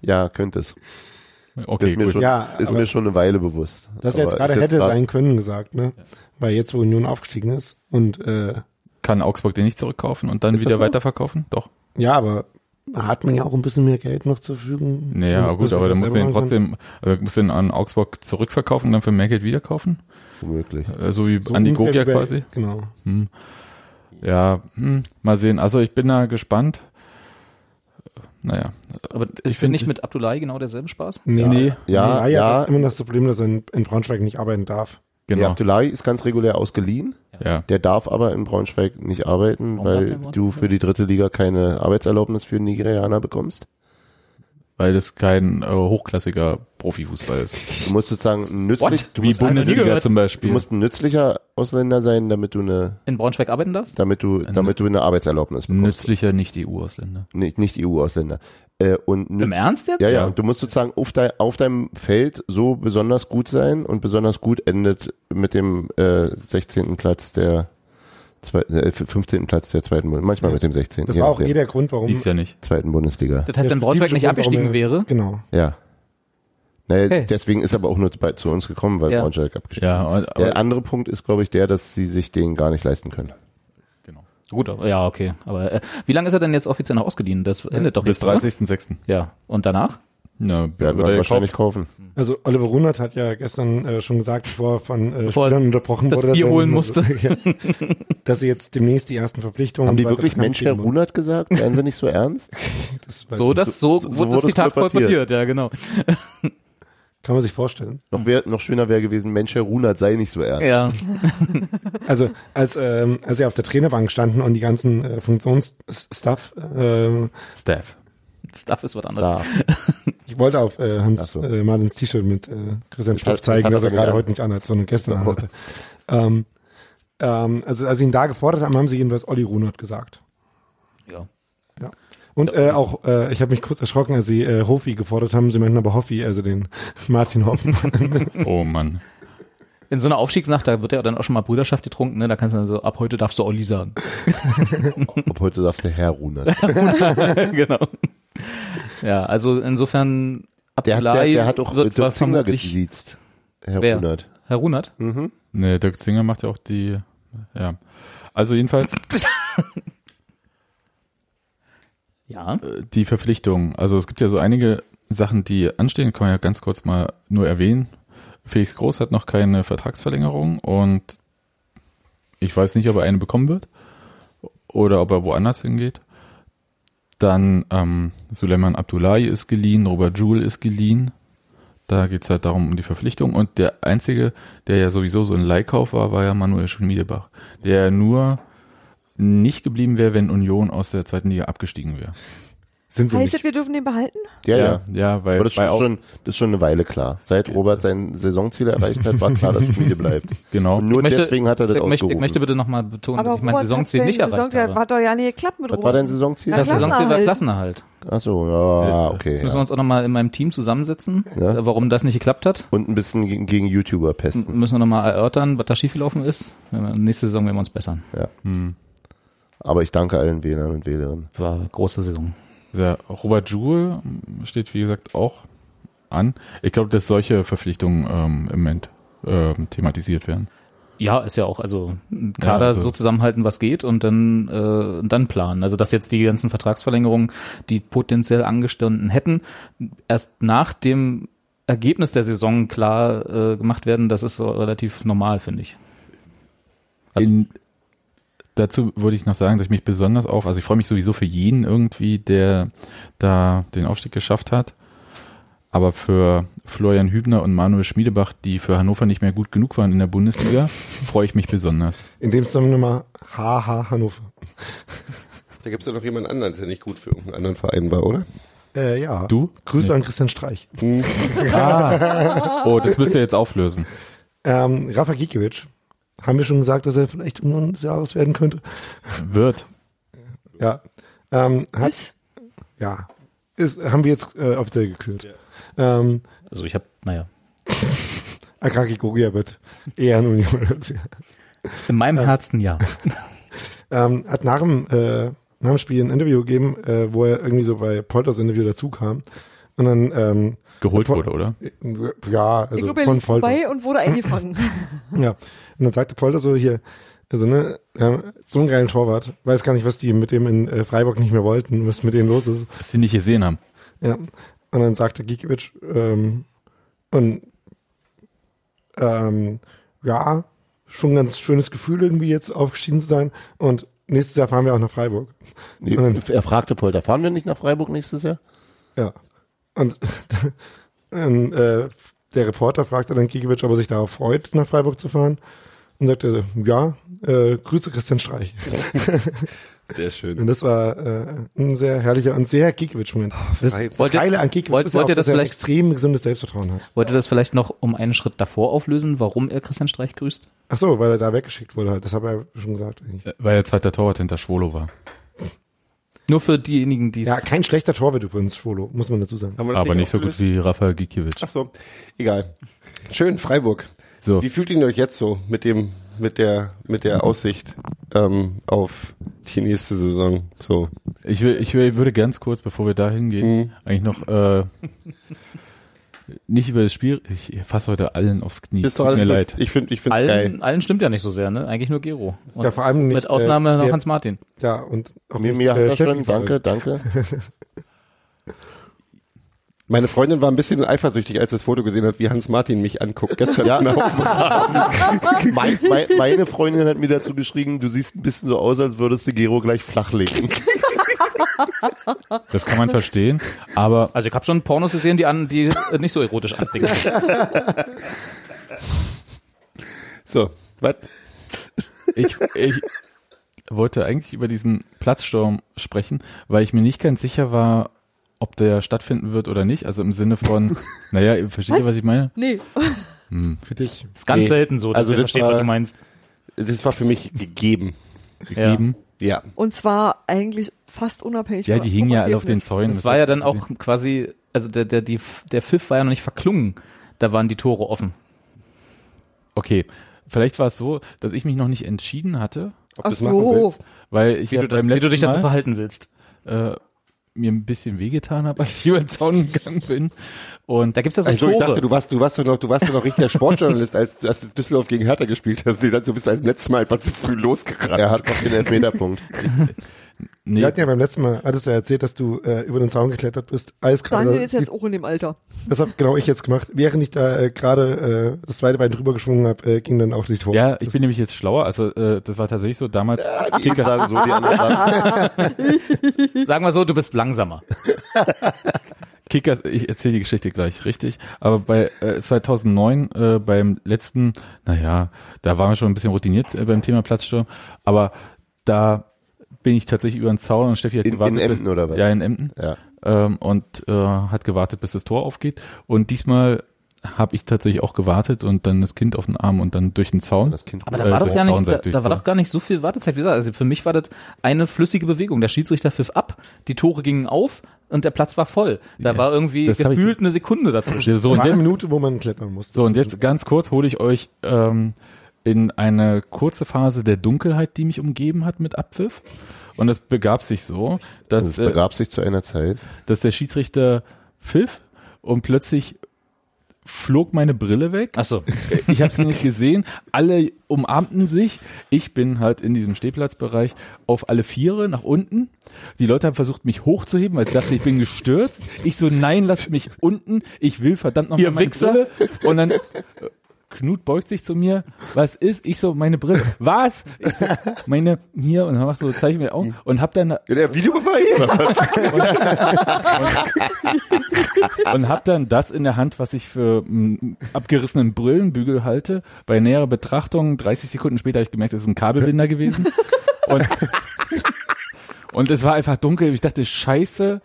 Speaker 17: Ja, könnte es.
Speaker 19: Okay,
Speaker 17: ist mir,
Speaker 19: gut.
Speaker 17: schon,
Speaker 21: Ja,
Speaker 17: ist
Speaker 21: aber-
Speaker 17: mir schon eine Weile bewusst.
Speaker 21: Das
Speaker 22: dass er jetzt
Speaker 17: Aber
Speaker 22: gerade
Speaker 17: ist
Speaker 22: hätte
Speaker 17: grad-
Speaker 22: sein können gesagt, ne? Weil jetzt, wo Union aufgestiegen ist und äh,
Speaker 19: Kann Augsburg den nicht zurückkaufen und dann
Speaker 22: Ist das
Speaker 19: wieder
Speaker 22: so?
Speaker 19: weiterverkaufen? Doch.
Speaker 22: ja, aber hat man ja auch ein bisschen mehr Geld noch zur Verfügung.
Speaker 19: Naja,
Speaker 22: Und
Speaker 19: gut,
Speaker 22: muss man
Speaker 19: aber dann
Speaker 22: das
Speaker 19: muss
Speaker 22: selber
Speaker 19: man ihn
Speaker 22: machen können.
Speaker 19: trotzdem, also muss den an Augsburg zurückverkaufen und dann für mehr Geld wieder kaufen.
Speaker 17: Womöglich.
Speaker 19: Äh, so wie
Speaker 22: So
Speaker 19: Andi
Speaker 22: ungefähr
Speaker 19: Gogia
Speaker 22: wie bei-
Speaker 19: quasi.
Speaker 22: genau.
Speaker 19: Hm. Ja, hm, mal sehen. Also ich bin da gespannt. Äh, Naja.
Speaker 18: Aber
Speaker 19: ich
Speaker 18: ist denn
Speaker 19: finde
Speaker 18: nicht mit Abdullahi genau derselbe Spaß?
Speaker 22: Nee, nee.
Speaker 17: Ja,
Speaker 22: ja,
Speaker 17: ja.
Speaker 22: Hat immer noch das Problem, dass er in, in Braunschweig nicht arbeiten darf.
Speaker 17: Genau. Der Abdullahi ist ganz regulär ausgeliehen.
Speaker 19: Ja.
Speaker 17: Der darf aber in Braunschweig nicht arbeiten,
Speaker 22: Warum darf er
Speaker 17: weil
Speaker 22: in Braunschweig
Speaker 17: du für die dritte Liga keine Arbeitserlaubnis für Nigerianer bekommst.
Speaker 19: Weil das kein äh, hochklassiger Profifußball ist.
Speaker 17: Du musst sozusagen nützlich,
Speaker 19: What?
Speaker 17: du
Speaker 19: Wie
Speaker 17: musst
Speaker 19: Bundesliga zum Beispiel.
Speaker 17: Du musst ein nützlicher Ausländer sein, damit du eine,
Speaker 18: In Braunschweig arbeiten darfst?
Speaker 17: damit du, damit du eine Arbeitserlaubnis bekommst.
Speaker 19: Nützlicher nicht EU-Ausländer.
Speaker 17: Nicht, nicht EU-Ausländer. Äh, und nütz-
Speaker 18: Im Ernst jetzt?
Speaker 17: Ja, ja.
Speaker 18: Ja.
Speaker 17: Und du musst sozusagen auf, dein, auf deinem Feld so besonders gut sein und besonders gut endet mit dem äh, 16. Platz der, zwei, äh, 15. Platz der zweiten Bundesliga. Manchmal mit dem 16.
Speaker 22: Das
Speaker 17: je
Speaker 22: war auch
Speaker 17: nachdem.
Speaker 22: eh der Grund, warum- Dies
Speaker 19: ja nicht.
Speaker 17: Zweiten Bundesliga.
Speaker 18: Das heißt, wenn Braunschweig nicht abgestiegen wäre,
Speaker 22: Genau.
Speaker 17: Ja. Naja,
Speaker 18: Okay.
Speaker 17: deswegen ist aber auch nur bei, zu uns gekommen, weil
Speaker 18: Ja.
Speaker 17: Braunschweig abgestiegen
Speaker 19: Ja,
Speaker 17: ist.
Speaker 19: aber-
Speaker 17: Der andere Punkt ist, glaube ich, der, dass sie sich den gar nicht leisten können.
Speaker 18: Gut, aber- ja, okay. Aber äh, wie lange ist er denn jetzt offiziell noch ausgeliehen? Das endet doch
Speaker 19: Bis
Speaker 18: jetzt, oder?
Speaker 19: 30.06.
Speaker 18: Ja. Und danach?
Speaker 19: Na,
Speaker 17: Werden wir wahrscheinlich kaufen.
Speaker 22: Also Oliver Runert hat ja gestern äh, schon gesagt, bevor er von äh,
Speaker 18: Bevor er
Speaker 22: Spielern unterbrochen
Speaker 18: das
Speaker 22: wurde, dass
Speaker 18: Bier
Speaker 22: er-
Speaker 18: holen musste.
Speaker 22: Ja. dass sie jetzt demnächst die ersten Verpflichtungen
Speaker 17: Haben die
Speaker 22: weiter
Speaker 17: wirklich
Speaker 22: bekannt
Speaker 17: Mensch, Herr
Speaker 22: geben wollen.
Speaker 17: Runert gesagt? Wären sie nicht so ernst?
Speaker 18: So, dass, so, wurde das Zitat kolportiert, ja, genau.
Speaker 22: Kann man sich vorstellen.
Speaker 17: Noch, wär, noch schöner wäre gewesen, Mensch, Herr Runert sei nicht so ernst.
Speaker 18: Ja.
Speaker 22: Also als ähm, als sie auf der Trainerbank standen und die ganzen äh, Funktionsstaff äh,
Speaker 19: Staff.
Speaker 18: Stuff ist was anderes.
Speaker 22: Ich wollte auf äh, Hans
Speaker 18: Ach so.
Speaker 22: äh, Martins T-Shirt mit äh, Christian
Speaker 18: Das
Speaker 22: Stoff
Speaker 18: hat-
Speaker 22: zeigen,
Speaker 18: hat er
Speaker 22: dass er
Speaker 18: aber
Speaker 22: gerade
Speaker 18: nicht
Speaker 22: heute
Speaker 18: an.
Speaker 22: nicht anhat, sondern gestern
Speaker 18: So.
Speaker 22: anhatte. Ähm, ähm, also als sie ihn da gefordert haben, haben sie jedenfalls Olli Runert gesagt.
Speaker 18: Ja.
Speaker 22: Ja. Und äh, auch, äh, ich habe mich kurz erschrocken, als sie äh, Hofi gefordert haben. Sie meinten aber Hoffi, also den Martin Hoffmann.
Speaker 19: oh Mann.
Speaker 18: In so einer Aufstiegsnacht, da wird ja dann auch schon mal Brüderschaft getrunken, ne? Da kannst du dann so, ab heute darfst du Olli sagen.
Speaker 17: Ob heute darf der Herr Runert.
Speaker 18: genau. Ja, also insofern
Speaker 17: Der hat, der,
Speaker 18: Abdullahi
Speaker 17: der hat auch
Speaker 18: wird
Speaker 17: Dirk Zingler
Speaker 18: vermutlich-
Speaker 17: gesiezt. Herr
Speaker 18: Wer?
Speaker 17: Runert.
Speaker 18: Herr Runert?
Speaker 17: Mhm.
Speaker 19: Nee, Dirk Zinger macht ja auch die. Ja. Also jedenfalls.
Speaker 18: ja.
Speaker 19: Äh, Die Verpflichtung. Also es gibt ja so einige Sachen, die anstehen, kann man ja ganz kurz mal nur erwähnen. Felix Groß hat noch keine Vertragsverlängerung und ich weiß nicht, ob er eine bekommen wird oder ob er woanders hingeht. Dann ähm, Suleiman Abdullahi ist geliehen, Robert Joule ist geliehen. Da geht's halt darum um die Verpflichtung. Und der Einzige, der ja sowieso so ein Leihkauf war, war ja Manuel Schmiedebach, der ja nur nicht geblieben wäre, wenn Union aus der zweiten Liga abgestiegen wäre.
Speaker 22: Sind
Speaker 20: Heißt das, wir dürfen den behalten?
Speaker 17: Ja, ja.
Speaker 19: Ja, ja, weil-
Speaker 17: Aber das ist
Speaker 19: weil auch-
Speaker 17: schon, das ist schon eine Weile klar. Seit Robert sein Saisonziel erreicht hat, war klar, dass Schmiede bleibt.
Speaker 19: Genau.
Speaker 17: Und nur deswegen hat er das
Speaker 18: ich möchte,
Speaker 17: ausgerufen.
Speaker 18: ich möchte bitte nochmal betonen,
Speaker 20: Aber
Speaker 18: dass ich mein
Speaker 20: Robert hat's
Speaker 18: Saisonziel
Speaker 20: ja
Speaker 18: nicht
Speaker 20: Saison-
Speaker 18: erreicht
Speaker 20: der
Speaker 18: habe.
Speaker 20: hat doch ja nicht geklappt mit
Speaker 17: Was war
Speaker 20: Robert.
Speaker 17: dein Saisonziel?
Speaker 20: Na,
Speaker 18: Das Saisonziel war
Speaker 20: Klassenerhalt.
Speaker 18: Klassenerhalt.
Speaker 17: Ach so, ja, okay.
Speaker 18: Jetzt müssen wir uns auch nochmal in meinem Team zusammensetzen,
Speaker 17: Ja.
Speaker 18: äh, warum das nicht geklappt hat.
Speaker 17: Und ein bisschen gegen, gegen YouTuber pesten.
Speaker 18: M- Müssen wir nochmal erörtern, was da schiefgelaufen ist. Wenn wir- Nächste Saison werden wir uns bessern.
Speaker 17: Ja. Aber ich danke allen Wählern und Wählerinnen.
Speaker 18: Hm. War große Saison.
Speaker 19: Der Robert Jule steht, wie gesagt, auch an. Ich glaube, dass solche Verpflichtungen ähm, im Moment ähm, thematisiert werden.
Speaker 18: Ja, ist ja auch, also einen
Speaker 19: Ja,
Speaker 18: Kader
Speaker 19: also-
Speaker 18: so zusammenhalten, was geht und dann, äh, und dann planen. Also dass jetzt die ganzen Vertragsverlängerungen, die potenziell angestanden hätten, erst nach dem Ergebnis der Saison klar äh, gemacht werden, das ist so relativ normal, finde ich.
Speaker 19: In, Also dazu würde ich noch sagen, dass ich mich besonders auch, also ich freue mich sowieso für jeden irgendwie, der da den Aufstieg geschafft hat. Aber für Florian Hübner und Manuel Schmiedebach, die für Hannover nicht mehr gut genug waren in der Bundesliga, freue ich mich besonders.
Speaker 22: In dem Zusammenhang mal HH Hannover.
Speaker 21: Da gibt es ja noch jemand anderen, der nicht gut für irgendeinen anderen Verein war, oder?
Speaker 22: Äh, ja.
Speaker 19: Du?
Speaker 22: Grüße
Speaker 21: Nee.
Speaker 22: an Christian Streich.
Speaker 19: Ah. Oh, das müsst ihr jetzt auflösen.
Speaker 22: Ähm, Rafa Gikiewicz. Haben wir schon gesagt, dass er vielleicht im Mann des Jahres werden könnte?
Speaker 19: Wird.
Speaker 22: Ja. Ähm, hat, Ja. Ist, haben wir jetzt äh, offiziell gekürt. Ähm,
Speaker 18: Also ich habe, naja.
Speaker 22: Akaki Gogia wird eher ein Union.
Speaker 18: In meinem Herzen ja.
Speaker 22: ähm, hat nach dem, äh, nach dem Spiel ein Interview gegeben, äh, wo er irgendwie so bei Polters Interview dazu kam. Und dann ähm,
Speaker 19: geholt
Speaker 22: wurde,
Speaker 19: oder?
Speaker 22: Ja, also
Speaker 20: ich glaube, er
Speaker 22: von
Speaker 20: lief
Speaker 22: Polter.
Speaker 20: vorbei und wurde eingefangen.
Speaker 22: Ja. Und dann sagte Polter so hier, also ne, ähm, so einen geilen Torwart. Weiß gar nicht, was die mit dem in äh, Freiburg nicht mehr wollten, was mit dem los ist.
Speaker 19: Was sie nicht gesehen haben.
Speaker 22: Ja. Und dann sagte Gikiewicz, ähm, und ähm, ja, schon ein ganz schönes Gefühl irgendwie jetzt aufgestiegen zu sein. Und nächstes Jahr fahren wir auch nach Freiburg.
Speaker 17: Nee,
Speaker 22: Und dann-
Speaker 17: er fragte Polter, fahren wir nicht nach Freiburg nächstes Jahr?
Speaker 22: ja. Und dann, äh, der Reporter fragte dann Gikiewicz, ob er sich darauf freut, nach Freiburg zu fahren. Und sagte, ja, äh, Grüße Christian Streich.
Speaker 21: Sehr schön.
Speaker 22: Und das war äh, ein sehr herrlicher und sehr Gikiewicz-Moment.
Speaker 18: Freiburg.
Speaker 22: Das, das
Speaker 18: Ah, Wollt ihr-
Speaker 22: Geile an Gikiewicz
Speaker 18: wollt-
Speaker 22: ist ja
Speaker 18: wollt
Speaker 22: auch,
Speaker 18: ihr das
Speaker 22: dass er ein
Speaker 18: vielleicht-
Speaker 22: extrem gesundes Selbstvertrauen hat.
Speaker 18: Wollt ihr das vielleicht noch um einen Schritt davor auflösen, warum er Christian Streich grüßt?
Speaker 22: Ach so, weil er da weggeschickt wurde halt. Das habe ich ja schon gesagt. Eigentlich.
Speaker 18: Äh,
Speaker 19: Weil jetzt halt der Torwart hinter Schwolo war.
Speaker 18: Nur für diejenigen, die
Speaker 22: Ja, kein schlechter Torwart übrigens, Schwolo, muss man dazu sagen.
Speaker 19: Aber nicht so gut wie Rafael Gikiewicz.
Speaker 21: Ach so, egal. Schön, Freiburg.
Speaker 19: So.
Speaker 21: Wie fühlt ihr euch jetzt so mit dem, mit der, mit der Aussicht ähm, auf die nächste Saison? So. Mhm.
Speaker 19: Ich, will, ich will, würde ganz kurz, bevor wir da hingehen, eigentlich noch äh, nicht über das Spiel. Ich fasse heute allen aufs Knie. Tut mir leid.
Speaker 21: Ich finde, ich finde
Speaker 18: Allen, allen stimmt ja nicht so sehr, ne? Eigentlich nur Gero. Und
Speaker 22: Ja, vor allem nicht,
Speaker 18: mit Ausnahme
Speaker 22: äh,
Speaker 18: noch
Speaker 22: der-
Speaker 18: Hans Martin.
Speaker 22: Ja, und auch
Speaker 17: Mir,
Speaker 22: nicht,
Speaker 17: mir hat
Speaker 22: äh,
Speaker 17: er schon,
Speaker 22: Steffen-
Speaker 17: danke, danke.
Speaker 21: Meine Freundin war ein bisschen eifersüchtig, als sie das Foto gesehen hat, wie Hans Martin mich anguckt. Gestern
Speaker 17: Ja.
Speaker 21: auf dem Rasen.
Speaker 17: Mein, mein, meine Freundin hat mir dazu geschrieben, du siehst ein bisschen so aus, als würdest du Gero gleich flachlegen.
Speaker 19: Das kann man verstehen, aber
Speaker 18: Also ich habe schon Pornos gesehen, die an, die äh, nicht so erotisch anblicken.
Speaker 21: So, was?
Speaker 19: ich, ich wollte eigentlich über diesen Platzsturm sprechen, weil ich mir nicht ganz sicher war, ob der stattfinden wird oder nicht. Also im Sinne von, naja, ihr versteht ihr, was ich meine?
Speaker 20: Nee.
Speaker 19: Hm. Also
Speaker 21: Für dich.
Speaker 18: Ist ganz selten so, dass wir verstehen, was du meinst.
Speaker 21: Das war für mich gegeben.
Speaker 18: Gegeben?
Speaker 21: Ja.
Speaker 20: Und zwar eigentlich fast unabhängig.
Speaker 18: Ja,
Speaker 20: von-
Speaker 18: die
Speaker 19: hingen
Speaker 20: vom
Speaker 19: ja alle auf
Speaker 20: Ergebnis.
Speaker 19: den Zäunen.
Speaker 18: Das war ja dann auch quasi, also der, der, die, der Pfiff war ja noch nicht verklungen. Da waren die Tore offen.
Speaker 19: Okay, vielleicht war es so, dass ich mich noch nicht entschieden hatte,
Speaker 18: Ob du es Ach machen so. willst.
Speaker 19: Weil ich
Speaker 18: Wie
Speaker 19: ja
Speaker 18: du das-
Speaker 19: beim
Speaker 18: wie du
Speaker 19: letzten
Speaker 18: dich dazu
Speaker 19: Mal,
Speaker 18: verhalten willst.
Speaker 19: Äh, mir ein bisschen wehgetan habe, als ich über den Zaun gegangen bin. Und
Speaker 18: da gibt's
Speaker 21: Also ich dachte, du warst, du warst doch noch, du warst doch noch richtiger Sportjournalist, als, als du Düsseldorf gegen Hertha gespielt hast. Nee, dazu bist du als letztes Mal einfach zu früh losgerannt. Er
Speaker 17: hat noch den Elfmeterpunkt.
Speaker 22: Wir hatten ja beim letzten Mal, hattest du ja erzählt, dass du äh, über den Zaun geklettert bist. Eiskalt.
Speaker 20: Daniel ist jetzt auch in dem Alter.
Speaker 22: Das habe genau ich jetzt gemacht. Während ich da äh, gerade äh, das zweite Bein drüber geschwungen habe, äh, ging dann auch die Tor.
Speaker 19: Ja, ich bin nämlich jetzt schlauer. Also äh, das war tatsächlich so damals.
Speaker 17: die einen sagen so, die anderen
Speaker 18: Sagen wir so, du bist langsamer.
Speaker 19: Kickers, ich erzähle die Geschichte gleich, richtig. Aber bei äh, 2009, äh, beim letzten, naja, da waren wir schon ein bisschen routiniert äh, beim Thema Platzsturm, aber da bin ich tatsächlich über den Zaun und Steffi hat
Speaker 17: In-
Speaker 19: gewartet.
Speaker 17: in Emden
Speaker 19: bis-
Speaker 17: oder was?
Speaker 19: Ja, in Emden.
Speaker 17: Ja.
Speaker 19: Ähm, und äh, hat gewartet, bis das Tor aufgeht. Und diesmal habe ich tatsächlich auch gewartet und dann das Kind auf den Arm und dann durch den Zaun.
Speaker 18: Aber
Speaker 17: halt
Speaker 18: da war, doch
Speaker 19: durch
Speaker 18: gar
Speaker 19: den
Speaker 18: nicht, da,
Speaker 19: Zaunseite durch
Speaker 18: da war
Speaker 19: den-
Speaker 18: doch gar nicht so viel Wartezeit. Wie gesagt, also für mich war das eine flüssige Bewegung. Der Schiedsrichter pfiff ab, die Tore gingen auf und der Platz war voll. Da war irgendwie
Speaker 19: das hab ich-
Speaker 18: gefühlt eine Sekunde dazwischen.
Speaker 19: So, und
Speaker 18: War-
Speaker 19: jetzt-
Speaker 22: Eine Minute, wo man klettern muss.
Speaker 19: So, und jetzt ganz kurz hole ich euch ähm, in eine kurze Phase der Dunkelheit, die mich umgeben hat mit Abpfiff. Und es begab sich so, dass
Speaker 17: Es begab sich zu einer Zeit,
Speaker 19: dass der Schiedsrichter pfiff und plötzlich flog meine Brille weg. Ach
Speaker 18: so.
Speaker 19: Ich habe es nicht gesehen. Alle umarmten sich. Ich bin halt in diesem Stehplatzbereich auf alle Viere nach unten. Die Leute haben versucht, mich hochzuheben, weil sie dachten, ich bin gestürzt. Ich so, nein, lasst mich unten. Ich will verdammt noch
Speaker 18: Ihr
Speaker 19: mal meine
Speaker 18: Wichser.
Speaker 19: Brille. Und dann äh, Knut beugt sich zu mir. Was ist? Ich so, meine Brille. Was? Ich so, meine, hier. Und dann mach so, zeig mir auch. Und hab dann...
Speaker 21: Der Videobeweis?
Speaker 19: und habe dann das in der Hand, was ich für einen abgerissenen Brillenbügel halte. Bei näherer Betrachtung, 30 Sekunden später, habe ich gemerkt, das ist ein Kabelbinder gewesen. Und, und es war einfach dunkel. Ich dachte, scheiße.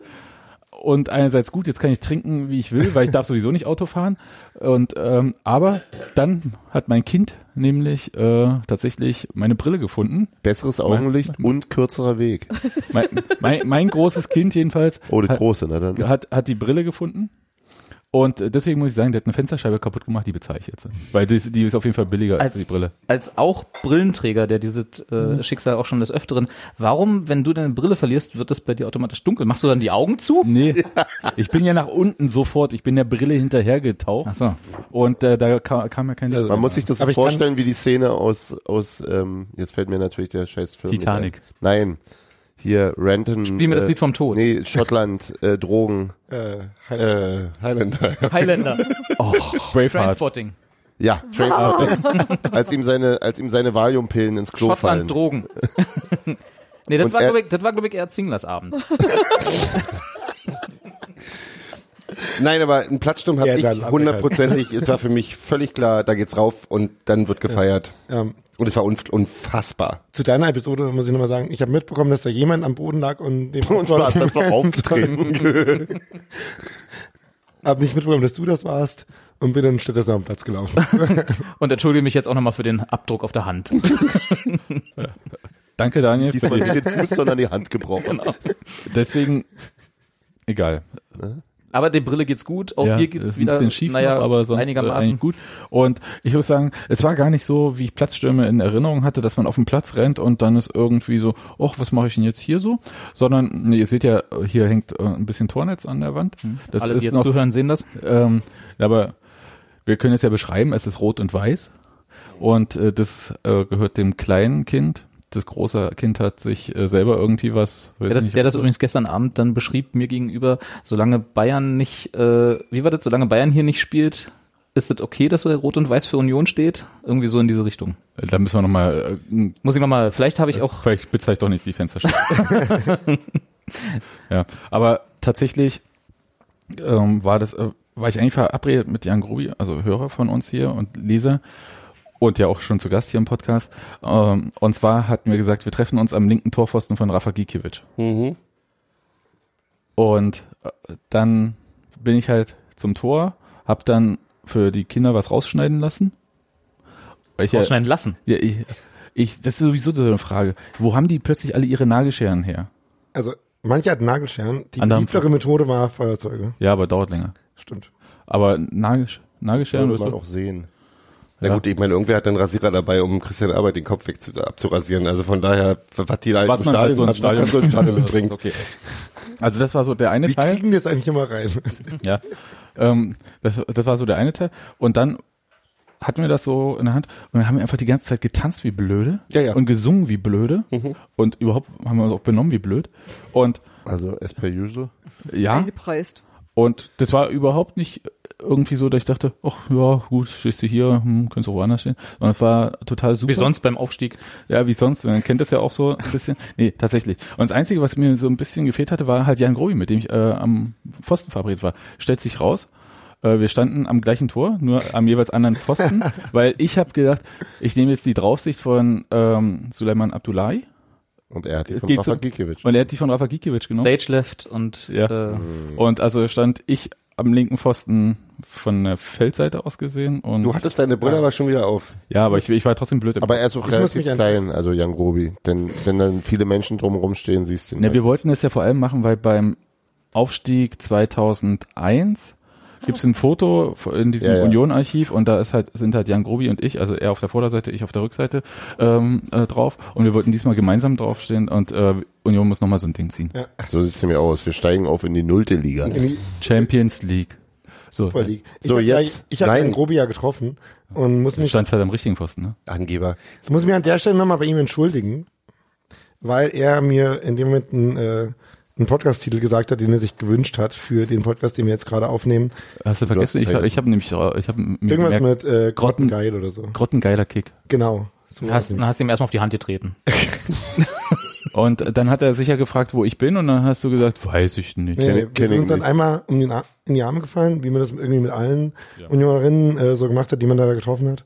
Speaker 19: Und einerseits gut, jetzt kann ich trinken, wie ich will, weil ich darf sowieso nicht Auto fahren. Und ähm, aber dann hat mein Kind nämlich äh, tatsächlich meine Brille gefunden.
Speaker 17: Besseres Augenlicht und kürzerer Weg.
Speaker 19: Mein, mein, mein großes Kind jedenfalls.
Speaker 17: Oh, das
Speaker 19: hat-
Speaker 17: große, ne? Dann.
Speaker 19: hat, hat die Brille gefunden. Und äh, deswegen muss ich sagen, der hat eine Fensterscheibe kaputt gemacht, die bezahle ich jetzt. Weil die, ist- die ist auf jeden Fall billiger als,
Speaker 18: als,
Speaker 19: die Brille.
Speaker 18: als auch Brillenträger, der dieses äh,
Speaker 19: Mhm.
Speaker 18: Schicksal auch schon des Öfteren. Warum, wenn du deine Brille verlierst, wird es bei dir automatisch dunkel? Machst du dann die Augen zu?
Speaker 19: Nee. Ich bin ja nach unten sofort, ich bin der Brille hinterher Äh, getaucht. Und äh, da kam, kam ja keine
Speaker 17: Man muss sich das so
Speaker 19: Aber ich kann-
Speaker 17: vorstellen, wie die Szene aus, aus ähm, jetzt fällt mir natürlich der scheiß Film. nicht
Speaker 19: Titanic.
Speaker 17: ein. Nein. Hier, Renton. äh,
Speaker 18: Spiel mir das Lied vom Tod.
Speaker 17: Nee, Schottland, äh, Drogen.
Speaker 22: Äh,
Speaker 17: äh, Highlander.
Speaker 18: Highlander.
Speaker 17: oh,
Speaker 18: Trainspotting.
Speaker 17: Ja, Trainspotting. als ihm seine, als ihm seine Valiumpillen ins Klo fallen.
Speaker 18: Schottland Drogen. nee, das
Speaker 17: Und
Speaker 18: war,
Speaker 17: er-
Speaker 18: glaube ich, das war, glaub ich, eher Zinglers Abend.
Speaker 21: Nein, aber einen Platzsturm habe
Speaker 22: Ja, dann
Speaker 21: ich
Speaker 22: aber
Speaker 21: hundertprozentig.
Speaker 22: halt.
Speaker 21: es war für mich völlig klar, da geht's rauf und dann wird gefeiert.
Speaker 22: Ja. Ja.
Speaker 21: Und es war unf unfassbar.
Speaker 22: Zu deiner Episode muss ich nochmal sagen, ich habe mitbekommen, dass da jemand am Boden lag und dem
Speaker 21: Und war einfach aufgetreten.
Speaker 22: Hab nicht mitbekommen, dass du das warst und bin dann stattdessen am Platz gelaufen.
Speaker 18: Und entschuldige mich jetzt auch nochmal für den Abdruck auf der Hand.
Speaker 19: Danke, Daniel.
Speaker 18: Diesmal
Speaker 19: für die-
Speaker 18: nicht den Fuß, sondern die Hand gebrochen. Genau.
Speaker 19: Deswegen, egal.
Speaker 17: Ne?
Speaker 18: Aber der Brille geht's gut, auch dir geht's
Speaker 19: ist ein
Speaker 18: wieder.
Speaker 19: bisschen äh, schief
Speaker 18: naja,
Speaker 19: noch, aber sonst einigermaßen.
Speaker 18: einigermaßen.
Speaker 19: eigentlich gut. Und ich muss sagen, es war gar nicht so, wie ich Platzstürme in Erinnerung hatte, dass man auf den Platz rennt und dann ist irgendwie so, ach, was mache ich denn jetzt hier so? Sondern, nee, ihr seht ja, hier hängt äh, ein bisschen Tornetz an der Wand. Das
Speaker 18: Hm. Alle, die
Speaker 19: ist
Speaker 18: jetzt
Speaker 19: noch,
Speaker 18: zuhören, sehen das.
Speaker 19: Ähm, aber wir können es ja beschreiben, es ist rot und weiß. Und äh, das äh, gehört dem kleinen Kind. Das große Kind hat sich äh, selber irgendwie was. weiß
Speaker 18: Der, das,
Speaker 19: nicht,
Speaker 18: der das
Speaker 19: ob-
Speaker 18: übrigens gestern Abend dann beschrieb mir gegenüber, solange Bayern nicht, äh, wie war das, solange Bayern hier nicht spielt, ist das okay, dass Rot und Weiß für Union steht? Irgendwie so in diese Richtung.
Speaker 19: äh, Da müssen wir nochmal. Äh,
Speaker 18: Muss ich nochmal, vielleicht habe ich auch.
Speaker 19: Vielleicht spitze ich doch nicht die Fensterscheibe. ja, aber tatsächlich ähm, war das, äh, war ich eigentlich verabredet mit Jan Grubi, also Hörer von uns hier und Leser und ja auch schon zu Gast hier im Podcast. Ähm, und zwar hatten wir gesagt, wir treffen uns am linken Torpfosten von Rafa Gikiewicz. Und äh, dann bin ich halt zum Tor, hab dann für die Kinder was rausschneiden lassen. Weil ich ja-
Speaker 18: Rausschneiden lassen?
Speaker 19: Ja, ich, ich, das ist sowieso so eine Frage. Wo haben die plötzlich alle ihre Nagelscheren her?
Speaker 22: Also, manche hatten Nagelscheren. Die
Speaker 19: Andere haben
Speaker 22: beliebtere Methode war Feuerzeuge.
Speaker 19: Ja, aber dauert länger.
Speaker 22: Stimmt.
Speaker 19: Aber Nagelsch Nagelscheren
Speaker 21: Würde man
Speaker 19: wirst du-
Speaker 21: auch sehen. Na gut, ich meine, irgendwer hat einen Rasierer dabei, um Christian Arbeit den Kopf weg zu, abzurasieren. Also von daher, was die da
Speaker 19: Was
Speaker 21: im
Speaker 19: man halt so ein
Speaker 21: was man so ein Stadion mitbringt.
Speaker 19: Okay. Also das war so der eine
Speaker 22: Wie
Speaker 19: Teil.
Speaker 22: kriegen die das eigentlich immer rein?
Speaker 19: Ja. Ähm, das, das war so der eine Teil. Und dann hatten wir das so in der Hand und dann haben wir einfach die ganze Zeit getanzt wie blöde
Speaker 21: Ja, ja.
Speaker 19: und gesungen wie blöde
Speaker 18: Mhm.
Speaker 19: und überhaupt haben wir uns auch benommen wie blöd. Und
Speaker 17: also as per usual.
Speaker 19: Ja.
Speaker 20: Eingepreist.
Speaker 19: Und das war überhaupt nicht irgendwie so, dass ich dachte, ach ja, gut, stehst du hier, hm, könntest auch woanders stehen. Und es war total super.
Speaker 18: Wie sonst beim Aufstieg.
Speaker 19: Ja, wie sonst. Man kennt das ja auch so ein bisschen. Nee, tatsächlich. Und das Einzige, was mir so ein bisschen gefehlt hatte, war halt Jan Grobi, mit dem ich äh, am Pfosten verabredet war. Stellt sich raus, äh, wir standen am gleichen Tor, nur am jeweils anderen Pfosten, weil ich habe gedacht, ich nehme jetzt die Draufsicht von ähm, Suleiman Abdullahi.
Speaker 17: Und er hat die von
Speaker 19: Geht
Speaker 17: Rafa
Speaker 19: so-
Speaker 17: Gikiewicz.
Speaker 19: Und er hat die von Rafa Gikiewicz genommen.
Speaker 17: Hm.
Speaker 18: Stage left und
Speaker 19: Ja.
Speaker 18: äh,
Speaker 19: Und also stand ich am linken Pfosten von der Feldseite aus gesehen. Und
Speaker 21: Du hattest deine Brille aber schon wieder auf.
Speaker 19: Ja, aber ich, ich war trotzdem blöd. im-
Speaker 17: Aber er ist auch
Speaker 19: Ich muss
Speaker 17: relativ
Speaker 19: mich
Speaker 17: klein, also Jan Grobi. Denn wenn dann viele Menschen drumherum stehen, siehst du ihn. halt
Speaker 19: Ne, wir wollten es ja vor allem machen, weil beim Aufstieg 2001 gibt's ein Foto in diesem
Speaker 17: Ja, ja.
Speaker 19: Union-Archiv und da ist halt, sind halt Jan Grobi und ich, also er auf der Vorderseite, ich auf der Rückseite ähm, äh, drauf und wir wollten diesmal gemeinsam draufstehen und äh, Union muss nochmal so ein Ding ziehen.
Speaker 17: So sieht's nämlich aus. Wir steigen auf in die nullte Liga.
Speaker 19: Champions League. So,
Speaker 21: Super League. Ich
Speaker 17: So,
Speaker 21: hab-
Speaker 17: jetzt.
Speaker 21: ich habe einen
Speaker 17: Nein.
Speaker 21: Grobi ja getroffen und muss
Speaker 19: Du
Speaker 21: mich
Speaker 19: standst halt am richtigen Pfosten, ne?
Speaker 21: Angeber. Jetzt
Speaker 22: muss ich mich an der Stelle nochmal bei ihm entschuldigen, weil er mir in dem Moment einen, äh, einen Podcast-Titel gesagt hat, den er sich gewünscht hat für den Podcast, den wir jetzt gerade aufnehmen.
Speaker 19: Hast du vergessen? Ich, ich habe nämlich, äh, ich habe mir
Speaker 21: Irgendwas
Speaker 19: gemerkt,
Speaker 21: mit äh, Grottengeil oder so.
Speaker 19: Grottengeiler Kick.
Speaker 21: Genau.
Speaker 19: So
Speaker 2: hast,
Speaker 19: was.
Speaker 2: hast ihm erstmal auf die Hand getreten.
Speaker 19: Und dann hat er sicher gefragt, wo ich bin und dann hast du gesagt, weiß ich nicht.
Speaker 21: Nee, wir sind uns dann einmal um den Ar in die Arme gefallen, wie man das irgendwie mit allen Unionerinnen äh, so gemacht hat, die man da getroffen hat.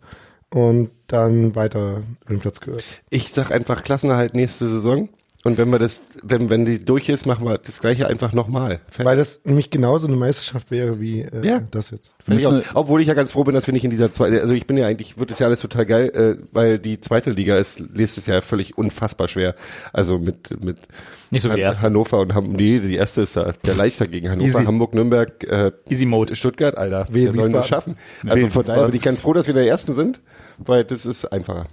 Speaker 21: Und dann weiter über den Platz gehört. Ich sag einfach Klassenerhalt nächste Saison. Und wenn wir das, wenn, wenn die durch ist, machen wir das gleiche einfach nochmal.
Speaker 22: Weil das nämlich genauso eine Meisterschaft wäre wie äh,
Speaker 21: Ja.
Speaker 22: das jetzt.
Speaker 21: Finde ich auch, obwohl ich ja ganz froh bin, dass wir nicht in dieser zweiten, also ich bin ja eigentlich, wird es ja alles total geil, äh, weil die zweite Liga ist nächstes Jahr völlig unfassbar schwer. Also mit, mit
Speaker 2: Nicht so wie die erste.
Speaker 21: Hannover und Hamburg, nee, die erste ist da ja leichter gegen Hannover,
Speaker 2: Easy.
Speaker 21: Hamburg, Nürnberg, äh,
Speaker 2: Easy Mode.
Speaker 21: Stuttgart, Alter,
Speaker 2: Wehe,
Speaker 21: wir sollen das
Speaker 2: Wiesbaden.
Speaker 21: schaffen.
Speaker 2: Ja,
Speaker 21: Also
Speaker 2: wehe,
Speaker 21: von daher
Speaker 2: Wiesbaden.
Speaker 21: bin ich ganz froh, dass wir der Ersten sind, weil das ist einfacher.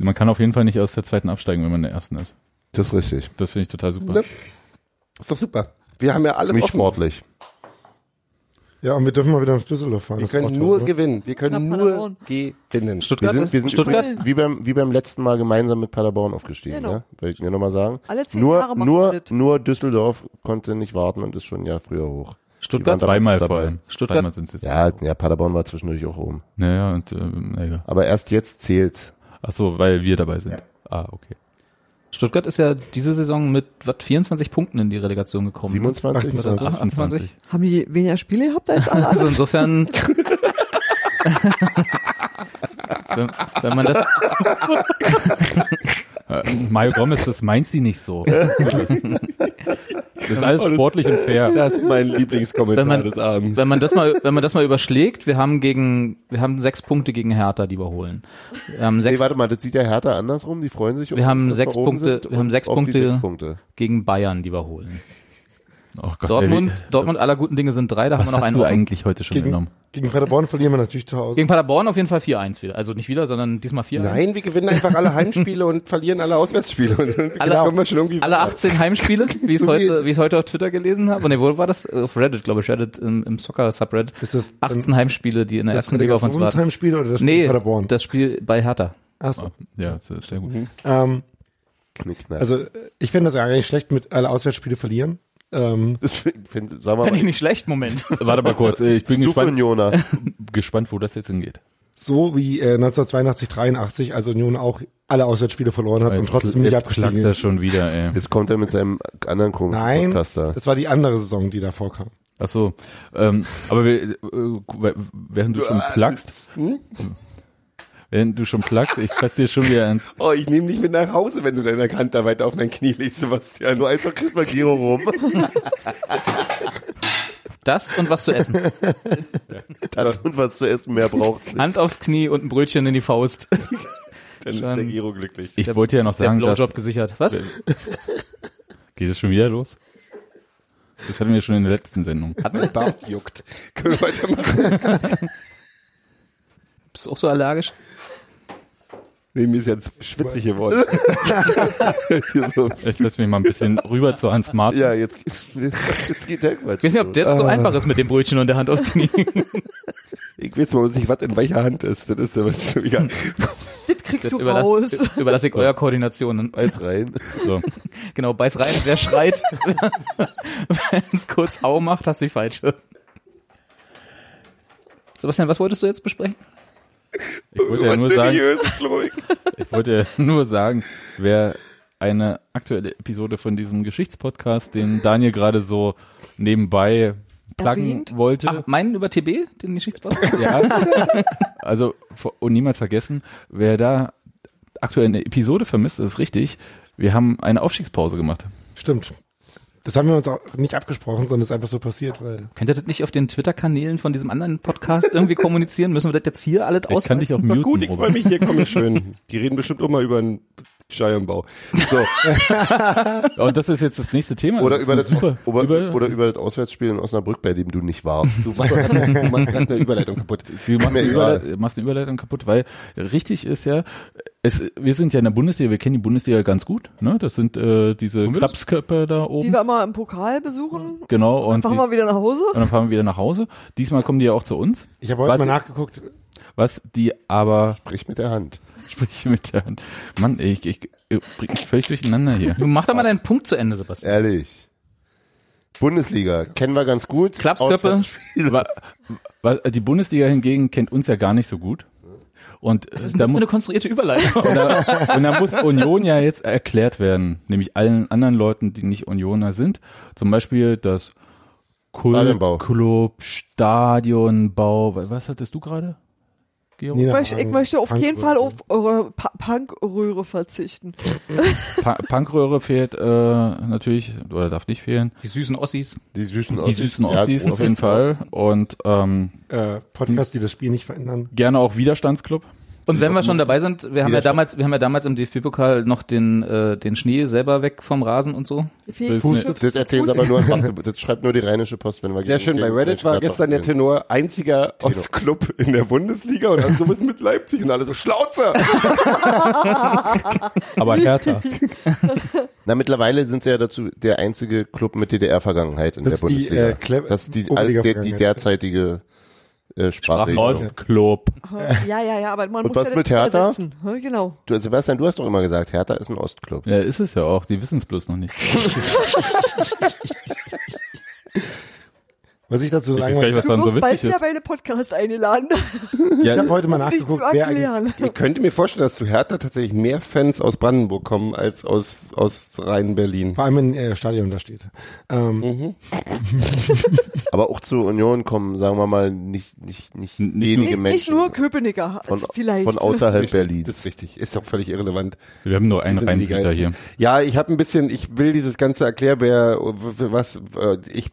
Speaker 19: Man kann auf jeden Fall nicht aus der zweiten absteigen, wenn man in der ersten ist.
Speaker 17: Das ist richtig.
Speaker 19: Das finde ich total super.
Speaker 21: Ne? Ist doch super. Wir haben ja alles
Speaker 17: Nicht
Speaker 21: offen.
Speaker 17: sportlich.
Speaker 22: Ja, und wir dürfen mal wieder nach Düsseldorf fahren.
Speaker 21: Wir
Speaker 22: Das ist auch
Speaker 21: können
Speaker 22: toll,
Speaker 21: nur
Speaker 22: oder?
Speaker 21: gewinnen. Wir können nur gewinnen.
Speaker 17: wir sind, wir sind übrigens, wie beim, wie beim letzten Mal gemeinsam mit Paderborn aufgestiegen,
Speaker 20: Genau.
Speaker 17: ne? Will ich mir nochmal sagen.
Speaker 20: Alle zehn
Speaker 17: nur,
Speaker 20: Jahre machen wir
Speaker 17: nur, nur Düsseldorf konnte nicht warten und ist schon ein Jahr früher hoch.
Speaker 19: Stuttgart?
Speaker 17: Die waren damals
Speaker 19: Zweimal
Speaker 17: dabei.
Speaker 19: vor allem. Stuttgart? Zweimal sind's jetzt.
Speaker 17: Ja, ja, Paderborn war zwischendurch auch oben.
Speaker 19: Naja, und ähm, naja.
Speaker 17: Aber erst jetzt zählt's.
Speaker 19: Ach so, weil wir dabei sind. Ah, okay.
Speaker 18: Stuttgart ist ja diese Saison mit was 24 Punkten in die Relegation gekommen.
Speaker 17: 27?
Speaker 18: Oder so,
Speaker 17: 28.
Speaker 18: 28.
Speaker 20: Haben die weniger Spiele gehabt als alle
Speaker 18: Also
Speaker 20: anderen?
Speaker 18: insofern, wenn, wenn man das
Speaker 19: Äh, Mario Gomez, das meint sie nicht so. Das ist
Speaker 17: Oh,
Speaker 19: alles sportlich und fair.
Speaker 21: Das ist mein Lieblingskommentar
Speaker 18: wenn man,
Speaker 21: des Abends.
Speaker 18: wenn man das mal, wenn man das mal überschlägt, wir haben gegen, wir haben sechs Punkte gegen Hertha, die wir holen. Wir haben sechs,
Speaker 17: Nee, warte mal, das sieht ja Hertha andersrum. Die freuen sich. um
Speaker 18: wir haben
Speaker 17: dass
Speaker 18: sechs
Speaker 17: oben
Speaker 18: Punkte,
Speaker 17: sind
Speaker 18: wir haben
Speaker 17: und
Speaker 18: sechs
Speaker 17: auf die
Speaker 18: Punkte,
Speaker 17: sechs Punkte.
Speaker 18: gegen Bayern, die wir holen.
Speaker 19: Oh Gott,
Speaker 18: Dortmund, Dortmund aller guten Dinge sind drei, da haben wir noch einen offen.
Speaker 22: gegen, gegen Paderborn verlieren wir natürlich zu Hause.
Speaker 18: Gegen Paderborn auf jeden Fall 4-1 wieder. Also nicht wieder, sondern diesmal 4-1.
Speaker 21: Nein, wir gewinnen einfach alle Heimspiele und verlieren alle Auswärtsspiele. Genau. Und dann
Speaker 18: Alle-
Speaker 21: kommen wir schon irgendwie
Speaker 18: Alle 18 Heimspiele, wie ich es
Speaker 21: So
Speaker 18: heute, wie ich's heute auf Twitter gelesen habe. Ne, wo war das? Auf Reddit, glaube ich, Reddit im, im Soccer-Subreddit.
Speaker 22: Ist das
Speaker 18: 18 Heimspiele, die in der
Speaker 22: das
Speaker 18: ersten Liga auf uns warten.
Speaker 22: Relegationsheimspiel oder das Spiel
Speaker 18: nee,
Speaker 22: in Paderborn?
Speaker 18: das Spiel bei Hertha.
Speaker 22: Ach so.
Speaker 19: Ah, Ja, das ist
Speaker 18: Mhm.
Speaker 19: sehr gut.
Speaker 22: Ähm,
Speaker 17: Knickknack.
Speaker 22: also äh, ich finde das ja gar nicht schlecht, mit alle Auswärtsspiele verlieren. Ähm,
Speaker 17: das find, sagen
Speaker 18: Fände ich nicht schlecht, Moment.
Speaker 19: Warte mal kurz, ich bin
Speaker 17: Du
Speaker 19: gespannt,
Speaker 17: Unioner.
Speaker 19: gespannt, wo das jetzt hingeht.
Speaker 22: so wie äh, 1982, 83, also Union auch alle Auswärtsspiele verloren hat und trotzdem nicht abgestiegen ist.
Speaker 19: schon wieder, ey.
Speaker 17: Jetzt kommt er mit seinem anderen komischen
Speaker 22: Nein,
Speaker 17: Podcaster.
Speaker 22: das war die andere Saison, die davor kam.
Speaker 19: Ach so, ähm, aber wir, äh, während du schon plackst,
Speaker 21: Hm?
Speaker 19: während du schon plackst, ich fass dir schon wieder eins.
Speaker 21: Oh, ich nehme dich mit nach Hause, wenn du deine Hand da weiter auf mein Knie legst, Sebastian.
Speaker 17: So einfach kriegt man Giro rum.
Speaker 18: Das und was zu essen.
Speaker 17: Das und was zu essen, mehr braucht's nicht.
Speaker 18: Hand aufs Knie und ein Brötchen in die Faust.
Speaker 21: Dann
Speaker 18: ist der
Speaker 21: Giro glücklich.
Speaker 19: Ich wollte ja noch
Speaker 18: ist der
Speaker 19: sagen,
Speaker 18: Blowjob
Speaker 19: dass-
Speaker 18: gesichert. Was?
Speaker 19: Geht es schon wieder los? Das hatten wir schon in der letzten Sendung.
Speaker 18: Hat
Speaker 21: Mein Bauch juckt. Können wir weitermachen?
Speaker 18: Bist du auch so allergisch?
Speaker 21: Nee, mir ist jetzt schwitzig geworden.
Speaker 19: Jetzt lass mich mal ein bisschen rüber zu Hans Martin.
Speaker 17: Ja, jetzt, jetzt geht der Quatsch.
Speaker 18: Ich weiß nicht, ob der so
Speaker 19: Äh.
Speaker 18: einfach ist mit dem Brötchen und der Hand aufs Knie.
Speaker 21: Ich weiß mal nicht, was in welcher Hand ist. Das ist aber schon egal.
Speaker 18: Das kriegst
Speaker 21: du raus.
Speaker 18: Überlasse ich eurer Koordination.
Speaker 17: Beiß rein.
Speaker 19: So.
Speaker 18: Genau, beiß rein. Wer schreit, wenn es kurz Au macht, hast du die falsche. Sebastian, was wolltest du jetzt besprechen?
Speaker 19: Ich wollte ja nur sagen, ich wollte ja nur sagen, wer eine aktuelle Episode von diesem Geschichtspodcast, den Daniel gerade so nebenbei plagen wollte.
Speaker 18: Ach, meinen über TB, den Geschichtspodcast?
Speaker 19: Ja. Also, vor- und niemals vergessen, wer da aktuell eine Episode vermisst, ist richtig. Wir haben eine Aufstiegspause gemacht.
Speaker 22: Stimmt. Das haben wir uns auch nicht abgesprochen, sondern es ist einfach so passiert, weil.
Speaker 18: Könnt ihr das nicht auf den Twitter-Kanälen von diesem anderen Podcast irgendwie kommunizieren? Müssen wir das jetzt hier alles
Speaker 19: Ich kann dich
Speaker 18: ausreizen?
Speaker 19: auch muten,
Speaker 18: Gut, ich
Speaker 6: Freue mich, hier
Speaker 17: Hm.
Speaker 6: kommen schön. Die reden bestimmt immer über einen Scheibenbau. So.
Speaker 19: Und das ist jetzt das nächste Thema.
Speaker 17: Oder
Speaker 19: Das
Speaker 17: über
Speaker 19: ist
Speaker 17: das,
Speaker 19: super.
Speaker 17: Über, oder über das Auswärtsspiel in Osnabrück, bei dem du nicht warst. Du warst eine Überleitung kaputt.
Speaker 19: Du machst
Speaker 17: Mir
Speaker 19: eine,
Speaker 17: egal.
Speaker 19: Überle machst eine Überleitung kaputt, weil richtig ist ja, es, wir sind ja in der Bundesliga, wir kennen die Bundesliga ganz gut. Ne? Das sind äh, diese Klapskörper da
Speaker 20: Die
Speaker 19: oben.
Speaker 20: wir immer im Pokal besuchen.
Speaker 19: Genau. Und
Speaker 20: Fahren
Speaker 19: die-
Speaker 20: wir wieder nach Hause?
Speaker 19: Und dann fahren wir wieder nach Hause. Diesmal kommen die ja auch zu uns.
Speaker 22: Ich habe heute mal nachgeguckt.
Speaker 19: Was die aber.
Speaker 17: Sprich mit der Hand.
Speaker 19: Sprich mit der Hand. Mann, ey, ich, ich, ich bring mich völlig durcheinander hier.
Speaker 18: Du mach doch mal deinen Punkt zu Ende, Sebastian.
Speaker 17: Ehrlich. Bundesliga, kennen wir ganz gut.
Speaker 19: Klapsköppe. Wa- wa- Die Bundesliga hingegen kennt uns ja gar nicht so gut. Und
Speaker 18: Das
Speaker 19: äh,
Speaker 18: ist
Speaker 19: da,
Speaker 18: nur
Speaker 19: mu
Speaker 18: eine konstruierte Überleitung.
Speaker 19: und da, und da muss Union ja jetzt erklärt werden, nämlich allen anderen Leuten, die nicht Unioner sind. Zum Beispiel das
Speaker 17: Stadionbau.
Speaker 19: Kultclub, Stadionbau. Wa- Was hattest du gerade? Georg?
Speaker 20: Ich möchte, ich möchte auf jeden Fall auf eure pa Punkröhre verzichten.
Speaker 19: Pa Punkröhre fehlt äh, natürlich, oder darf nicht fehlen.
Speaker 18: Die süßen Ossis.
Speaker 17: Die süßen
Speaker 19: Die
Speaker 17: Ossis.
Speaker 19: süßen
Speaker 17: Ja,
Speaker 19: Ossis auf
Speaker 17: großartig.
Speaker 19: jeden Fall. Und ähm,
Speaker 22: äh, Podcasts, die das Spiel nicht verändern.
Speaker 19: Gerne auch Widerstandsclub.
Speaker 18: Und wenn wir schon dabei sind, wir haben ja damals, wir haben ja damals im DFB-Pokal noch den, äh, den Schnee selber weg vom Rasen und so.
Speaker 17: Hustet. Das erzählen sie aber nur, das schreibt nur die Rheinische Post, wenn wir
Speaker 21: Sehr schön, bei Reddit war gestern der Tenor einziger Ostclub in der Bundesliga und dann so was mit Leipzig und alle so Schlauze.
Speaker 19: Aber Hertha.
Speaker 17: Na, mittlerweile sind sie ja dazu der einzige Club mit DDR-Vergangenheit in
Speaker 22: Das
Speaker 17: der
Speaker 22: ist die,
Speaker 17: Bundesliga.
Speaker 22: äh, Cle-
Speaker 17: das ist die, all,
Speaker 22: Oberliga-
Speaker 17: der, die derzeitige äh, Sprachregelung.
Speaker 19: Ostklub.
Speaker 20: Ja, ja, ja, aber man
Speaker 17: Und
Speaker 20: muss
Speaker 17: was
Speaker 20: ja
Speaker 17: mit
Speaker 20: den Ball
Speaker 17: Hertha?
Speaker 20: setzen. Hm, Genau.
Speaker 17: Du, Sebastian, du hast doch immer gesagt, Hertha ist ein Ostclub.
Speaker 19: Ja, ist es ja auch. Die wissen es bloß noch nicht.
Speaker 22: Was ich dazu
Speaker 19: Ich
Speaker 22: sagen
Speaker 19: weiß gar nicht, was
Speaker 20: Du
Speaker 19: daran so
Speaker 20: wirst bald
Speaker 19: witzig
Speaker 20: wieder
Speaker 19: ist.
Speaker 20: bei einem Podcast eingeladen.
Speaker 22: Ja, ich habe heute mal
Speaker 20: Nichts zu
Speaker 22: nachgeguckt, wer
Speaker 20: erklären.
Speaker 22: eigentlich-
Speaker 21: Ich könnte mir vorstellen, dass zu Hertha tatsächlich mehr Fans aus Brandenburg kommen als aus, aus Rhein-Berlin. Mhm.
Speaker 22: vor allem im äh, Stadion da steht. Ähm,
Speaker 17: Aber auch zur Union kommen, sagen wir mal, nicht, nicht, nicht wenige
Speaker 20: Nicht,
Speaker 17: Menschen.
Speaker 20: nicht nur Köpenicker, also
Speaker 17: Von-
Speaker 20: vielleicht.
Speaker 17: von außerhalb Berlin.
Speaker 21: Das ist richtig, ist doch völlig irrelevant.
Speaker 19: Wir haben nur einen
Speaker 21: Die sind die
Speaker 19: Reinblüter hier.
Speaker 21: Geilsten. Ja, ich habe ein bisschen, ich will dieses ganze Erklärbär, was äh, ich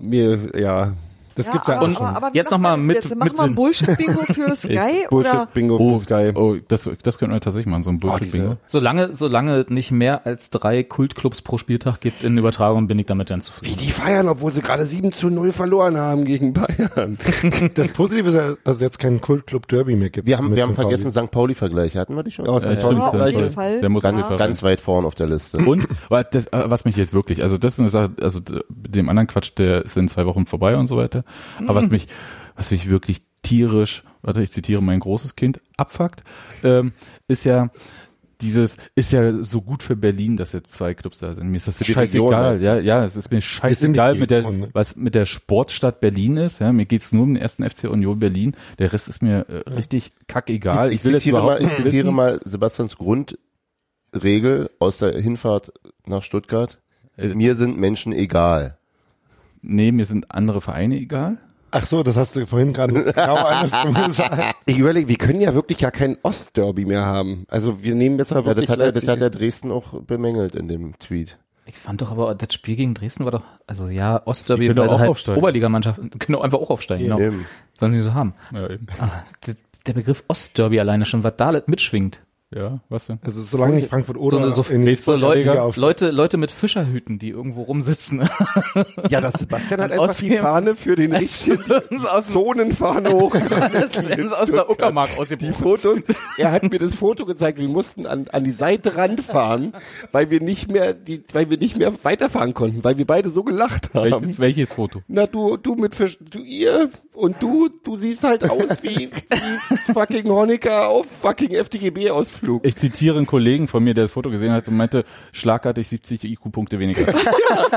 Speaker 21: mir, ja.
Speaker 22: Das
Speaker 20: Ja, aber,
Speaker 21: auch
Speaker 20: aber, aber wie
Speaker 18: Jetzt
Speaker 20: macht
Speaker 18: noch mal
Speaker 20: man das
Speaker 18: mit-
Speaker 20: jetzt? Machen
Speaker 18: mit
Speaker 20: wir ein
Speaker 18: Sinn.
Speaker 20: Bullshit-Bingo für Sky oder?
Speaker 21: Bingo
Speaker 19: oh, Sky. Oh, das, das könnten wir tatsächlich machen, so
Speaker 17: Oh,
Speaker 19: ein Bullshit-Bingo.
Speaker 18: Solange, solange nicht mehr als drei Kultclubs pro Spieltag gibt in Übertragung, bin ich damit ganz zufrieden.
Speaker 21: Die feiern, obwohl sie gerade 7 zu 0 verloren haben gegen Bayern.
Speaker 22: Das Positive ist, ja, dass es jetzt keinen Kultclub Derby mehr gibt.
Speaker 17: Wir haben,
Speaker 22: mit
Speaker 17: wir haben
Speaker 22: St. Pauli.
Speaker 17: vergessen, St. Pauli-Vergleiche hatten wir die schon.
Speaker 22: Ja, St. Ja, Pauli-
Speaker 20: auf
Speaker 19: Der-
Speaker 20: jeden
Speaker 19: der-
Speaker 20: Fall.
Speaker 19: Der muss
Speaker 17: ganz,
Speaker 19: ja.
Speaker 17: ganz weit vorne auf der Liste.
Speaker 19: Und wa- das, äh, was mich jetzt wirklich, also das ist eine Sache, also d- dem anderen Quatsch, der ist in zwei Wochen vorbei und so weiter. Aber
Speaker 17: Mhm.
Speaker 19: was mich, was mich wirklich tierisch, warte, ich zitiere mein großes Kind, abfuckt, ähm, ist ja dieses, ist ja so gut für Berlin, dass jetzt zwei Clubs da sind. Mir ist das
Speaker 17: Für die Region
Speaker 19: scheißegal,
Speaker 17: meinst du?
Speaker 19: ja, ja, es ist mir
Speaker 22: sind die
Speaker 19: scheißegal, mit der,
Speaker 22: Region, ne?
Speaker 19: was mit der Sportstadt Berlin ist, ja, mir geht's nur um den ersten FC Union Berlin, der Rest ist mir äh, richtig kackegal.
Speaker 17: Ich,
Speaker 19: will jetzt
Speaker 17: zitiere,
Speaker 19: überhaupt
Speaker 17: mal, ich
Speaker 19: nicht
Speaker 17: zitiere
Speaker 19: wissen.
Speaker 17: mal Sebastians Grundregel aus der Hinfahrt nach Stuttgart. Mir sind Menschen egal.
Speaker 19: Äh, Nee, mir sind andere Vereine egal.
Speaker 22: Ach so, das hast du vorhin gerade genau andersrum gesagt.
Speaker 21: Ich überlege, wir können ja wirklich gar kein Ostderby mehr haben. Also wir nehmen besser
Speaker 17: Ja,
Speaker 21: wirklich
Speaker 17: das, hat er, das
Speaker 21: Leipzig.
Speaker 17: hat der Dresden auch bemängelt in dem Tweet.
Speaker 18: Ich fand doch aber, das Spiel gegen Dresden war doch, also ja, Ostderby,
Speaker 19: können doch
Speaker 18: weil
Speaker 19: auch
Speaker 18: halt
Speaker 19: aufsteigen.
Speaker 18: Oberligamannschaften können doch einfach auch aufsteigen, genau.
Speaker 17: Eben.
Speaker 18: Sollen sie so haben.
Speaker 19: Ja, eben.
Speaker 18: Aber d- der Begriff Ostderby alleine schon, was da mitschwingt.
Speaker 19: Ja, was denn?
Speaker 22: Also solange nicht Frankfurt
Speaker 18: So,
Speaker 22: oder
Speaker 18: so,
Speaker 22: in die
Speaker 18: so
Speaker 22: Liga
Speaker 18: Leute,
Speaker 22: auf-
Speaker 18: Leute, Leute mit Fischerhüten, die irgendwo rumsitzen.
Speaker 21: Ja, das Sebastian hat
Speaker 18: Und
Speaker 21: einfach die
Speaker 18: außerdem-
Speaker 21: Fahne für den richtigen Zonenfahne hoch.
Speaker 18: Als wären sie aus der Uckermark
Speaker 21: Die
Speaker 18: ausgebrochen.
Speaker 21: Fotos, er hat mir das Foto gezeigt, wir mussten an, an die Seite ranfahren, weil wir nicht mehr, die, weil wir nicht mehr weiterfahren konnten, weil wir beide so gelacht haben.
Speaker 19: Welches, welches Foto?
Speaker 21: Na, du, du mit Fisch, du ihr und du, du siehst halt aus wie, wie fucking Honecker auf fucking FDGB-Ausflug.
Speaker 19: Ich zitiere einen Kollegen von mir, der das Foto gesehen hat und meinte, schlagartig 70 IQ-Punkte weniger.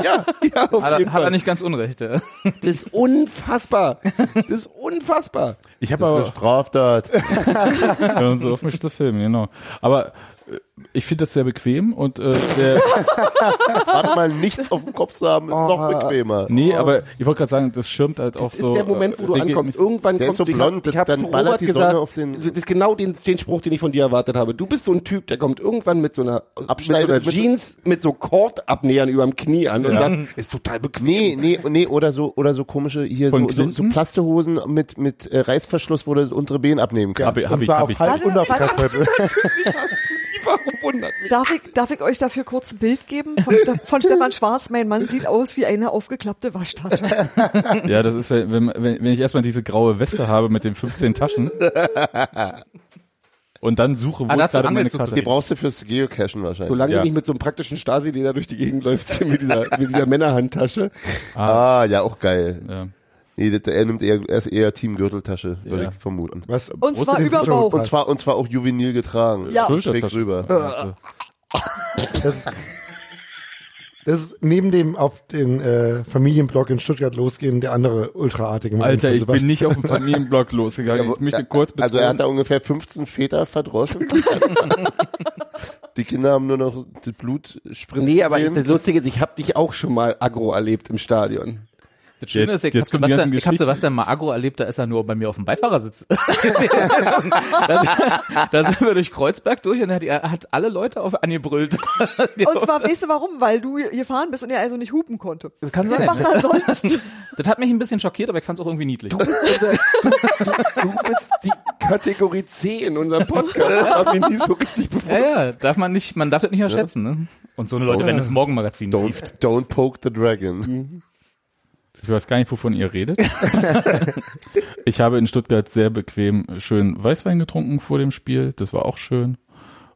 Speaker 21: Ja, ja, auf
Speaker 18: Hat er, hat er
Speaker 21: jeden Fall.
Speaker 18: nicht ganz Unrecht. ja.
Speaker 21: Das ist unfassbar. Das ist unfassbar.
Speaker 19: Ich habe
Speaker 17: Das ist eine
Speaker 19: aber
Speaker 17: Straftat.
Speaker 19: hör uns so auf mich zu filmen, genau. Aber Ich finde das sehr bequem und äh, der,
Speaker 17: Warte mal, nichts auf dem Kopf zu haben, ist noch bequemer.
Speaker 19: Nee, aber ich wollte gerade sagen, das schirmt halt auch
Speaker 17: ist
Speaker 19: so.
Speaker 17: der
Speaker 22: Moment, wo du
Speaker 19: äh,
Speaker 22: ankommst.
Speaker 19: geht mich-
Speaker 22: Irgendwann kommst du. ich hab, ich hab zu Robert gesagt, Das ist genau den, den Spruch, den ich von dir erwartet habe. Du bist so ein Typ, der kommt irgendwann mit so einer, mit so einer
Speaker 17: Abschneide- mit-
Speaker 22: Jeans, mit so Kordabnähern überm Knie an und
Speaker 17: Ja.
Speaker 22: dann ist total bequem.
Speaker 17: Nee, nee, oder so, oder so komische hier,
Speaker 22: Von
Speaker 17: so, so, so
Speaker 22: Clinton?
Speaker 17: Plastehosen mit, mit äh, Reißverschluss, wo du das untere Bein abnehmen kannst.
Speaker 19: hab Und ich, zwar hab auch ich. halb
Speaker 20: Warte, unterkaputt.
Speaker 22: verwundert
Speaker 20: Darf ich, darf ich euch dafür kurz ein Bild geben von, von Stefan Schwarz? Mein Mann sieht aus wie eine aufgeklappte Waschtasche.
Speaker 19: Ja, das ist, wenn, wenn, wenn ich erstmal diese graue Weste habe mit den 15 Taschen und dann suche, wo
Speaker 18: Ah,
Speaker 19: ich gerade meine Karte
Speaker 17: Die brauchst du fürs Geocachen wahrscheinlich.
Speaker 22: Solange du nicht mit so einem praktischen Stasi, der da durch die Gegend läuft, mit dieser, mit dieser Männerhandtasche.
Speaker 17: Ah, ja, auch geil. Nee, das, er nimmt eher, er ist eher Teamgürteltasche, würde
Speaker 22: Ja.
Speaker 17: ich vermuten.
Speaker 22: Was?
Speaker 20: Und zwar über Bauch.
Speaker 17: Und zwar, und zwar auch juvenil getragen.
Speaker 20: Ja.
Speaker 17: Schräg
Speaker 22: Schultertasche.
Speaker 17: drüber.
Speaker 22: Äh. Das ist, das ist neben dem auf den äh, Familienblock in Stuttgart losgehen, der andere ultraartige Moment
Speaker 19: Alter,
Speaker 22: von
Speaker 19: ich bin
Speaker 22: Sebastian.
Speaker 19: nicht auf den Familienblock losgegangen. Ich möchte kurz
Speaker 17: also er hat da
Speaker 19: betonen-
Speaker 17: ungefähr 15 Väter verdroschen. die Kinder haben nur noch das Blut spritzen
Speaker 22: Nee, aber ich,
Speaker 17: sehen.
Speaker 22: das Lustige ist, ich habe dich auch schon mal aggro erlebt im Stadion.
Speaker 18: Das Schöne ist, ich habe Sebastian, ich hab Sebastian mal aggro erlebt, da ist er nur bei mir auf dem Beifahrersitz. da, da sind wir durch Kreuzberg durch und er hat, er hat alle Leute auf angebrüllt.
Speaker 20: Und zwar, weißt du warum? Weil du gefahren bist und er also nicht hupen konnte. also
Speaker 18: Das kann
Speaker 20: Wer
Speaker 18: sein.
Speaker 20: macht das sonst?
Speaker 18: Das hat mich ein bisschen schockiert, aber ich fand es auch irgendwie niedlich.
Speaker 22: Du bist die Kategorie C in unserem Podcast. Hab ich nie so richtig bewusst.
Speaker 18: ja, ja, darf man nicht, man darf das nicht unterschätzen, ne? Und so eine Leute
Speaker 17: Oh.
Speaker 18: werden ins Morgenmagazin lief.
Speaker 17: Don't, don't poke the dragon.
Speaker 19: Ich weiß gar nicht, wovon ihr redet. ich habe in Stuttgart sehr bequem schön Weißwein getrunken vor dem Spiel. Das war auch schön.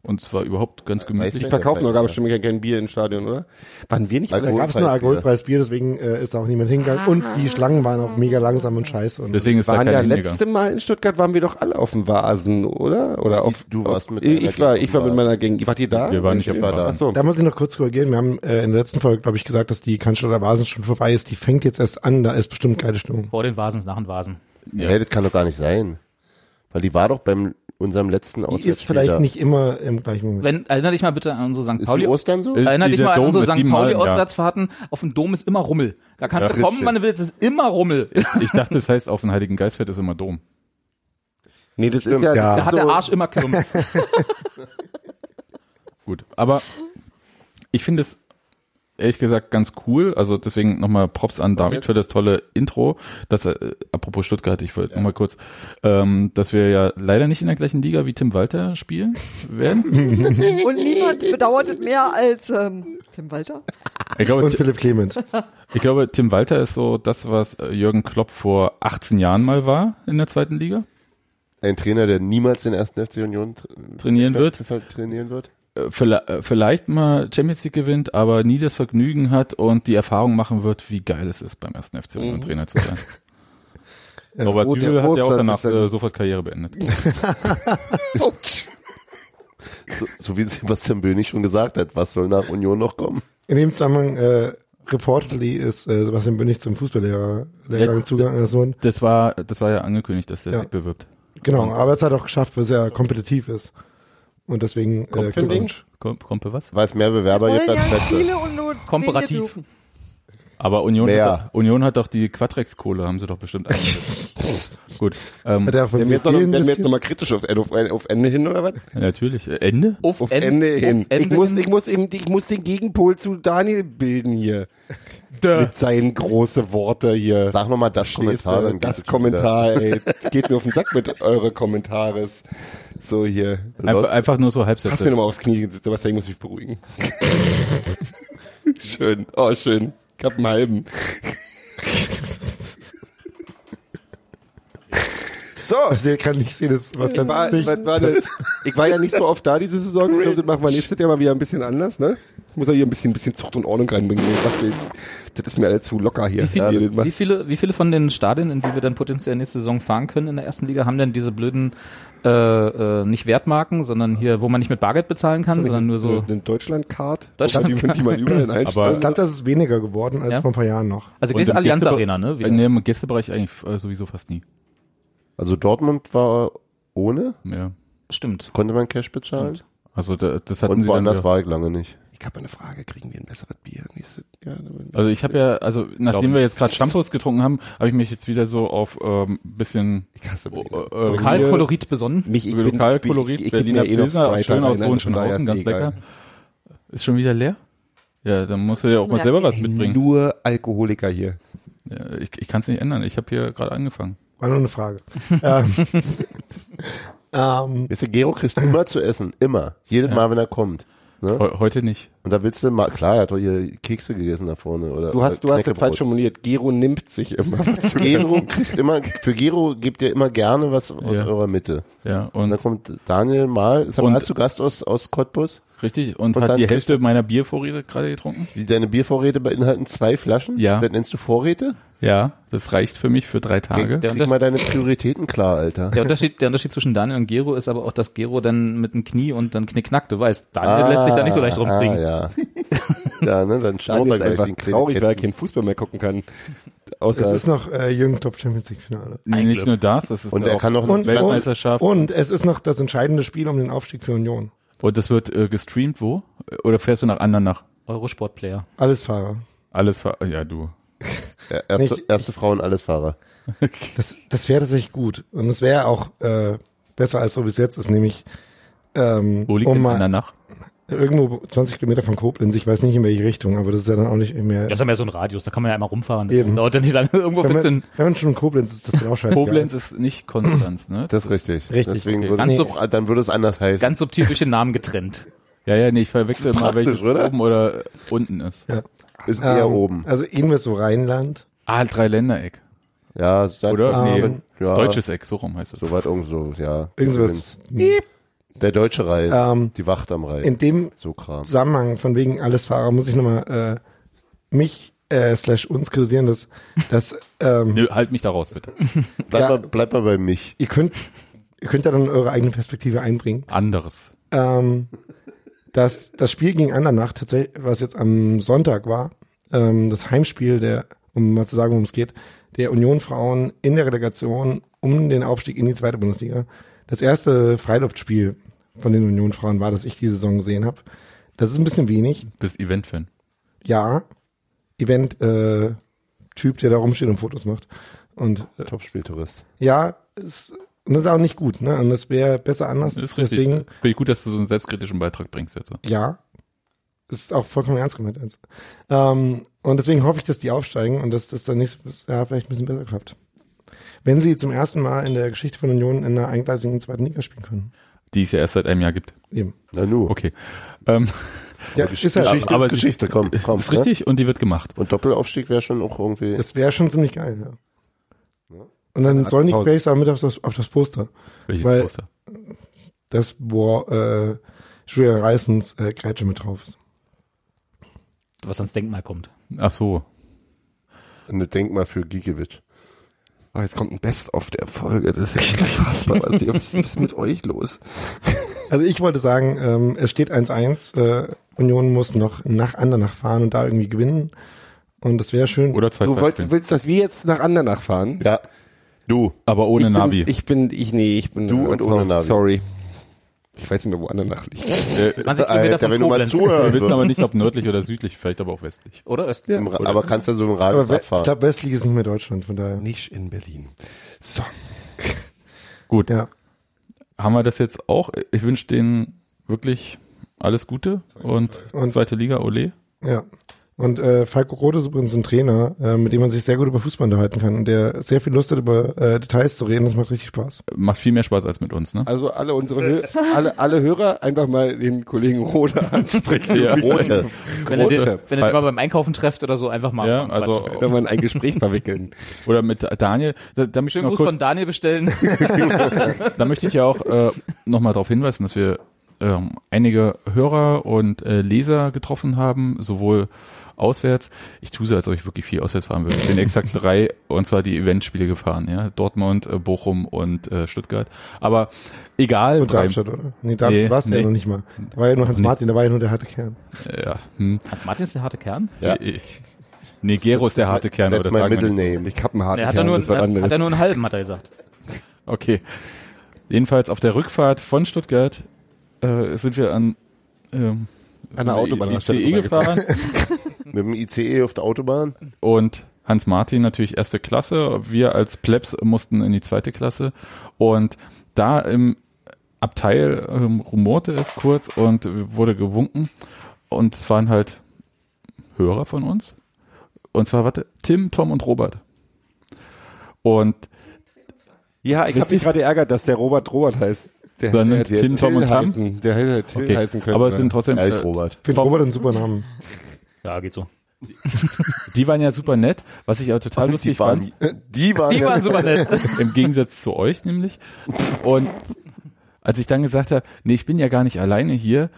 Speaker 19: Und zwar überhaupt ganz gemütlich.
Speaker 22: Ich verkaufe noch, gab es bestimmt kein, kein Bier im Stadion, oder? Waren wir nicht alle
Speaker 19: Alkohol-
Speaker 22: da? Da
Speaker 19: Alkohol-
Speaker 22: gab- gab-
Speaker 19: Gab's
Speaker 22: es
Speaker 19: nur
Speaker 22: nur
Speaker 19: alkoholfreies
Speaker 22: alkoholfreies Bier, deswegen äh, ist auch niemand hingegangen. Und die Schlangen waren auch mega langsam und scheiße.
Speaker 19: Deswegen ist da
Speaker 22: waren
Speaker 19: keiner
Speaker 22: ja
Speaker 19: hingegangen.
Speaker 22: letzte Mal in Stuttgart waren wir doch alle auf dem Vasen, oder? Oder auf du warst mit ich, ich war ich war mit meiner Gang. Wart ihr da?
Speaker 19: Wir waren nicht auf dem
Speaker 22: war
Speaker 19: Vasen.
Speaker 22: Ach so. Da Da muss muss ich noch kurz korrigieren. Wir haben äh, in der letzten Folge, glaube ich, gesagt, dass die Cannstatter Vasen schon vorbei ist. Die fängt jetzt erst an. Da ist bestimmt geile Stimmung.
Speaker 18: Vor den Vasen ist nach den Vasen.
Speaker 17: Ja. das kann doch gar nicht sein. Weil die war doch beim unserem letzten
Speaker 22: Die ist
Speaker 17: Auswärtsspiel
Speaker 22: vielleicht
Speaker 17: da.
Speaker 22: nicht immer im gleichen Moment.
Speaker 18: Wenn, erinnere dich mal bitte an unsere St.
Speaker 17: Ist
Speaker 18: Pauli.
Speaker 17: wie Ostern so?
Speaker 18: Erinnere dich
Speaker 17: Ist wie der
Speaker 18: mal an
Speaker 17: Dom,
Speaker 18: unsere
Speaker 17: ist wie
Speaker 18: St.
Speaker 17: Malen,
Speaker 18: Pauli
Speaker 17: ja.
Speaker 18: Auswärtsfahrten. Auf dem Dom ist immer Rummel. Da kannst
Speaker 19: Ja.
Speaker 18: du kommen,
Speaker 19: Richtig.
Speaker 18: wann du willst, es ist immer Rummel.
Speaker 19: Ich dachte, das heißt, auf den Heiligen Geistfeld ist immer Dom.
Speaker 22: Nee, das
Speaker 19: Stimmt,
Speaker 22: ist ja,
Speaker 19: ja.
Speaker 18: Da hat der Arsch immer Kirmes.
Speaker 19: Gut, aber ich finde es ehrlich gesagt ganz cool. Also deswegen nochmal Props an David für das tolle Intro. Das, äh, apropos Stuttgart, ich wollte nochmal kurz, ähm, dass wir ja leider nicht in der gleichen Liga wie Tim Walter spielen werden.
Speaker 17: Mhm.
Speaker 20: Und niemand bedauert es mehr als ähm, Tim Walter.
Speaker 19: ich glaube,
Speaker 22: Und Philipp Clement.
Speaker 19: Ich glaube, Tim Walter ist so das, was äh, Jürgen Klopp vor 18 Jahren mal war in der zweiten Liga.
Speaker 17: Ein Trainer, der niemals den ersten FC Union tra-
Speaker 19: Trainieren wird.
Speaker 17: trainieren wird.
Speaker 19: Äh, Vielleicht äh, vielleicht mal Champions League gewinnt, aber nie das Vergnügen hat und die Erfahrung machen wird, wie geil es ist, beim ersten FC Union
Speaker 22: Mhm.
Speaker 19: Trainer zu sein.
Speaker 22: Ja,
Speaker 19: Robert
Speaker 22: Rot-
Speaker 19: Dübel hat ja auch
Speaker 22: Ostern
Speaker 19: danach
Speaker 22: ist dann-
Speaker 19: äh, sofort Karriere beendet.
Speaker 17: So, so wie Sebastian Bönig schon gesagt hat, was soll nach Union noch kommen?
Speaker 22: In dem Zusammenhang, äh, reportedly ist äh, Sebastian Bönig zum Fußballlehrer Lehrgang zugegangen worden.
Speaker 19: Das war, das war ja angekündigt, dass der sich bewirbt.
Speaker 22: Genau,
Speaker 19: Und
Speaker 22: aber es hat auch geschafft, weil es ja kompetitiv ist. Und deswegen äh, Glückwunsch.
Speaker 19: Kommt, kommt bei was?
Speaker 17: Weil es mehr Bewerber
Speaker 20: Wollen
Speaker 17: gibt als
Speaker 20: ja
Speaker 17: Plätze.
Speaker 20: viele und nur wenige
Speaker 18: Komparativ.
Speaker 20: dürfen.
Speaker 19: Aber Union
Speaker 17: Mehr.
Speaker 19: hat, doch- Union hat doch die Quatrex-Kohle, haben sie doch bestimmt eingesetzt. Gut. Ähm,
Speaker 22: Hat er von
Speaker 19: Wenn
Speaker 22: Werden
Speaker 19: wir
Speaker 22: wir
Speaker 19: jetzt
Speaker 22: jetzt
Speaker 19: noch-
Speaker 22: nochmal
Speaker 19: wenn wir jetzt noch mal
Speaker 22: kritisch auf, Ende hin, oder was?
Speaker 19: natürlich. Äh, Ende?
Speaker 22: Auf,
Speaker 19: Auf
Speaker 22: Ende,
Speaker 19: Ende
Speaker 22: hin.
Speaker 19: auf Ende
Speaker 22: ich, muss,
Speaker 19: hin.
Speaker 22: ich, muss eben, ich muss den Gegenpol zu Daniel bilden hier. Mit seinen großen Worte hier.
Speaker 17: Sag nochmal das Kommentar, dann geht's
Speaker 22: Das
Speaker 17: wieder.
Speaker 22: Kommentar, ey. Geht mir auf den Sack mit eure Kommentares. So hier.
Speaker 19: Einfach, einfach nur so Halbsätze.
Speaker 22: Pass mir nochmal aufs Knie, Sebastian, ich muss mich beruhigen. schön, oh schön. Ich hab einen halben. So. Also, ich kann nicht sehen, das, was Ich war, was war das? ich war ja nicht so oft da diese Saison. Ich glaub, das machen wir nächstes Jahr mal wieder ein bisschen anders, ne? Ich muss ja hier ein bisschen, ein bisschen Zucht und Ordnung reinbringen. Ich dachte, das ist mir alle zu locker hier.
Speaker 18: Wie viele,
Speaker 22: Ja, das macht-
Speaker 18: wie, viele, wie viele von den Stadien, in die wir dann potenziell nächste Saison fahren können in der ersten Liga, haben denn diese blöden, äh, äh, nicht Wertmarken, sondern hier, wo man nicht mit Bargeld bezahlen kann, sondern nur so.
Speaker 22: Eine Deutschland-Card.
Speaker 18: Deutschland-
Speaker 22: Die, die man überall
Speaker 19: Aber-
Speaker 22: einstellt.
Speaker 19: Ich glaub,
Speaker 22: das ist weniger geworden als vor ein paar Jahren noch.
Speaker 18: Also
Speaker 19: Und
Speaker 18: gehst
Speaker 19: im
Speaker 18: Allianz
Speaker 19: Gästebere-
Speaker 18: Arena, ne? Wieder.
Speaker 19: Nee, im Gästebereich eigentlich äh, sowieso fast nie.
Speaker 17: Also Dortmund war ohne.
Speaker 19: Ja.
Speaker 18: Stimmt.
Speaker 17: Konnte man Cash bezahlen?
Speaker 19: Stimmt. Also da, das hatten
Speaker 17: Und
Speaker 19: sie
Speaker 17: woanders
Speaker 19: dann wieder-
Speaker 17: war ich lange nicht.
Speaker 21: Ich habe eine Frage, kriegen wir ein besseres Bier nächstes Jahr?
Speaker 19: Also ich habe ja, also nachdem
Speaker 21: nicht.
Speaker 19: wir jetzt gerade Shampoos getrunken haben, habe ich mich jetzt wieder so auf ähm, bisschen äh,
Speaker 18: Lokalkolorit besonnen.
Speaker 19: Mich, ich
Speaker 18: bin-
Speaker 19: Lokalkolorit,
Speaker 18: ich- ich geb
Speaker 19: Berliner
Speaker 18: mir eh noch
Speaker 19: Pilsner,
Speaker 18: weiter
Speaker 19: schön
Speaker 18: rein,
Speaker 19: aus
Speaker 18: also von daher
Speaker 19: Hohenschönhausen,
Speaker 18: ist
Speaker 19: ganz
Speaker 18: eh egal.
Speaker 19: lecker. Ist schon wieder leer? Ja, dann musst du ja auch mal
Speaker 18: Ja,
Speaker 19: selber was
Speaker 18: ey.
Speaker 19: mitbringen.
Speaker 21: Nur Alkoholiker hier.
Speaker 19: Ja, ich ich kann es nicht ändern, ich habe hier gerade angefangen.
Speaker 22: War nur eine Frage. ähm, ähm,
Speaker 17: Weißt du, Gero kriegst du immer zu essen. Immer. Jedes
Speaker 19: Ja.
Speaker 17: Mal, wenn er kommt. Ne?
Speaker 19: Heute nicht.
Speaker 17: Und da willst du mal, klar, er hat doch hier Kekse gegessen da vorne. Oder, oder
Speaker 21: Du hast, du hast jetzt
Speaker 17: Knäckebrot.
Speaker 21: falsch formuliert. Gero nimmt sich immer was zu
Speaker 17: Gero
Speaker 21: essen.
Speaker 17: kriegt immer, für Gero gebt ihr immer gerne was aus eurer Mitte.
Speaker 19: Ja, und,
Speaker 17: dann kommt Daniel mal, ist aber
Speaker 19: Und-
Speaker 17: mal zu Gast aus, aus Cottbus.
Speaker 19: Richtig, und, hat
Speaker 17: dann
Speaker 19: die
Speaker 17: kriegst
Speaker 19: Hälfte meiner Biervorräte gerade getrunken?
Speaker 17: du- deine Biervorräte beinhalten zwei Flaschen.
Speaker 19: Ja.
Speaker 17: Das nennst du Vorräte?
Speaker 19: Ja, das reicht für mich für drei Tage.
Speaker 17: Krieg mal deine Prioritäten klar, Alter.
Speaker 18: Der Unterschied, der Unterschied zwischen Daniel und Gero ist aber auch, dass Gero dann mit dem Knie und dann Knickknack, du weißt, Daniel
Speaker 19: Ah,
Speaker 18: lässt sich da nicht so leicht rumkriegen.
Speaker 17: Ah, ja. ja, ne, dann
Speaker 21: Daniel
Speaker 17: schauen wir
Speaker 21: ist
Speaker 17: gleich
Speaker 21: einfach
Speaker 17: den kleinen
Speaker 21: traurig, weil er
Speaker 17: Ketten.
Speaker 21: keinen Fußball mehr gucken kann.
Speaker 22: es
Speaker 21: Außer
Speaker 22: ist noch äh, Jürgen Klopp Champions League Finale.
Speaker 19: Nee, nicht nur das, das ist
Speaker 17: Und er kann noch eine
Speaker 22: Und, und,
Speaker 19: Weltmeisterschaft.
Speaker 22: und es ist noch das entscheidende Spiel um den Aufstieg für Union.
Speaker 19: Und das wird äh, gestreamt wo? Oder fährst du nach Andernach?
Speaker 18: Eurosport-Player.
Speaker 22: Alles Fahrer.
Speaker 19: Alles, ver- ja du.
Speaker 17: Ja, erste,
Speaker 22: Nicht-
Speaker 17: erste Frauen, alles Fahrer.
Speaker 22: Das, das wäre tatsächlich gut. Und das wäre auch äh, besser als so bis jetzt ist, nämlich ähm,
Speaker 19: Wo liegt denn Andernach?
Speaker 22: Irgendwo 20 Kilometer von Koblenz, ich weiß nicht in welche Richtung, aber das ist ja dann auch nicht mehr.
Speaker 2: Das ist ja mehr so ein Radius, da kann man ja einmal rumfahren. Das
Speaker 22: Eben.
Speaker 2: dauert ja nicht lange. Irgendwo
Speaker 22: wenn,
Speaker 2: findest du
Speaker 22: man,
Speaker 2: einen
Speaker 22: wenn man schon in Koblenz ist, ist das dann auch scheißegal.
Speaker 19: Koblenz ist nicht Konstanz, ne?
Speaker 17: Das ist richtig.
Speaker 22: Richtig.
Speaker 17: Deswegen
Speaker 22: Okay.
Speaker 17: würde
Speaker 22: Ganz
Speaker 17: auch, dann würde es anders heißen.
Speaker 18: Ganz subtil durch den Namen getrennt.
Speaker 19: Ja, ja, nee, ich verwechsel
Speaker 17: Das ist
Speaker 19: mal, welches
Speaker 17: praktisch, oder?
Speaker 19: oben oder unten ist.
Speaker 22: Ja.
Speaker 17: Ist eher oben.
Speaker 22: Also irgendwas so Rheinland.
Speaker 19: Ah, Dreiländereck.
Speaker 17: Ja, dann,
Speaker 19: Oder?
Speaker 17: Nee,
Speaker 19: Ähm,
Speaker 17: ja.
Speaker 19: Deutsches Eck, so rum heißt es.
Speaker 17: Soweit irgendwo, ja.
Speaker 22: Irgendwas. Hm.
Speaker 17: Übrigens. Der deutsche Reihe,
Speaker 22: Ähm,
Speaker 17: die Wacht am Reihe.
Speaker 22: In dem
Speaker 17: so Kram.
Speaker 22: Zusammenhang von wegen alles Fahrer muss ich nochmal äh, mich äh, slash uns kritisieren, dass, dass ähm,
Speaker 19: Nö, halt mich da raus, bitte.
Speaker 17: Bleib, mal, bleib mal bei mich.
Speaker 22: ihr könnt ihr könnt da dann eure eigene Perspektive einbringen.
Speaker 19: Anderes.
Speaker 22: ähm, dass das Spiel gegen Andernach tatsächlich, was jetzt am Sonntag war, ähm, das Heimspiel der, um mal zu sagen, worum es geht, der Union Frauen in der Relegation um den Aufstieg in die zweite Bundesliga. Das erste Freiluftspiel von den Union Frauen war, das ich die Saison gesehen habe. Das ist ein bisschen wenig.
Speaker 19: Bist Event-Fan.
Speaker 22: Ja, Event äh, Typ, der da rumsteht und Fotos macht. Und äh,
Speaker 17: Topspieltourist.
Speaker 22: ja, ist, und das ist auch nicht gut, ne? Und das wäre besser anders.
Speaker 19: Das ist richtig.
Speaker 22: Deswegen
Speaker 19: Finde ich gut, dass du so einen selbstkritischen Beitrag bringst jetzt.
Speaker 22: Ja. Das ist auch vollkommen ernst gemeint. Ernst. Ähm, und deswegen hoffe ich, dass die aufsteigen und dass das dann nächstes Jahr vielleicht ein bisschen besser klappt. Wenn sie zum ersten Mal in der Geschichte von Union in einer eingleisigen zweiten Liga spielen können.
Speaker 19: Die es ja erst seit einem Jahr gibt.
Speaker 22: Eben.
Speaker 17: Na nu.
Speaker 19: Okay. Ähm,
Speaker 22: Ja, ist halt
Speaker 17: Geschichte ist Geschichte, komm, ne? komm.
Speaker 19: Ist richtig und die wird gemacht.
Speaker 17: Und Doppelaufstieg wäre schon auch irgendwie.
Speaker 22: Das wäre schon ziemlich geil, ja. Und dann sollen die Grace auch mit auf das, auf das Poster.
Speaker 19: Welches
Speaker 22: weil
Speaker 19: Poster?
Speaker 22: Das, wo äh, Julia Reisens äh, Grätsche mit drauf ist.
Speaker 2: was ans Denkmal kommt.
Speaker 19: Ach so.
Speaker 17: Eine Denkmal für Gikiewicz.
Speaker 21: Oh, jetzt kommt ein Best-of der Folge. Das ist echt unfassbar. Also Was was ist mit euch los?
Speaker 22: Also ich wollte sagen, ähm, es steht 1-1. Äh, Union muss noch nach Andernach fahren und da irgendwie gewinnen. Und das wäre schön.
Speaker 19: Oder zwei,
Speaker 21: Du wolltest, willst, dass wir jetzt nach Andernach fahren?
Speaker 17: Ja. Du.
Speaker 19: Aber ohne
Speaker 21: ich bin,
Speaker 19: Navi.
Speaker 21: Ich bin, ich, nee, ich bin. äh,
Speaker 17: Du und ohne Navi.
Speaker 21: Sorry. Ich weiß nicht mehr, wo Andernach liegt.
Speaker 18: 20 Kilometer von Koblenz.
Speaker 19: äh, Wir wissen aber nicht, ob nördlich oder südlich, vielleicht aber auch westlich.
Speaker 18: Oder östlich.
Speaker 17: Im Ra- Aber kannst du so im
Speaker 22: Aber
Speaker 17: Radius
Speaker 22: we- ich
Speaker 17: abfahren.
Speaker 22: glaube, Westliga ist nicht mehr Deutschland, von daher.
Speaker 21: Nicht in Berlin. So.
Speaker 19: Gut.
Speaker 22: Ja.
Speaker 19: Haben wir das jetzt auch? Ich wünsche denen wirklich alles Gute und,
Speaker 22: Und-
Speaker 19: zweite Liga, Ole.
Speaker 22: Ja. Und äh, Falco Roth ist übrigens ein Trainer, äh, mit dem man sich sehr gut über Fußball unterhalten kann und der sehr viel Lust hat, über äh, Details zu reden. Das macht richtig Spaß.
Speaker 19: Macht viel mehr Spaß als mit uns, ne?
Speaker 21: Also alle unsere Hö alle, alle Hörer einfach mal den Kollegen Rode ansprechen.
Speaker 19: Ja.
Speaker 21: Rote.
Speaker 18: Wenn ihr den,
Speaker 21: Rote.
Speaker 18: wenn ihr den mal beim Einkaufen trefft oder so, einfach mal.
Speaker 19: Ja,
Speaker 18: mal
Speaker 19: also-
Speaker 18: quatschen.
Speaker 21: Wenn man ein Gespräch verwickeln.
Speaker 19: Oder mit Daniel. Da, da möchte ich
Speaker 18: Schönen
Speaker 19: noch
Speaker 18: Gruß
Speaker 19: kurz,
Speaker 18: von Daniel bestellen.
Speaker 19: da möchte ich ja auch äh, nochmal darauf hinweisen, dass wir ähm, einige Hörer und äh, Leser getroffen haben, sowohl auswärts. Ich tue so, als ob ich wirklich viel auswärts fahren würde. Ich bin exakt drei, und zwar die Eventspiele gefahren, ja. Dortmund, äh, Bochum und äh, Stuttgart. Aber egal.
Speaker 22: Und
Speaker 19: drei-
Speaker 22: Darmstadt, oder? Nee, Darmstadt war's ja noch nicht mal. Da war ja nur Hans Martin, da war ja nur der harte Kern.
Speaker 19: Ja. Hm.
Speaker 18: Hans Martin ist der harte Kern?
Speaker 17: Ja.
Speaker 19: Ich- Nee, Gero ist der harte Kern.
Speaker 17: That's
Speaker 19: oder
Speaker 17: my
Speaker 19: sagen wir
Speaker 17: middle
Speaker 19: nicht.
Speaker 17: name.
Speaker 21: Ich hab einen harten
Speaker 18: Er hat, ja
Speaker 21: Kern,
Speaker 18: nur,
Speaker 21: das war
Speaker 18: einen-
Speaker 21: andere.
Speaker 18: hat er nur einen halben, hat er gesagt.
Speaker 19: Okay. Jedenfalls auf der Rückfahrt von Stuttgart äh, sind wir an, ähm,
Speaker 22: An der Autobahnraststätte
Speaker 19: ICE E gefahren.
Speaker 17: Mit dem ICE auf der Autobahn.
Speaker 19: Und Hans Martin natürlich erste Klasse. Wir als Plebs mussten in die zweite Klasse. Und da im Abteil ähm, rumorte es kurz und wurde gewunken. Und es waren halt Hörer von uns. Und zwar, warte, Tim, Tom und Robert. Und
Speaker 22: Ja, ich habe
Speaker 19: Richtig?
Speaker 22: mich gerade ärgert, dass der Robert Robert heißt. Der,
Speaker 19: Dann
Speaker 22: der,
Speaker 19: nimmt Tim, Tom und Tam?
Speaker 22: Heißen, der hätte Till
Speaker 19: Okay,
Speaker 22: heißen können. ne?
Speaker 19: aber es sind trotzdem,
Speaker 22: Ehrlich,
Speaker 19: äh,
Speaker 22: Robert.
Speaker 19: Find Robert
Speaker 22: einen super Namen.
Speaker 18: Ja, geht so.
Speaker 19: Die waren ja super nett, was ich aber total lustig
Speaker 17: waren- äh,
Speaker 19: fand.
Speaker 17: die waren- Die waren super nett.
Speaker 19: Im Gegensatz zu euch nämlich. Und als ich dann gesagt habe, nee, ich bin ja gar nicht alleine hier,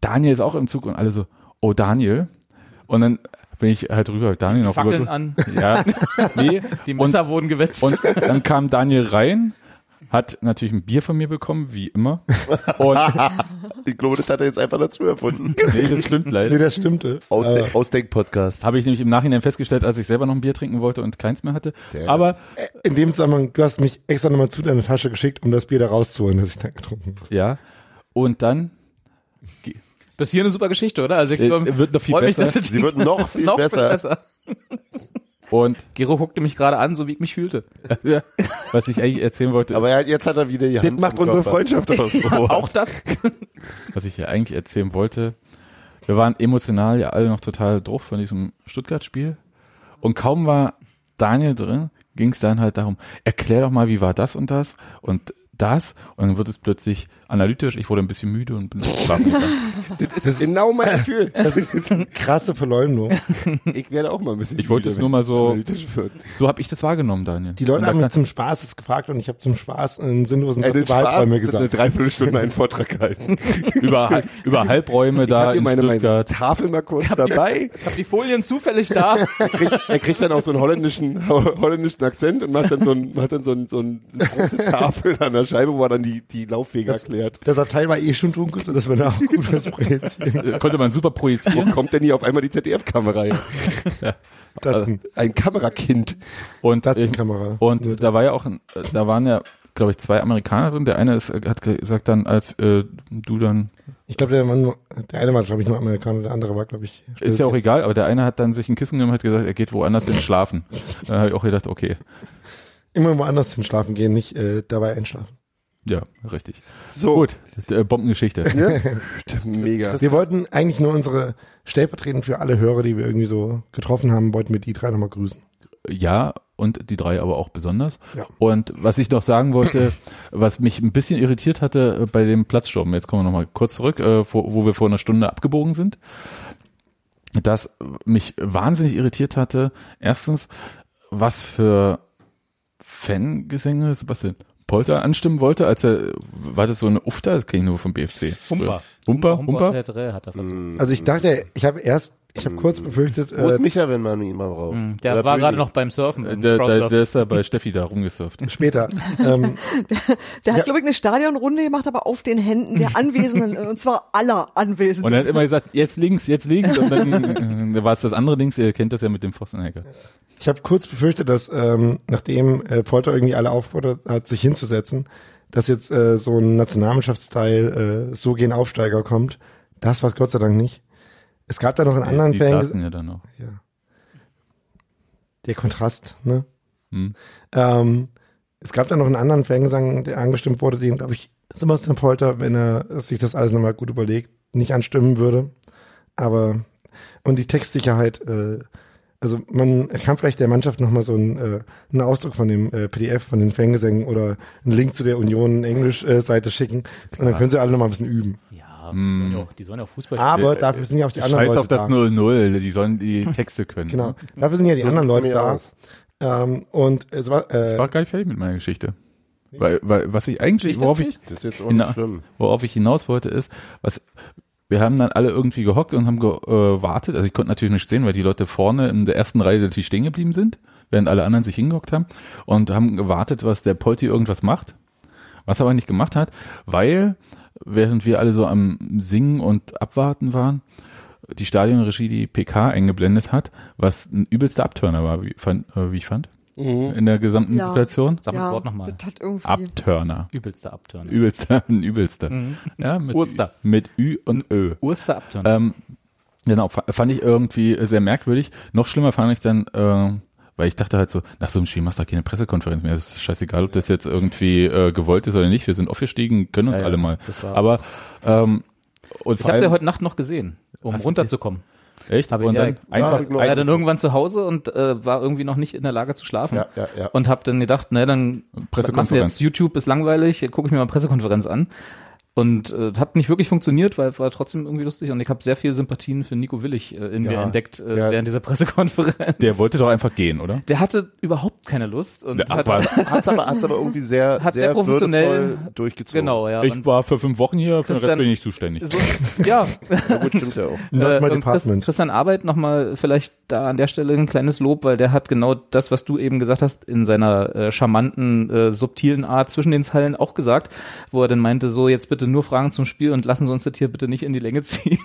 Speaker 19: Daniel ist auch im Zug und alle so, oh Daniel. Und dann bin ich halt rüber, Daniel noch
Speaker 18: Fackeln
Speaker 19: rüber.
Speaker 18: an.
Speaker 19: Ja, nee.
Speaker 18: Die Messer wurden gewetzt.
Speaker 19: Und dann kam Daniel rein, hat natürlich ein Bier von mir bekommen, wie immer. Und
Speaker 17: ich glaube, das hat er jetzt einfach dazu erfunden.
Speaker 19: Nee, das stimmt leider.
Speaker 22: Nee, das äh. stimmte.
Speaker 17: Ausde
Speaker 19: Aber-
Speaker 17: Ausdenk-Podcast.
Speaker 19: Habe ich nämlich im Nachhinein festgestellt, als ich selber noch ein Bier trinken wollte und keins mehr hatte.
Speaker 17: Der-
Speaker 19: Aber
Speaker 22: Äh, In dem Zusammenhang, du hast mich extra nochmal zu deiner Tasche geschickt, um das Bier da rauszuholen, das ich dann getrunken habe.
Speaker 19: ja, und dann
Speaker 21: Bis hier eine super Geschichte, oder? Also ich
Speaker 19: Äh,
Speaker 21: glaub,
Speaker 19: wird noch viel
Speaker 21: freut mich,
Speaker 19: besser.
Speaker 21: dass wir die-
Speaker 19: Sie wird noch viel besser. und
Speaker 21: Gero guckte mich gerade an, so wie ich mich fühlte.
Speaker 19: Ja, was ich eigentlich erzählen wollte.
Speaker 17: Aber er, jetzt hat er wieder die
Speaker 21: Das
Speaker 17: Hand
Speaker 21: macht
Speaker 17: am
Speaker 21: unsere
Speaker 17: Körper.
Speaker 21: Freundschaft aus, Ja, Robert. auch das.
Speaker 19: was ich ja eigentlich erzählen wollte, wir waren emotional ja alle noch total drauf von diesem Stuttgart-Spiel. Und kaum war Daniel drin, ging es dann halt darum, erklär doch mal, wie war das und das und das. Und dann wird es plötzlich analytisch. Ich wurde ein bisschen müde und bin schlafen gegangen.
Speaker 22: Das ist genau mein Gefühl. Das ist eine krasse Verleumdung. Ich werde auch mal ein bisschen.
Speaker 19: Ich wollte
Speaker 22: müde,
Speaker 19: es
Speaker 22: wenn
Speaker 19: nur mal so,
Speaker 22: analytisch wird.
Speaker 19: so habe ich das wahrgenommen, Daniel.
Speaker 22: Die Leute
Speaker 19: Und
Speaker 22: haben
Speaker 19: da-
Speaker 22: mich zum Spaß es gefragt und ich habe zum Spaß einen sinnlosen Ey, Satz Äh, den über Halbräume Spaß, gesagt. eine Dreiviertelstunde einen Vortrag gehalten.
Speaker 19: über, Hal- über Halbräume
Speaker 22: Ich
Speaker 19: da
Speaker 22: hab hier
Speaker 19: in
Speaker 22: meine- meine
Speaker 19: Stuttgart.
Speaker 22: Tafel mal kurz dabei.
Speaker 21: Ich habe die Folien zufällig da.
Speaker 22: Er kriegt dann auch so einen holländischen, holländischen Akzent und macht dann so einen, macht dann so einen, so einen eine große Tafel an der Scheibe, wo er dann die, die Laufwege erklärt. Das Abteil war eh schon dunkel, sodass wir da auch gut was projizieren.
Speaker 19: Konnte man super projizieren.
Speaker 22: Wo kommt denn hier auf einmal die ZDF-Kamera her?
Speaker 19: Datsun.
Speaker 22: Ein Kamerakind.
Speaker 19: Und,
Speaker 22: Datsun
Speaker 19: ich-
Speaker 22: Kamera.
Speaker 19: und da war ja auch, ein- äh, da waren ja, glaube ich, zwei Amerikaner drin. Der eine ist, äh, hat gesagt dann, als äh, du dann,
Speaker 22: Ich glaube, der Mann, der eine war, glaube ich, nur Amerikaner, der andere war, glaube ich.
Speaker 19: ist ja auch egal, aber der eine hat dann sich ein Kissen genommen und hat gesagt, er geht woanders hin schlafen. Da habe ich auch gedacht, okay,
Speaker 22: Immer woanders hin schlafen gehen, nicht äh, dabei einschlafen.
Speaker 19: ja, richtig.
Speaker 22: So.
Speaker 19: Gut, äh, Bombengeschichte.
Speaker 22: Mega. Wir wollten eigentlich nur unsere, stellvertretend für alle Hörer, die wir irgendwie so getroffen haben, wollten wir die drei nochmal grüßen.
Speaker 19: Ja, und die drei aber auch besonders.
Speaker 22: Ja.
Speaker 19: Und was ich noch sagen wollte, was mich ein bisschen irritiert hatte äh, bei dem Platzsturm, jetzt kommen wir nochmal kurz zurück, äh, wo, wo wir vor einer Stunde abgebogen sind, das mich wahnsinnig irritiert hatte, erstens, was für Fangesänge Sebastian Polter anstimmen wollte, als er, war das so eine Ufter, das kenne ich nur vom BFC.
Speaker 18: Humper.
Speaker 19: Humper,
Speaker 18: Humper.
Speaker 19: Humper.
Speaker 18: Humper. Hat er
Speaker 19: Mm.
Speaker 18: versucht.
Speaker 22: Also ich dachte, ich habe erst, ich habe kurz befürchtet,
Speaker 17: Wo
Speaker 22: äh,
Speaker 17: ist Micha, wenn man ihn mal braucht?
Speaker 18: Hm, Der
Speaker 17: Oder
Speaker 18: war
Speaker 17: Brüni?
Speaker 18: gerade noch beim Surfen.
Speaker 19: Äh,
Speaker 18: im
Speaker 19: Der, der,
Speaker 18: Crowdsurfen.
Speaker 19: der ist ja bei Steffi da rumgesurft.
Speaker 22: später. ähm,
Speaker 20: Der hat, glaube ich, eine Stadionrunde gemacht, aber auf den Händen der Anwesenden, und zwar aller Anwesenden.
Speaker 19: Und er hat immer gesagt, jetzt links, jetzt links. Und dann äh, war es das andere links, ihr kennt das ja mit dem Pfostenhacker.
Speaker 22: Ich habe kurz befürchtet, dass ähm, nachdem äh, Polter irgendwie alle aufgefordert hat, sich hinzusetzen, dass jetzt äh, so ein Nationalmannschaftsteil äh, so gehen Aufsteiger kommt. Das war Gott sei Dank nicht. Es gab da noch in anderen
Speaker 19: die saßen
Speaker 22: Fällen.
Speaker 19: ja dann noch.
Speaker 22: Ja. Der Kontrast, ne?
Speaker 19: Hm.
Speaker 22: Ähm, es gab da noch einen anderen Fangesang, der angestimmt wurde, den, glaube ich, Sebastian Polter, wenn er sich das alles nochmal gut überlegt, nicht anstimmen würde. Aber, und die Textsicherheit, äh, also man kann vielleicht der Mannschaft nochmal so einen, äh, einen Ausdruck von dem äh, PDF, von den Fangesängen oder einen Link zu der Union Englisch-Seite schicken. Und dann
Speaker 18: Klar.
Speaker 22: können sie alle nochmal ein bisschen üben.
Speaker 18: Ja, die sollen ja auch- die sollen ja auch Fußball spielen.
Speaker 22: Aber dafür sind ja auch die anderen
Speaker 19: hm. Scheiß
Speaker 22: Leute
Speaker 19: auf das
Speaker 22: da.
Speaker 19: 0-0, die sollen die Texte können. ne?
Speaker 22: Genau. Dafür sind ja die
Speaker 19: So
Speaker 22: anderen
Speaker 19: sieht's
Speaker 22: Leute
Speaker 19: mir
Speaker 22: da.
Speaker 19: aus.
Speaker 22: Ähm, und es war, äh,
Speaker 19: Ich war gar nicht fertig mit meiner Geschichte. Weil, weil was ich eigentlich, worauf ich,
Speaker 17: Das ist jetzt auch
Speaker 19: hina-
Speaker 17: nicht schlimm.
Speaker 19: worauf ich hinaus wollte, ist, was wir haben dann alle irgendwie gehockt und haben gewartet. Also ich konnte natürlich nicht stehen, weil die Leute vorne in der ersten Reihe natürlich stehen geblieben sind, während alle anderen sich hingehockt haben und haben gewartet, was der Polti irgendwas macht. Was er aber nicht gemacht hat, weil während wir alle so am Singen und Abwarten waren, die Stadionregie die PK eingeblendet hat, was ein übelster Abturner war, wie, fand, äh, wie ich fand. Mhm. In der gesamten
Speaker 20: Ja.
Speaker 19: Situation.
Speaker 20: Sag mal das Ja, Wort noch mal. das hat irgendwie-
Speaker 19: Abturner.
Speaker 18: Übelster Abturner.
Speaker 19: Übelster, ein übelster.
Speaker 18: Mhm.
Speaker 19: Ja, mit
Speaker 18: Urster.
Speaker 19: Ü, mit Ü und Ö.
Speaker 18: Urster Abturner.
Speaker 19: Ähm, genau, fa- fand ich irgendwie sehr merkwürdig. Noch schlimmer fand ich dann, ähm, weil ich dachte halt so, nach so einem Spiel machst du doch keine Pressekonferenz mehr. Das ist scheißegal, ob das jetzt irgendwie äh, gewollt ist oder nicht. Wir sind aufgestiegen, können uns
Speaker 18: Ja, ja,
Speaker 19: alle mal.
Speaker 18: das war-
Speaker 19: Aber ähm, und
Speaker 18: Ich
Speaker 19: vor
Speaker 18: habe
Speaker 19: allem,
Speaker 18: ja heute Nacht noch gesehen, um
Speaker 19: Hast du-
Speaker 18: runterzukommen.
Speaker 19: Echt?
Speaker 18: Hab ich,
Speaker 19: Und
Speaker 18: ja,
Speaker 19: dann einfach-
Speaker 18: war ja dann irgendwann zu Hause und äh, war irgendwie noch nicht in der Lage zu schlafen.
Speaker 17: Ja, ja, ja.
Speaker 18: Und habe dann gedacht, naja, dann was machst du
Speaker 19: Pressekonferenz.
Speaker 18: jetzt YouTube ist langweilig, gucke ich mir mal Pressekonferenz an. Und äh, hat nicht wirklich funktioniert, weil war trotzdem irgendwie lustig. Und ich habe sehr viele Sympathien für Nico Willig äh, in mir
Speaker 19: Ja,
Speaker 18: entdeckt äh,
Speaker 19: der-
Speaker 18: während dieser Pressekonferenz.
Speaker 19: der wollte doch einfach gehen, oder?
Speaker 18: Der hatte überhaupt keine Lust und
Speaker 19: Der
Speaker 18: hat,
Speaker 19: Abwahl.
Speaker 17: Hat's aber- hat's aber irgendwie sehr-
Speaker 18: hat sehr,
Speaker 17: sehr
Speaker 18: professionell
Speaker 17: würdevoll durchgezogen.
Speaker 18: Genau, ja.
Speaker 19: ich
Speaker 18: Und
Speaker 19: war für fünf Wochen hier, für den Rest
Speaker 18: Christian-
Speaker 19: bin ich nicht zuständig.
Speaker 18: So, ja.
Speaker 17: Ja, gut, stimmt ja
Speaker 18: Äh,
Speaker 17: auch. Not my
Speaker 18: und Chris-
Speaker 17: department.
Speaker 18: Christian Arbeit nochmal vielleicht da an der Stelle ein kleines Lob, weil der hat genau das, was du eben gesagt hast, in seiner äh, charmanten, äh, subtilen Art zwischen den Zeilen auch gesagt, wo er dann meinte, so jetzt bitte nur Fragen zum Spiel und lassen Sie uns das hier bitte nicht in die Länge ziehen.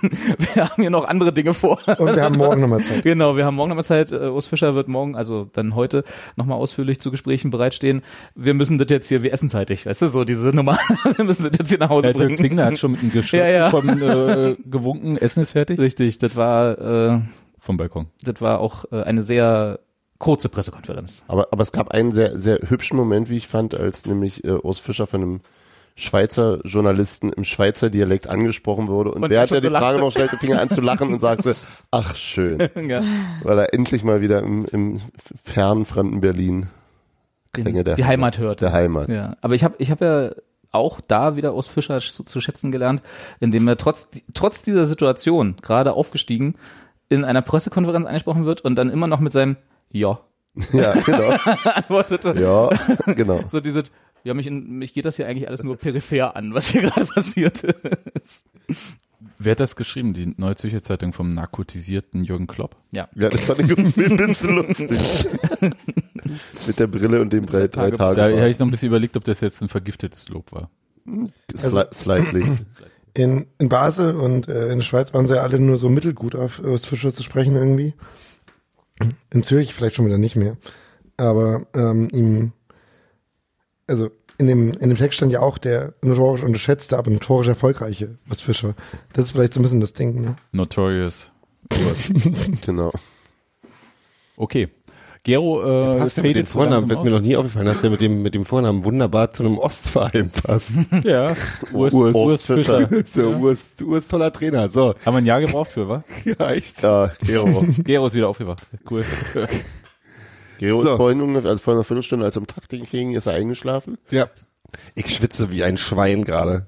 Speaker 18: Wir haben hier noch andere Dinge vor.
Speaker 22: Und wir haben morgen noch mal Zeit.
Speaker 18: Genau, wir haben morgen nochmal Zeit. Äh, Urs Fischer wird morgen, also dann heute, nochmal ausführlich zu Gesprächen bereitstehen. Wir müssen das jetzt hier, wir essen zeitig, weißt du, so diese Nummer. Wir müssen das jetzt hier nach Hause
Speaker 19: Äh,
Speaker 18: bringen.
Speaker 19: Dirk Zingler hat schon mit einem Geschirr
Speaker 18: Ja, ja.
Speaker 19: vom, äh, gewunken, Essen ist fertig.
Speaker 18: Richtig, das war äh,
Speaker 19: vom Balkon.
Speaker 18: Das war auch äh, eine sehr kurze Pressekonferenz.
Speaker 17: Aber, aber es gab einen sehr, sehr hübschen Moment, wie ich fand, als nämlich äh, Urs Fischer von einem Schweizer Journalisten im Schweizer Dialekt angesprochen wurde und,
Speaker 18: Und
Speaker 17: der
Speaker 18: er
Speaker 17: hat ja
Speaker 18: schon
Speaker 17: die
Speaker 18: so
Speaker 17: Frage
Speaker 18: lachte.
Speaker 17: noch stellte, fing er an zu lachen und sagte, ach schön,
Speaker 18: Ja.
Speaker 17: weil er endlich mal wieder im, im fernen, fremden Berlin Klänge der
Speaker 18: die Heimat hört.
Speaker 17: Der Heimat.
Speaker 18: Ja, aber ich habe ich hab ja auch da wieder aus Fischer sch- zu schätzen gelernt, indem er trotz, trotz dieser Situation, gerade aufgestiegen, in einer Pressekonferenz angesprochen wird und dann immer noch mit seinem Ja
Speaker 17: Ja, genau.
Speaker 18: antwortete.
Speaker 17: Ja, genau.
Speaker 18: So dieses, ja, mich, in- mich geht das hier eigentlich alles nur peripher an, was hier gerade passiert ist.
Speaker 19: Wer hat das geschrieben? Die Neue Zürcher Zeitung vom narkotisierten Jürgen Klopp?
Speaker 18: Ja.
Speaker 17: Ja, das fand ich irgendwie ein bisschen lustig. Mit der Brille und dem drei, drei Tage.
Speaker 19: Da habe ich noch ein bisschen überlegt, ob das jetzt ein vergiftetes Lob war.
Speaker 21: Also-
Speaker 17: Sli- slightly.
Speaker 22: Also In, in Basel und äh, in der Schweiz waren sie ja alle nur so mittelgut auf Urs Fischer zu sprechen irgendwie. In Zürich vielleicht schon wieder nicht mehr. Aber ähm, ihm, also in dem, in dem Text stand ja auch der notorisch unterschätzte, aber notorisch erfolgreiche Urs Fischer. Das ist vielleicht so ein bisschen das Ding. Ne?
Speaker 19: Notorious.
Speaker 17: genau.
Speaker 19: Okay. Gero, äh,
Speaker 21: Passt ja mit
Speaker 19: fadet
Speaker 21: dem
Speaker 19: so
Speaker 21: Vornamen,
Speaker 19: langsam
Speaker 21: was mir noch nie aufgefallen ist, der mit dem, mit dem Vornamen wunderbar zu einem Ostverein passt.
Speaker 19: Ja, Urs- Urs Fischer.
Speaker 21: So,
Speaker 19: Ja.
Speaker 21: Urs, Urs toller Trainer, so.
Speaker 19: Haben wir ein Jahr gebraucht für, wa?
Speaker 21: Ja, echt.
Speaker 17: Ja, äh, Gero.
Speaker 19: Gero ist wieder aufgewacht. Cool.
Speaker 17: Gero
Speaker 21: So.
Speaker 17: ist vorhin, ungefähr- also vor einer Viertelstunde, als er im Taktik ging, ist er eingeschlafen.
Speaker 21: Ja. Ich schwitze wie ein Schwein gerade.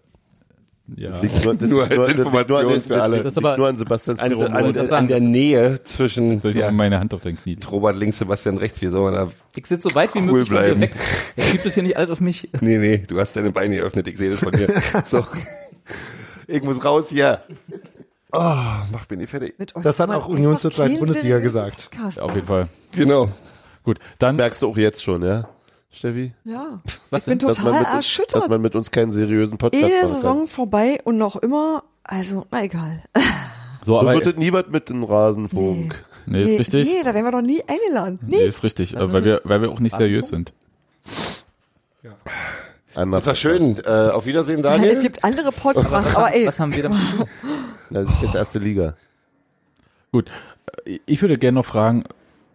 Speaker 19: Ja.
Speaker 17: Liegt nur, das,
Speaker 21: Nur als
Speaker 17: nur, das, nur
Speaker 21: Information
Speaker 17: an den,
Speaker 21: für alle.
Speaker 17: Das liegt nur an Sebastians
Speaker 21: An,
Speaker 17: Gero.
Speaker 21: an, an, der Nähe zwischen. Soll
Speaker 19: ich ja. meine Hand auf dein Knie?
Speaker 21: Robert links, Sebastian rechts, wie soll man da.
Speaker 18: Ich sitze so weit wie
Speaker 21: Cool
Speaker 18: möglich von dir
Speaker 21: bleiben.
Speaker 18: weg. Er schiebt es hier nicht alles auf mich.
Speaker 21: Nee, nee, du hast deine Beine geöffnet, ich sehe das von dir. so. Ich muss raus hier. Oh, macht mir nicht fertig.
Speaker 22: Das hat auch Union zur zweiten Bundesliga gesagt.
Speaker 19: Auf jeden Fall.
Speaker 21: Genau.
Speaker 19: Gut, dann.
Speaker 17: Merkst du auch jetzt schon, ja? Steffi?
Speaker 20: Ja.
Speaker 17: Was
Speaker 20: ich bin
Speaker 17: Dass man
Speaker 20: total
Speaker 17: mit,
Speaker 20: erschüttert.
Speaker 17: Dass man mit uns keinen seriösen Podcast
Speaker 20: Ehe
Speaker 17: machen
Speaker 20: Saison vorbei und noch immer, also, na egal.
Speaker 17: kann.
Speaker 19: So, aber-
Speaker 17: wird das niemand mit dem Rasenfunk.
Speaker 19: Nee, ist richtig.
Speaker 20: Nee, da wären wir doch nie eingeladen.
Speaker 19: Nee, ist richtig, äh, weil wir, weil wir
Speaker 20: Ah.
Speaker 19: auch nicht seriös sind.
Speaker 17: Anders.
Speaker 21: Das war schön. Äh, auf Wiedersehen, Daniel.
Speaker 20: Es gibt andere Podcasts, aber ey.
Speaker 18: Was haben wir damit?
Speaker 17: Das ist jetzt erste Liga.
Speaker 19: Gut, äh, ich würde gerne noch fragen,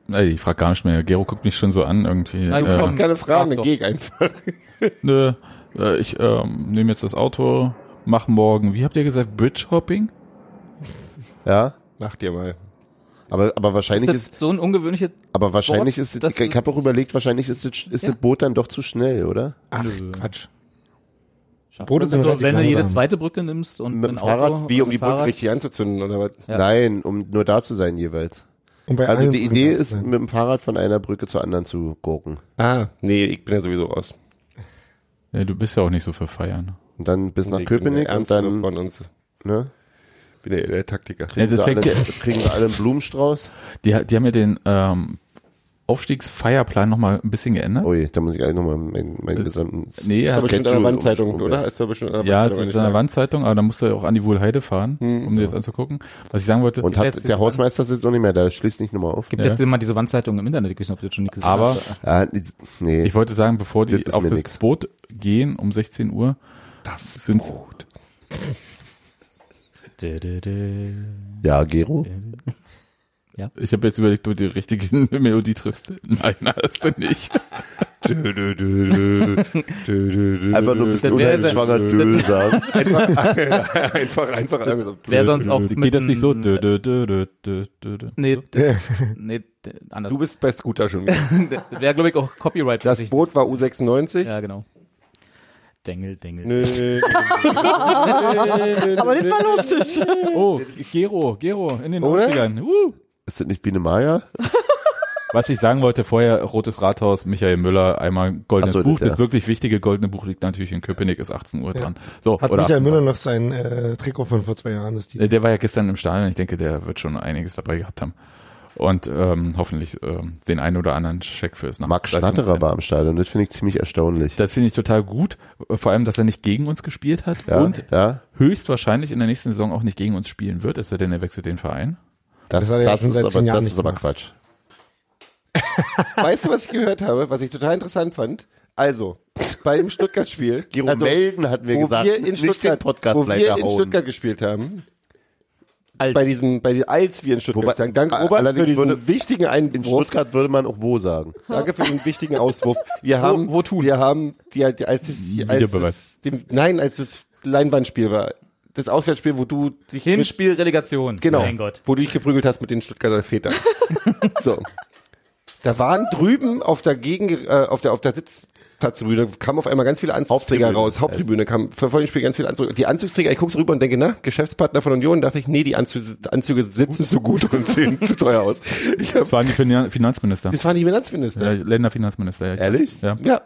Speaker 19: nee, ich frage gar nicht mehr, Gero guckt mich schon so an irgendwie.
Speaker 21: Nein, du
Speaker 19: äh,
Speaker 21: brauchst keine Fragen, dann geh ich einfach.
Speaker 19: Nö, äh, ich ähm, nehme jetzt das Auto, mach morgen, wie habt ihr gesagt, Bridgehopping?
Speaker 17: Ja?
Speaker 21: Mach dir mal.
Speaker 17: Aber, aber wahrscheinlich
Speaker 18: das
Speaker 17: ist,
Speaker 18: so ein ungewöhnliches.
Speaker 17: aber wahrscheinlich
Speaker 18: Wort,
Speaker 17: ist,
Speaker 18: das-
Speaker 17: ich, ich habe auch überlegt, wahrscheinlich ist, das, ist
Speaker 18: Ja. Also,
Speaker 17: das Boot dann doch zu schnell, oder?
Speaker 22: Ach, Quatsch.
Speaker 18: Boote sind relativ Also, wenn du jede langsam. zweite Brücke nimmst und
Speaker 17: mit
Speaker 18: ein
Speaker 17: dem
Speaker 18: Auto
Speaker 17: Fahrrad,
Speaker 18: und Wie, um ein die Brücke Fahrrad?
Speaker 21: richtig anzuzünden oder was?
Speaker 18: Ja.
Speaker 17: Nein, um nur da zu sein jeweils.
Speaker 21: Um bei
Speaker 17: also
Speaker 21: allen
Speaker 17: die
Speaker 21: Brücken
Speaker 17: Idee
Speaker 21: da zu
Speaker 17: ist,
Speaker 21: sein.
Speaker 17: mit dem Fahrrad von einer Brücke zur anderen zu gucken.
Speaker 21: Ah, nee, ich bin ja sowieso raus.
Speaker 19: Ja, du bist ja auch nicht so für Feiern.
Speaker 17: Und dann bis nach
Speaker 21: Nee, ich bin
Speaker 17: Köpenick
Speaker 21: der
Speaker 17: und dann
Speaker 21: Ernste von uns.
Speaker 17: Ne?
Speaker 21: Bin der, der Taktiker.
Speaker 17: kriegen,
Speaker 19: Ja, das
Speaker 17: wir alle,
Speaker 19: fängt ja-
Speaker 17: kriegen wir alle einen Blumenstrauß.
Speaker 19: Die, ha- die haben ja den ähm, Aufstiegsfeierplan nochmal ein bisschen geändert.
Speaker 17: Ui, Oh da muss ich eigentlich nochmal meinen mein gesamten. um-
Speaker 19: Nee, er
Speaker 21: ist
Speaker 19: hat
Speaker 21: doch bestimmt in
Speaker 19: Schedule
Speaker 21: der Wandzeitung,
Speaker 17: umstellen.
Speaker 21: oder? Ah, Ist doch bestimmt in der
Speaker 19: Ja,
Speaker 21: Wandzeitung,
Speaker 19: es
Speaker 21: wenn
Speaker 19: ist
Speaker 21: ich
Speaker 19: in der
Speaker 21: sage.
Speaker 19: Wandzeitung, aber da musst du ja auch an die Wohlheide fahren,
Speaker 21: Hm,
Speaker 19: um dir das anzugucken. Was ich sagen wollte,
Speaker 17: Und hat, der Hausmeister sitzt auch nicht mehr, da schließt nicht nochmal auf.
Speaker 2: Gibt jetzt immer diese Wandzeitung im Internet, ich weiß nicht, ob du das schon nicht gesehen
Speaker 19: aber
Speaker 2: hast.
Speaker 17: Ah, nee.
Speaker 19: ich wollte sagen, bevor die
Speaker 17: Das ist
Speaker 19: auf
Speaker 17: mir
Speaker 19: das
Speaker 17: nix.
Speaker 19: Boot gehen um 16 Uhr,
Speaker 21: das
Speaker 19: sind
Speaker 17: Ja, Gero?
Speaker 19: Ich habe jetzt überlegt, ob du die richtige Melodie triffst. Nein, hast du nicht.
Speaker 17: Einfach nur ein bisschen unheimlich schwanger Dö sagen.
Speaker 21: Einfach- einfach- einfach langsam.
Speaker 2: Wer sonst auch
Speaker 19: Geht
Speaker 2: mit
Speaker 19: das nicht
Speaker 2: einem- äh,
Speaker 19: so? Dö, dö, dö, dö, dö, dö, dö.
Speaker 2: Nee, d- nee, d- anders.
Speaker 21: Du bist bei Scooter schon.
Speaker 2: Wäre, glaube ich, auch Copyright.
Speaker 21: Das Boot war U96.
Speaker 2: Ja, genau. Dengel, Dengel.
Speaker 21: Nö.
Speaker 20: Aber das war lustig.
Speaker 19: Oh, Gero, Gero, in den
Speaker 17: Oder?
Speaker 19: 90ern. Uh.
Speaker 17: Ist das nicht Biene Maya?
Speaker 19: Was ich sagen wollte vorher, Rotes Rathaus, Michael Müller, einmal Goldenes
Speaker 17: Ach so,
Speaker 19: Buch.
Speaker 17: das,
Speaker 19: Das,
Speaker 17: ja.
Speaker 19: wirklich wichtige Goldene Buch liegt natürlich in Köpenick, ist 18 Uhr
Speaker 22: Ja.
Speaker 19: dran. So,
Speaker 22: Hat
Speaker 19: oder 18
Speaker 22: Michael
Speaker 19: Uhr.
Speaker 22: Müller noch sein äh, Trikot von vor zwei Jahren? Ist die
Speaker 19: Äh, Der war ja gestern im Stadion. Ich denke, der wird schon einiges dabei gehabt haben. Und ähm, hoffentlich ähm, den einen oder anderen Scheck fürs Nach
Speaker 17: Max Schnatterer war am Stadion, das finde ich ziemlich erstaunlich.
Speaker 19: Das finde ich total gut. Vor allem, dass er nicht gegen uns gespielt hat
Speaker 17: Ja,
Speaker 19: und
Speaker 17: ja.
Speaker 19: höchstwahrscheinlich in der nächsten Saison auch nicht gegen uns spielen wird, es sei denn, er wechselt den Verein.
Speaker 17: Das,
Speaker 22: Das hat er ja
Speaker 17: das,
Speaker 22: schon
Speaker 17: ist,
Speaker 22: seit
Speaker 17: aber,
Speaker 22: zehn Jahren
Speaker 17: das
Speaker 22: nicht
Speaker 17: ist aber Quatsch.
Speaker 21: Weißt du, was ich gehört habe, was ich total interessant fand? Also, bei dem Stuttgart-Spiel.
Speaker 17: Gero
Speaker 21: also,
Speaker 17: melden, hatten wir
Speaker 21: wo
Speaker 17: gesagt,
Speaker 21: Wir in
Speaker 17: nicht
Speaker 21: Stuttgart,
Speaker 17: den Podcast
Speaker 21: wo wir
Speaker 17: leider
Speaker 21: in
Speaker 17: hauen.
Speaker 21: Stuttgart gespielt haben.
Speaker 2: Als-
Speaker 21: Bei diesem, bei die, als wir in Stuttgart
Speaker 17: Wobei-
Speaker 21: gespielt haben. Danke,
Speaker 17: a-
Speaker 21: Robert, für
Speaker 17: allerdings
Speaker 21: diesen
Speaker 17: würde-
Speaker 21: wichtigen
Speaker 17: In
Speaker 21: Einwurf.
Speaker 17: Stuttgart würde man auch wo sagen.
Speaker 21: Danke für den wichtigen Auswurf. Wir haben, wo, tun? Wir haben, die, die, als es, die, als
Speaker 19: Videobeweis.
Speaker 21: es dem, nein, als das Leinwandspiel war. Das Auswärtsspiel, wo du dich mit-
Speaker 2: Hinspiel, Relegation.
Speaker 21: Genau.
Speaker 2: Mein Gott.
Speaker 21: Wo du dich geprügelt hast mit den Stuttgarter Vätern. so. Da waren drüben auf der Gegen, äh, auf der, auf der Sitzplatztribüne kamen auf einmal ganz viele Anzugsträger
Speaker 17: Haupttribüne.
Speaker 21: raus. Haupttribüne kamen vor vor dem Spiel ganz viele Anzugsträger. Die Anzugsträger, ich guck's rüber und denke, na, Geschäftspartner von Union, dachte ich, nee, die Anzüge, Anzüge sitzen zu gut und sehen zu teuer aus. Ich hab,
Speaker 19: Das waren die Finan- Finanzminister.
Speaker 21: das waren die Finanzminister.
Speaker 19: Ja, Länderfinanzminister. Ja. Ich-
Speaker 17: Ehrlich?
Speaker 19: Ja.
Speaker 21: Ja.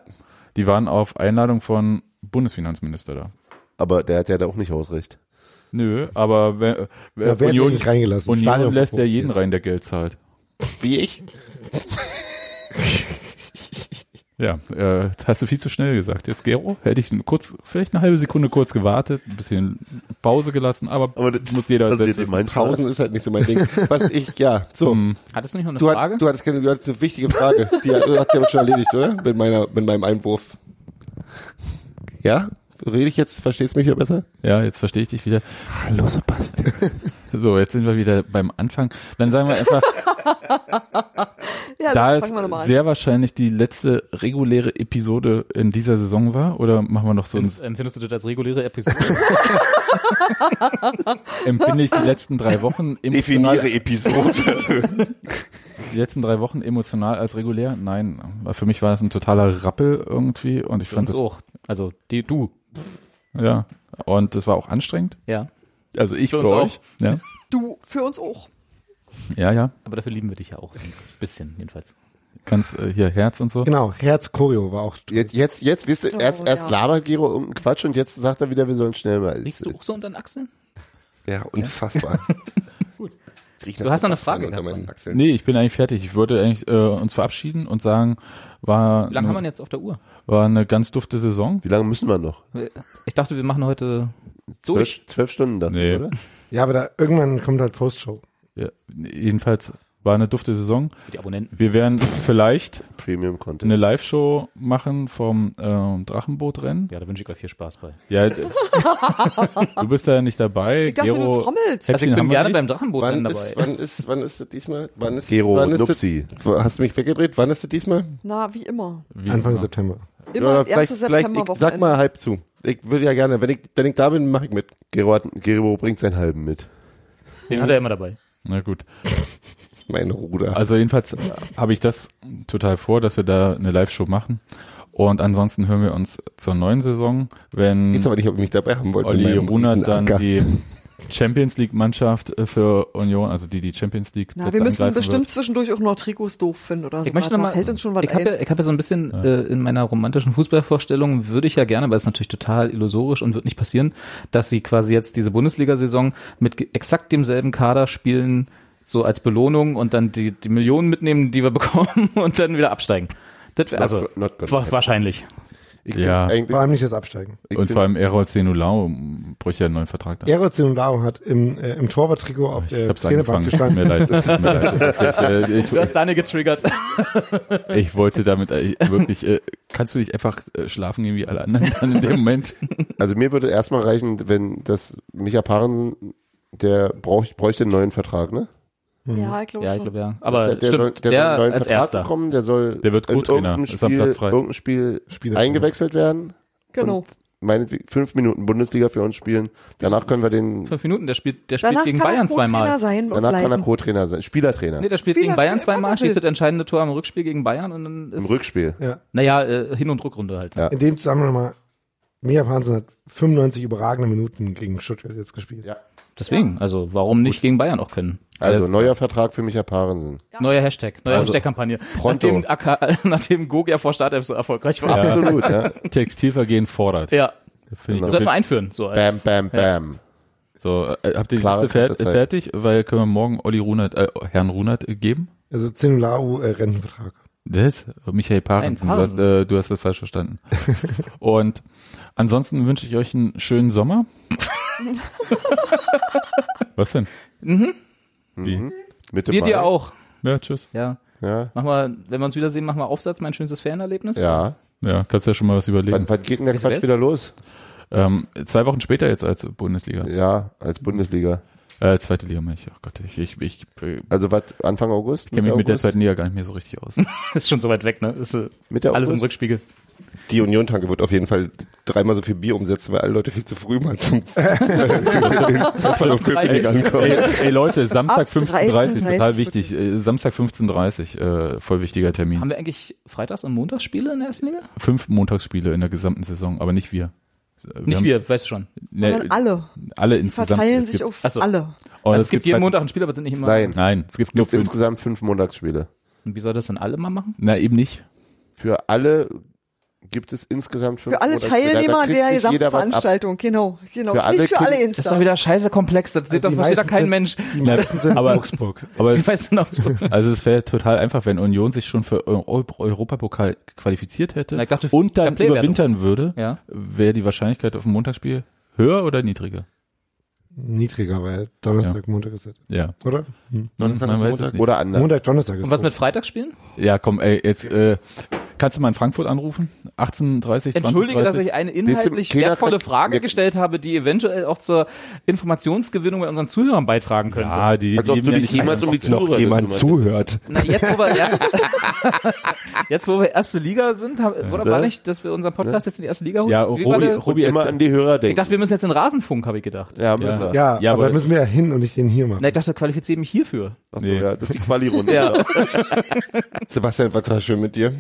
Speaker 19: Die waren auf Einladung von Bundesfinanzminister da.
Speaker 17: Aber der hat ja da auch nicht Hausrecht.
Speaker 19: Nö, aber wer, wer,
Speaker 22: Ja, wer hat
Speaker 19: Union,
Speaker 22: den nicht reingelassen?
Speaker 19: Union
Speaker 22: Stadion
Speaker 19: lässt ja
Speaker 22: verboten
Speaker 19: jeden
Speaker 22: jetzt.
Speaker 19: rein, der Geld zahlt.
Speaker 21: Wie ich?
Speaker 19: Ja, äh, das hast du viel zu schnell gesagt. Jetzt, Gero, hätte ich einen kurz, vielleicht eine halbe Sekunde kurz gewartet, ein bisschen Pause gelassen, aber,
Speaker 17: Aber das
Speaker 19: muss jeder
Speaker 17: passiert
Speaker 19: selbst
Speaker 17: ihm
Speaker 19: wissen.
Speaker 17: manchmal.
Speaker 21: Pausen ist halt nicht so mein Ding. Was ich, ja, so.
Speaker 2: Hattest du nicht noch eine
Speaker 21: Du
Speaker 2: Frage?
Speaker 21: hattest, du, hattest, keine- du hattest eine wichtige Frage. Die hat hat der schon erledigt, oder? Mit, meiner, mit meinem Einwurf. Ja? Rede ich jetzt? Verstehst du mich wieder besser?
Speaker 19: Ja, jetzt verstehe ich dich wieder.
Speaker 21: Hallo, Sebastian.
Speaker 19: So, jetzt sind wir wieder beim Anfang. Dann sagen wir einfach,
Speaker 20: Ja,
Speaker 19: da
Speaker 20: dann
Speaker 19: es
Speaker 20: fangen wir nochmal an.
Speaker 19: sehr wahrscheinlich die letzte reguläre Episode in dieser Saison war, oder machen wir noch so ein,
Speaker 2: Findest, empfindest du das als reguläre Episode?
Speaker 19: empfinde ich die letzten drei Wochen emotional,
Speaker 17: Definiere Episode.
Speaker 19: die letzten drei Wochen emotional als regulär? Nein, für mich war das ein totaler Rappel irgendwie und ich fand
Speaker 2: Uns
Speaker 19: das,
Speaker 2: auch. Also, die, du.
Speaker 19: ja, und das war auch anstrengend.
Speaker 2: Ja.
Speaker 19: Also ich
Speaker 2: Für
Speaker 19: für,
Speaker 2: uns auch.
Speaker 19: euch. Ja,
Speaker 20: Du, für uns auch.
Speaker 19: ja, ja.
Speaker 2: Aber dafür lieben wir dich ja auch. Ein bisschen, jedenfalls.
Speaker 19: Ganz äh, hier Herz und so.
Speaker 22: genau, Herz Choreo war auch.
Speaker 17: Jetzt, jetzt, jetzt wisst ihr,
Speaker 20: Oh,
Speaker 17: erst, erst
Speaker 20: ja.
Speaker 17: labert Gero irgendeinen Quatsch und jetzt sagt er wieder, wir sollen schnell mal. äh,
Speaker 2: Liegst du auch so unter den Achseln?
Speaker 21: Ja, unfassbar. Riecht nach
Speaker 2: Du hast noch eine
Speaker 21: Sebastian
Speaker 2: Frage
Speaker 21: unter
Speaker 2: gehabt,
Speaker 21: meinen
Speaker 2: Mann.
Speaker 21: Achseln.
Speaker 19: Nee, ich bin eigentlich fertig. Ich würde eigentlich äh, uns verabschieden und sagen, war
Speaker 2: Wie lange haben wir
Speaker 19: eine,
Speaker 2: denn jetzt auf der Uhr?
Speaker 19: war eine ganz dufte Saison.
Speaker 17: Wie lange müssen wir noch?
Speaker 2: Äh, Ich dachte, wir machen heute durch.
Speaker 17: Zwölf, zwölf Stunden dann,
Speaker 19: Nee.
Speaker 17: oder?
Speaker 22: Ja, aber da irgendwann kommt halt Postshow.
Speaker 19: Ja, jedenfalls war eine dufte Saison.
Speaker 2: Die Abonnenten.
Speaker 19: Wir werden vielleicht
Speaker 17: Premium Content.
Speaker 19: eine Live-Show machen vom ähm, Drachenbootrennen.
Speaker 2: Ja, da wünsche ich euch viel Spaß bei.
Speaker 19: Ja, d- du bist da ja nicht dabei.
Speaker 20: Ich dachte,
Speaker 19: Gero,
Speaker 20: du trommelst.
Speaker 2: Also
Speaker 19: Häppchen
Speaker 2: ich
Speaker 19: haben
Speaker 2: bin
Speaker 19: wir
Speaker 2: gerne
Speaker 19: nicht.
Speaker 2: beim Drachenboot
Speaker 21: Wann
Speaker 2: dabei.
Speaker 21: ist, wann ist, wann ist das diesmal? Wann ist,
Speaker 17: Gero,
Speaker 21: wann ist das-
Speaker 17: Nupsi.
Speaker 21: Hast du mich weggedreht? Wann ist das diesmal?
Speaker 20: Na, wie immer.
Speaker 17: Mhm.
Speaker 19: Wie
Speaker 22: Anfang
Speaker 19: immer.
Speaker 22: September.
Speaker 20: Immer
Speaker 21: Oder vielleicht,
Speaker 20: erstes
Speaker 21: vielleicht
Speaker 20: September
Speaker 21: ich, sag mal halb zu. Ich würde ja gerne, wenn ich, wenn ich da bin, mache ich mit.
Speaker 17: Gero, hat, Gero bringt seinen halben mit.
Speaker 2: Den hat er immer dabei.
Speaker 19: Na gut.
Speaker 21: Mein Ruder.
Speaker 19: Also jedenfalls äh, habe ich das total vor, dass wir da eine Live-Show machen. Und ansonsten hören wir uns zur neuen Saison, wenn
Speaker 21: ich weiß aber nicht, ob ich mich dabei haben wollte. mit
Speaker 19: Olli
Speaker 21: meinem
Speaker 19: Runert dann
Speaker 21: Riesenanker.
Speaker 19: die Champions League Mannschaft äh, für Union, also die die Champions League.
Speaker 20: Na,
Speaker 19: dort
Speaker 20: wir müssen
Speaker 19: angreifen
Speaker 20: bestimmt
Speaker 19: wird.
Speaker 20: zwischendurch auch noch Trikots doof finden oder so.
Speaker 2: Ich möchte
Speaker 20: Da
Speaker 2: noch mal,
Speaker 20: fällt uns schon was
Speaker 2: ich habe
Speaker 20: ein.
Speaker 2: ja, ich hab ja so ein bisschen äh, in meiner romantischen Fußballvorstellung, würde ich ja gerne, aber ist natürlich total illusorisch und wird nicht passieren, dass sie quasi jetzt diese Bundesliga-Saison mit ge- exakt demselben Kader spielen,
Speaker 18: so als Belohnung und dann die, die Millionen mitnehmen, die wir bekommen und dann wieder absteigen. Das wär, also
Speaker 17: Not- not good.
Speaker 18: wa- wahrscheinlich.
Speaker 19: ja.
Speaker 22: Vor allem nicht das Absteigen.
Speaker 19: Und vor allem Erol Zenulau bräuchte ja einen neuen Vertrag. da.
Speaker 22: Errol Zenulao hat im, äh, im Torwarttrikot auf der
Speaker 20: Äh,
Speaker 19: hab's
Speaker 22: Trainerbank
Speaker 19: angefangen. Tut mir
Speaker 22: gestanden.
Speaker 19: leid, das tut mir leid. Ich, äh, ich-
Speaker 18: Du hast Daniel getriggert.
Speaker 19: Ich wollte damit äh, wirklich, äh, kannst du nicht einfach äh, schlafen gehen wie alle anderen dann in dem Moment?
Speaker 17: Also mir würde erstmal reichen, wenn das Micha Parensen, der brauch, bräuchte einen neuen Vertrag, ne?
Speaker 20: Ja, ich glaube
Speaker 18: Ja, ich
Speaker 20: schon.
Speaker 18: glaube ja. Aber
Speaker 17: der, der soll,
Speaker 18: stimmt,
Speaker 17: der,
Speaker 18: der,
Speaker 17: soll einen neuen
Speaker 18: als
Speaker 17: Vertrag
Speaker 18: erster.
Speaker 17: bekommen, der soll
Speaker 19: Der wird
Speaker 17: in
Speaker 19: Co-Trainer,
Speaker 17: irgendein
Speaker 19: ist am
Speaker 17: Spiel,
Speaker 19: Platz frei.
Speaker 17: irgendein Spiel
Speaker 22: Spieler-
Speaker 17: eingewechselt werden.
Speaker 20: Genau.
Speaker 17: Und meinetwegen fünf Minuten Bundesliga für uns spielen. Danach können wir den,
Speaker 18: Fünf Minuten, der spielt, der
Speaker 20: Danach
Speaker 18: spielt gegen
Speaker 20: kann er
Speaker 18: Bayern
Speaker 20: Co-Trainer
Speaker 18: zweimal.
Speaker 20: sein und
Speaker 17: danach kann er
Speaker 20: bleiben.
Speaker 17: Co-Trainer sein, Spielertrainer.
Speaker 18: Nee, der spielt
Speaker 20: Wie
Speaker 18: gegen
Speaker 20: lange
Speaker 18: Bayern
Speaker 20: er
Speaker 18: zweimal,
Speaker 20: will.
Speaker 18: schießt das entscheidende Tor im Rückspiel gegen Bayern und dann
Speaker 17: Im
Speaker 18: ist,
Speaker 17: Rückspiel.
Speaker 22: Ja.
Speaker 18: naja, äh, Hin- und Rückrunde halt.
Speaker 17: Ja.
Speaker 22: In dem Zusammenhang mal, Mia Parensen hat 95 überragende Minuten gegen Stuttgart jetzt gespielt.
Speaker 17: Ja.
Speaker 18: Deswegen, also warum nicht gegen Bayern auch können?
Speaker 17: Also neuer Vertrag für Micha Parensen.
Speaker 18: Neuer Hashtag, neue
Speaker 17: Also,
Speaker 18: Hashtag-Kampagne.
Speaker 17: pronto.
Speaker 18: Nachdem, AK, nachdem Gogia vor Startelf so erfolgreich war. Ja.
Speaker 17: Absolut, ja.
Speaker 19: Textilvergehen fordert.
Speaker 18: ja.
Speaker 19: Finde
Speaker 17: Genau.
Speaker 19: ich
Speaker 18: Sollten wir
Speaker 19: auch-
Speaker 18: einführen. So
Speaker 17: Bam,
Speaker 18: als,
Speaker 17: bam, bam.
Speaker 19: so, äh, habt ihr die
Speaker 17: Klare
Speaker 19: Liste fer
Speaker 17: Kante Zeit.
Speaker 19: fertig? Weil können wir morgen Olli Runert, äh, Herrn Runert äh, geben?
Speaker 22: Also Zenulao äh, Rentenvertrag.
Speaker 19: Das? Michael Parensen.
Speaker 18: Nein,
Speaker 19: Du hast, äh, du hast das falsch verstanden. Und ansonsten wünsche ich euch einen schönen Sommer. Was denn?
Speaker 17: Mhm. Mitte
Speaker 18: Wir
Speaker 17: Mai.
Speaker 18: dir auch.
Speaker 19: Ja, tschüss.
Speaker 18: Ja.
Speaker 17: Ja.
Speaker 18: Mach mal, wenn wir uns wiedersehen, machen wir Aufsatz, mein schönstes Fernerlebnis.
Speaker 17: Ja.
Speaker 19: Ja, kannst ja schon mal was überlegen.
Speaker 17: Wann, wann geht denn der
Speaker 18: Ist
Speaker 17: Quatsch
Speaker 18: West?
Speaker 17: wieder los?
Speaker 19: Ähm, zwei Wochen später jetzt als Bundesliga.
Speaker 17: Ja, als Bundesliga.
Speaker 19: Äh, zweite Liga meine ich. Oh Gott, ich, ich, ich äh,
Speaker 17: Also was, Anfang August?
Speaker 19: kenne mich mit der
Speaker 17: August?
Speaker 19: zweiten Liga gar nicht mehr so richtig aus.
Speaker 18: Ist schon so weit weg, ne? Ist, äh,
Speaker 17: Mitte
Speaker 18: alles im
Speaker 17: August?
Speaker 18: Rückspiegel.
Speaker 21: Die Union-Tanke wird auf jeden Fall dreimal so viel Bier umsetzen, weil alle Leute viel zu früh mal zum Treffball auf Köpenick
Speaker 19: ey,
Speaker 21: ankommen.
Speaker 19: ey Leute,
Speaker 20: Ab
Speaker 19: Samstag 15.30 total
Speaker 20: 13:30
Speaker 19: wichtig. Äh, Samstag 15.30 äh, voll wichtiger
Speaker 18: Haben
Speaker 19: Termin.
Speaker 18: wir eigentlich Freitags- und Montagsspiele in der ersten Liga?
Speaker 19: Fünf Montagsspiele in der gesamten Saison, aber nicht wir. Äh,
Speaker 18: Nicht
Speaker 19: haben-
Speaker 18: wir, weißt du schon.
Speaker 19: ne,
Speaker 20: Sondern alle
Speaker 19: alle insgesamt.
Speaker 20: verteilen
Speaker 19: Es
Speaker 20: sich
Speaker 19: gibt-
Speaker 20: auf
Speaker 18: Ach so.
Speaker 20: alle.
Speaker 19: Oh,
Speaker 18: also es gibt jeden
Speaker 19: halt-
Speaker 18: Montag ein Spiel, aber es sind nicht immer.
Speaker 17: Nein.
Speaker 19: Nein, es gibt nur
Speaker 17: Gibt
Speaker 19: fünf.
Speaker 17: insgesamt fünf Montagsspiele.
Speaker 18: Und wie soll das denn alle mal machen?
Speaker 19: Na, eben nicht.
Speaker 17: Für alle gibt es insgesamt fünf
Speaker 20: Für alle
Speaker 17: Montagsspiele. Da
Speaker 20: Teilnehmer
Speaker 17: kriegt
Speaker 20: der
Speaker 17: nicht
Speaker 20: gesamten
Speaker 17: jeder was ab.
Speaker 20: Veranstaltung, genau, genau.
Speaker 17: Für
Speaker 20: Ist nicht
Speaker 17: alle
Speaker 20: für alle
Speaker 17: Kinder-
Speaker 20: Insta.
Speaker 18: Das ist doch wieder scheiße komplex, das sieht
Speaker 22: Also
Speaker 18: doch,
Speaker 22: die
Speaker 18: versteht doch
Speaker 22: meisten
Speaker 18: kein
Speaker 22: sind-
Speaker 18: Mensch.
Speaker 22: Die meisten sind
Speaker 19: aber-
Speaker 22: in Augsburg.
Speaker 19: Aber
Speaker 18: Ich weiß noch.
Speaker 19: Also es wäre total einfach, wenn Union sich schon für Eu- Eu- Europapokal qualifiziert hätte
Speaker 18: Na, ich dachte,
Speaker 19: und dann
Speaker 18: der Play-Wertung.
Speaker 19: überwintern würde,
Speaker 18: Ja.
Speaker 19: wäre die Wahrscheinlichkeit auf ein Montagsspiel höher oder niedriger?
Speaker 22: Niedriger, weil Donnerstag, Montag ist das,
Speaker 19: Ja.
Speaker 22: oder? Hm.
Speaker 19: Man weiß es nicht.
Speaker 17: Oder anders.
Speaker 22: Montag, Donnerstag ist
Speaker 18: Und was
Speaker 22: das.
Speaker 18: mit Freitagsspielen?
Speaker 19: Ja, komm, ey, jetzt äh, kannst du mal in Frankfurt anrufen? 18:30
Speaker 18: Entschuldige,
Speaker 19: 20:30.
Speaker 18: dass ich eine inhaltlich
Speaker 17: Willst du- Keiner
Speaker 18: wertvolle
Speaker 17: kriegt-
Speaker 18: Frage
Speaker 17: wir-
Speaker 18: gestellt habe, die eventuell auch zur Informationsgewinnung bei unseren Zuhörern beitragen könnte.
Speaker 19: Ja, die
Speaker 17: Als ob
Speaker 19: leben
Speaker 17: du
Speaker 19: ja
Speaker 17: dich
Speaker 19: nicht
Speaker 17: jemals um die
Speaker 21: Noch
Speaker 17: Zuhörer
Speaker 21: jemand
Speaker 17: gekümmert
Speaker 21: zuhört.
Speaker 18: Na, jetzt, wo wir erst, jetzt, wo wir erste Liga sind, haben, oder war nicht, dass wir unseren Podcast jetzt in die erste Liga holen?
Speaker 19: Ja,
Speaker 18: Wie
Speaker 19: Robi-
Speaker 18: war der?
Speaker 19: Robi-
Speaker 17: Und Ne? immer an die Hörer denken.
Speaker 18: ich dachte, wir müssen jetzt in Rasenfunk, habe ich gedacht.
Speaker 17: ja, müssen wir.
Speaker 22: ja,
Speaker 19: Ja,
Speaker 22: aber
Speaker 19: aber-
Speaker 22: da müssen wir ja hin und nicht den hier machen.
Speaker 18: Na, ich dachte, qualifiziere mich hierfür.
Speaker 17: Ach so,
Speaker 19: Nee.
Speaker 17: ja, das ist die Quali-Runde.
Speaker 18: Ja.
Speaker 21: Sebastian, war total schön mit dir.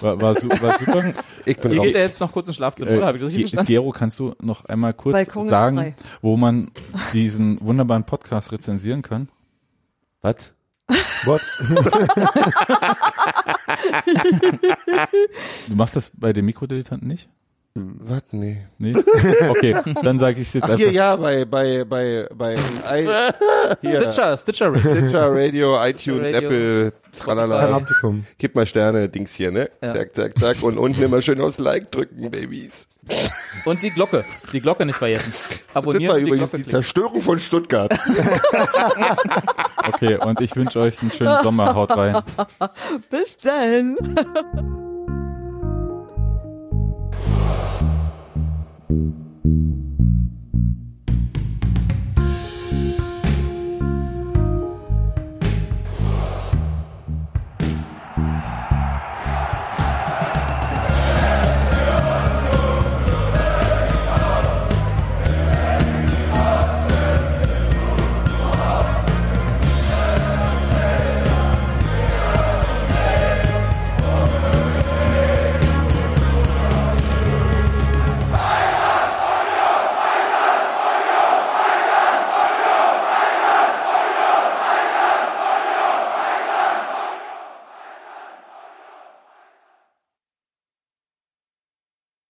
Speaker 19: war, war, su war super.
Speaker 21: Ich bin
Speaker 18: Geht
Speaker 21: raus.
Speaker 18: er jetzt noch kurz ins Schlafzimmer,
Speaker 19: Äh,
Speaker 18: oder? Habe ich das richtig
Speaker 19: Ge-
Speaker 18: verstanden?
Speaker 19: Gero, kannst du noch einmal kurz
Speaker 20: Balkon ist
Speaker 19: sagen,
Speaker 20: frei.
Speaker 19: wo man diesen wunderbaren Podcast rezensieren kann?
Speaker 17: Was?
Speaker 22: What?
Speaker 19: Du machst das bei den Mikrodilettanten nicht?
Speaker 21: Was? Nee.
Speaker 19: Nee? Okay, dann sage ich es jetzt
Speaker 21: Ach
Speaker 19: einfach.
Speaker 21: hier, ja, bei, bei, bei, bei, I, hier,
Speaker 18: Stitcher, Stitcher. Rick.
Speaker 21: Stitcher, Radio, iTunes,
Speaker 18: Radio.
Speaker 21: Apple, tralala.
Speaker 22: Publikum.
Speaker 21: Gib mal Sterne, Dings hier, ne?
Speaker 18: Ja.
Speaker 21: Zack, zack, zack. Und unten immer schön aufs Like drücken, Babys.
Speaker 18: Und die Glocke. Die Glocke nicht vergessen.
Speaker 21: Das war
Speaker 18: Abonnieren und die
Speaker 21: übrigens
Speaker 18: Glocke
Speaker 21: die
Speaker 18: klicken.
Speaker 21: Zerstörung von Stuttgart.
Speaker 19: Okay, und ich wünsche euch einen schönen Sommer. Haut rein.
Speaker 20: Bis dann.